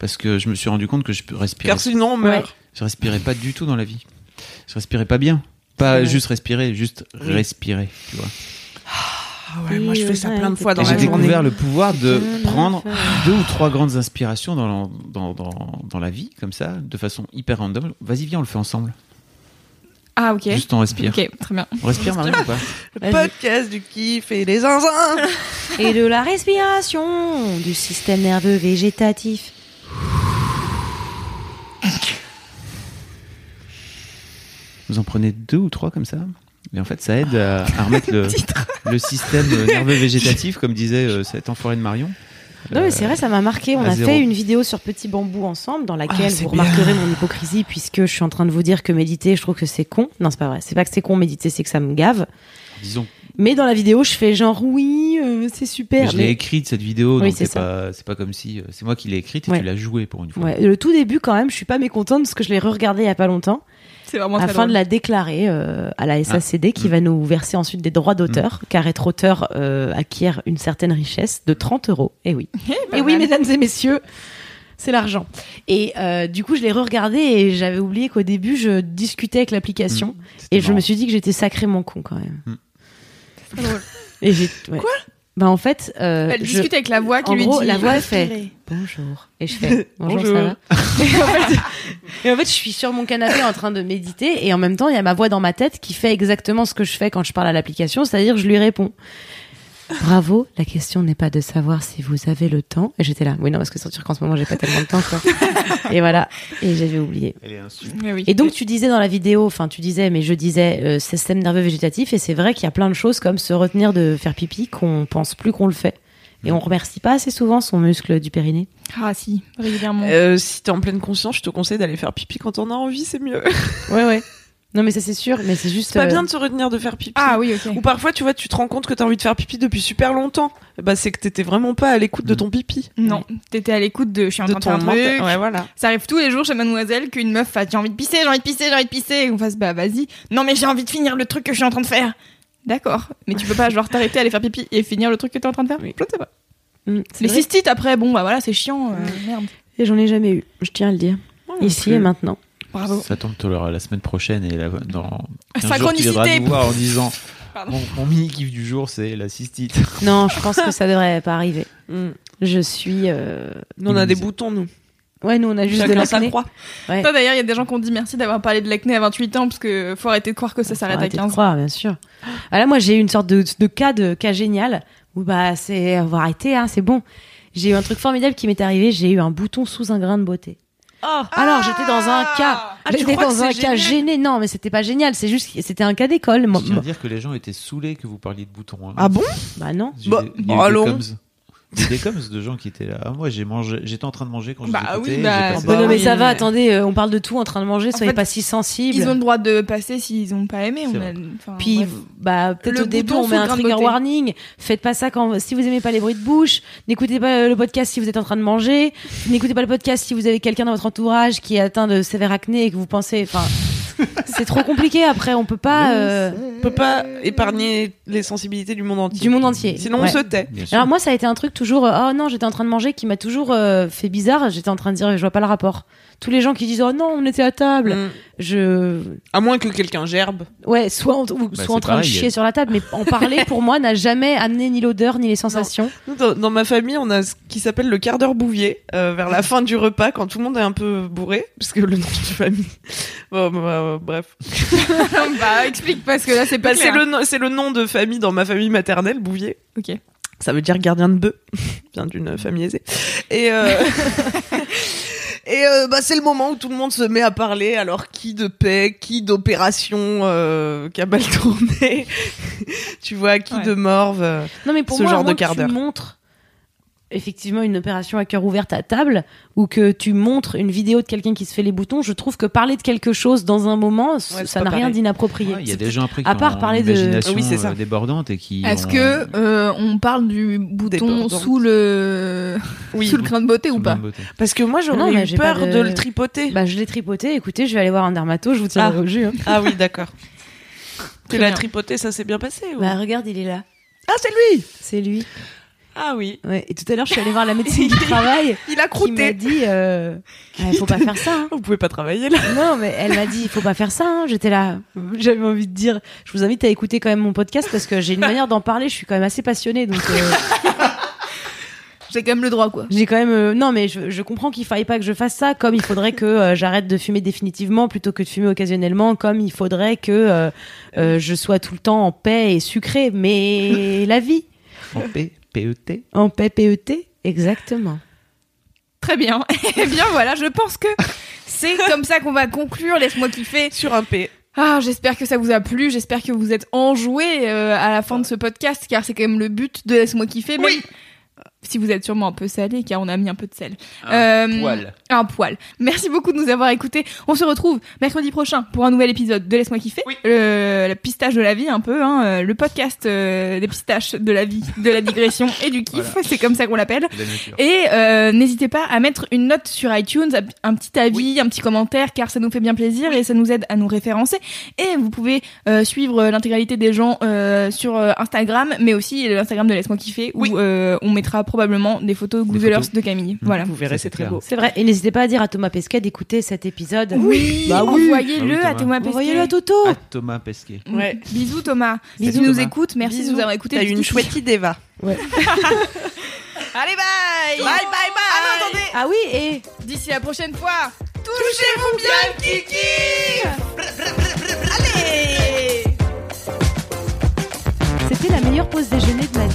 parce que je me suis rendu compte que je respirais
Car sinon, on meurt.
je respirais pas du tout dans la vie. Je respirais pas bien. Pas
Ouais.
juste respirer, juste respirer, tu vois.
Ah ouais, moi, je fais ça plein de fois dans
Et j'ai
la journée.
découvert le pouvoir de prendre deux ou trois grandes inspirations dans, la- dans, dans, dans la vie, comme ça, de façon hyper random. Vas-y, viens, on le fait ensemble.
Ah, ok.
Juste on respire.
Ok, très bien.
On respire, Marianne, ou pas
Le podcast du kiff et les zinzins.
Ah Et de la respiration du système nerveux végétatif.
Vous en prenez deux ou trois comme ça et en fait, ça aide à, à remettre le, le système nerveux végétatif, comme disait euh, cet enfoiré de Marion. Euh,
Non, mais c'est vrai, ça m'a marqué. On
à
a
zéro.
fait une vidéo sur Petit Bambou ensemble dans laquelle
Ah, c'est
vous remarquerez mon hypocrisie puisque je suis en train de vous dire que méditer, je trouve que c'est con. Non, c'est pas vrai. C'est pas que c'est con méditer, c'est que ça me gave.
Disons,
Mais dans la vidéo, je fais genre oui, euh, c'est super.
mais je l'ai écrite cette vidéo,
Oui,
donc
c'est
c'est
ça.
pas, c'est pas comme si. euh, C'est moi qui l'ai écrite et
Ouais.
tu l'as jouée pour une fois.
Ouais, le tout début quand même, je suis pas mécontente parce que je l'ai regardé il y a pas longtemps
C'est vraiment très
afin
drôle.
de la déclarer euh, à
Ah.
la SACD
Mm.
qui va nous verser ensuite des droits d'auteur car être auteur euh, acquiert une certaine richesse de 30 euros. Et oui.
pas
et Eh oui,
mal.
mesdames et messieurs, c'est l'argent. Et euh, du coup, je l'ai re-regardé et j'avais oublié qu'au début, je discutais avec l'application
C'était
et je
Mm. marrant.
me suis dit que j'étais sacrément con quand même.
Mm.
Et j'ai Quoi Bah en fait, euh,
Elle
je-
discute avec la voix qui
en
lui
gros,
dit.
la voix, elle fait-
Respirez.
Bonjour. Et je fais Bonjour,
Bonjour.
ça va et, en fait, et en fait, je suis sur mon canapé en train de méditer et en même temps, il y a ma voix dans ma tête qui fait exactement ce que je fais quand je parle à l'application, c'est-à-dire je lui réponds. Bravo, la question n'est pas de savoir si vous avez le temps. Et j'étais là. Oui, non, parce que c'est sûr qu'en ce moment, j'ai pas tellement de temps. quoi. Et voilà. Et j'avais oublié.
Mais oui.
Et donc tu disais dans la vidéo, enfin tu disais, mais je disais euh, système nerveux végétatif, et c'est vrai qu'il y a plein de choses comme se retenir de faire pipi qu'on pense plus qu'on le fait. Et on remercie pas assez souvent son muscle du périnée.
Ah, si, régulièrement.
Euh, si t'es en pleine conscience, je te conseille d'aller faire pipi quand on a envie, c'est mieux.
Ouais, ouais. Non, mais ça c'est sûr, mais c'est juste.
C'est pas
euh,
bien de se retenir de faire pipi.
Ah, oui, ok.
Ou parfois, tu vois, tu te rends compte que t'as envie de faire pipi depuis super longtemps. Bah, c'est que t'étais vraiment pas à l'écoute de
Mm.
ton pipi.
Non, t'étais à l'écoute de je suis en
De
train de faire
ton
un
mental.
truc.
Ouais, voilà.
Ça arrive tous les jours chez Mademoiselle qu'une meuf fasse j'ai envie de pisser, j'ai envie de pisser, j'ai envie de pisser, et qu'on fasse bah vas-y, non mais j'ai envie de finir le truc que je suis en train de faire. D'accord, mais tu peux pas genre t'arrêter, aller faire pipi et finir le truc que t'es en train de faire
Oui.
Je sais pas.
mm, c'est
Les
vrai.
cystites après, bon bah voilà, c'est chiant, euh, merde.
Et j'en ai jamais eu. Je tiens à le dire. Ici et maintenant.
Bravo.
Ça tombe tout l'heure, la semaine prochaine et la, dans un jour, tu viendras
Synchronicité
nous voir en disant
Pardon.
mon, mon mini kiff du jour c'est la cystite.
Non, je pense que ça devrait pas arriver.
Mm.
Je suis. euh,
Nous, on a des
Immunisé.
boutons, nous.
Ouais, nous on a juste de
Chacun
la
sa croix.
Toi, D'ailleurs, il y a des gens qui ont dit merci d'avoir parlé de l'acné à 28 ans parce que faut arrêter de croire que ça s'arrête à
Arrêtez de
15 ans.
croire, bien sûr. Ah, là, moi, j'ai eu une sorte de, de cas de cas génial où bah c'est on va arrêter, hein, c'est bon. J'ai eu un truc formidable qui m'est arrivé. J'ai eu un bouton sous un grain de beauté. Ah, Alors j'étais dans un cas,
Ah, tu
j'étais
crois que
dans un
c'est
cas
génial
gêné. Non, mais c'était pas génial. C'est juste, que c'était un cas d'école. Moi-
Je tiens à
moi-
dire que les gens étaient saoulés que vous parliez de boutons. hein.
Ah bon
Bah non.
J'ai-
Bah,
il y a eu
allons.
Des coms, Il y a eu des coms de gens qui étaient là. Ah, moi j'ai mangé, j'étais en train de manger quand je
Bah
vous écoutais,
oui,
j'ai
bah,
passé-
bah
Bah non, mais
oui,
ça va.
mais-
Attendez, euh, on parle de tout en train de manger. Soyez
fait,
pas si sensibles.
Ils ont le droit de passer s'ils ont pas aimé.
C'est
On a-
vrai.
enfin,
Puis
bref.
bah peut-être
Le
au début
bouton
on
sous
met
le
un
grain de
trigger
beauté.
warning. Faites pas ça quand si vous aimez pas les bruits de bouche. N'écoutez pas euh, le podcast si vous êtes en train de manger. N'écoutez pas le podcast si vous avez quelqu'un dans votre entourage qui est atteint de sévère acné et que vous pensez. Enfin, c'est trop compliqué. Après on peut pas euh,
On peut pas épargner les sensibilités du monde entier.
du monde entier.
Sinon, on
Ouais.
se tait.
Bien sûr.
Alors moi ça a été un truc toujours. euh, oh non j'étais en train de manger qui m'a toujours euh, fait bizarre. J'étais en train de dire je vois pas le rapport. Tous les gens qui disent oh non on était à table.
Mm.
Je
À moins que quelqu'un gerbe.
Ouais, soit en, ou
Bah,
soit en train
c'est pareil.
de chier sur la table, mais en parler pour moi n'a jamais amené ni l'odeur ni les sensations.
Nous, Dans, dans ma famille, on a ce qui s'appelle le quart d'heure bouvier, euh, vers la fin du repas, quand tout le monde est un peu bourré, parce que le nom de famille. Bon, bah, bah, bref.
bah explique parce que là c'est pas
Bah, c'est
clair.
le, nom- c'est le nom de famille dans ma famille maternelle, bouvier.
Ok.
Ça veut dire gardien de bœuf. Vient d'une famille aisée. Et, euh, et euh, bah, c'est le moment où tout le monde se met à parler. Alors, qui de paix, qui d'opération euh, qui a mal tourné Tu vois, qui
Ouais.
de morve euh.
Non, mais pour
Ce
moi,
genre
à moins
de quart
que
d'heure.
tu montres effectivement une opération à cœur ouvert à table ou que tu montres une vidéo de quelqu'un qui se fait les boutons, je trouve que parler de quelque chose dans un moment, c-
c'est
ça
pas
n'a rien
pareil.
d'inapproprié.
Ouais, Ah, Il y a des gens après qui
à part
ont
parler
une
de-
imagination,
Oui, c'est ça.
euh, débordante et qui.
Est-ce
ont-
que euh, on parle du bouton
bordeaux.
sous le
Oui.
sous le crin de beauté ou
Sous
pas
bonne beauté.
Parce que moi,
Non, mais
j'aurais
j'ai
eu
pas
peur
de-
de... le tripoter.
Bah, je l'ai tripoté, écoutez, je vais aller voir un dermato, je vous tiens
Ah.
au jus. hein.
Ah oui, d'accord. Tu
Très
l'as
bien.
tripoté, ça s'est bien passé ou-
Bah, regarde, il est là.
Ah, c'est lui
C'est lui.
Ah oui.
Ouais. Et tout à l'heure, je suis allée voir la médecine du travail
Il a
qui m'a
croûté.
dit euh, Ah, faut pas faire ça. hein.
Vous pouvez pas travailler là.
Non, mais elle m'a dit, il faut pas faire ça. hein. J'étais là, j'avais envie de dire, je vous invite à écouter quand même mon podcast parce que j'ai une manière d'en parler. Je suis quand même assez passionnée, donc euh,
J'ai quand même le droit quoi.
j'ai quand même. euh, non, mais je, je comprends qu'il faille pas que je fasse ça. Comme il faudrait que euh, j'arrête de fumer définitivement plutôt que de fumer occasionnellement. Comme il faudrait que euh, euh, je sois tout le temps en paix et sucré. Mais la vie
En P, E PET.
en paix PET, exactement.
Très bien. Eh bien voilà, je pense que c'est comme ça qu'on va conclure. Laisse-moi kiffer.
Sur un P.
Ah, j'espère que ça vous a plu. J'espère que vous êtes enjoués euh, à la fin de ce podcast, car c'est quand même le but de laisse-moi kiffer. Même Si vous êtes sûrement un peu salé, car on a mis un peu de sel. Euh,
poil.
Un poil. Merci beaucoup de nous avoir écoutés. On se retrouve mercredi prochain pour un nouvel épisode de Laisse-moi kiffer. Le, la pistache de la vie, un peu, hein, euh, le podcast euh, des pistaches de la vie, de la digression et du kiff. C'est comme ça qu'on l'appelle.
La nature.
Et euh, n'hésitez pas à mettre une note sur iTunes, un petit avis, un petit commentaire, car ça nous fait bien plaisir et ça nous aide à nous référencer. Et vous pouvez euh, suivre euh, l'intégralité des gens euh, sur euh, Instagram, mais aussi euh, l'Instagram de Laisse-moi kiffer, où
Oui.
euh, on mettra probablement des photos
Des
Googlers
photos. Mmh.
de Camille. Voilà.
Vous verrez,
Ça, c'est
c'est très
clair.
beau.
C'est vrai. Et n'hésitez pas à dire à Thomas Pesquet d'écouter cet épisode.
Oui,
Bah oui. Ah oui,
envoyez-le à Thomas
Thomas.
Pesquet.
Envoyez-le à Toto.
À Ah, Thomas Pesquet.
Ouais.
Bisous Thomas. Si
Bisous,
tu nous
Thomas.
écoutes, merci de nous avoir écoutés.
T'as eu une chouette idée, va.
Allez bye.
Bye, bye, bye.
Ah non, attendez.
Ah oui, et
D'ici la prochaine fois, touchez-vous bien le kiki. Allez.
c'était la meilleure pause déjeuner de ma vie.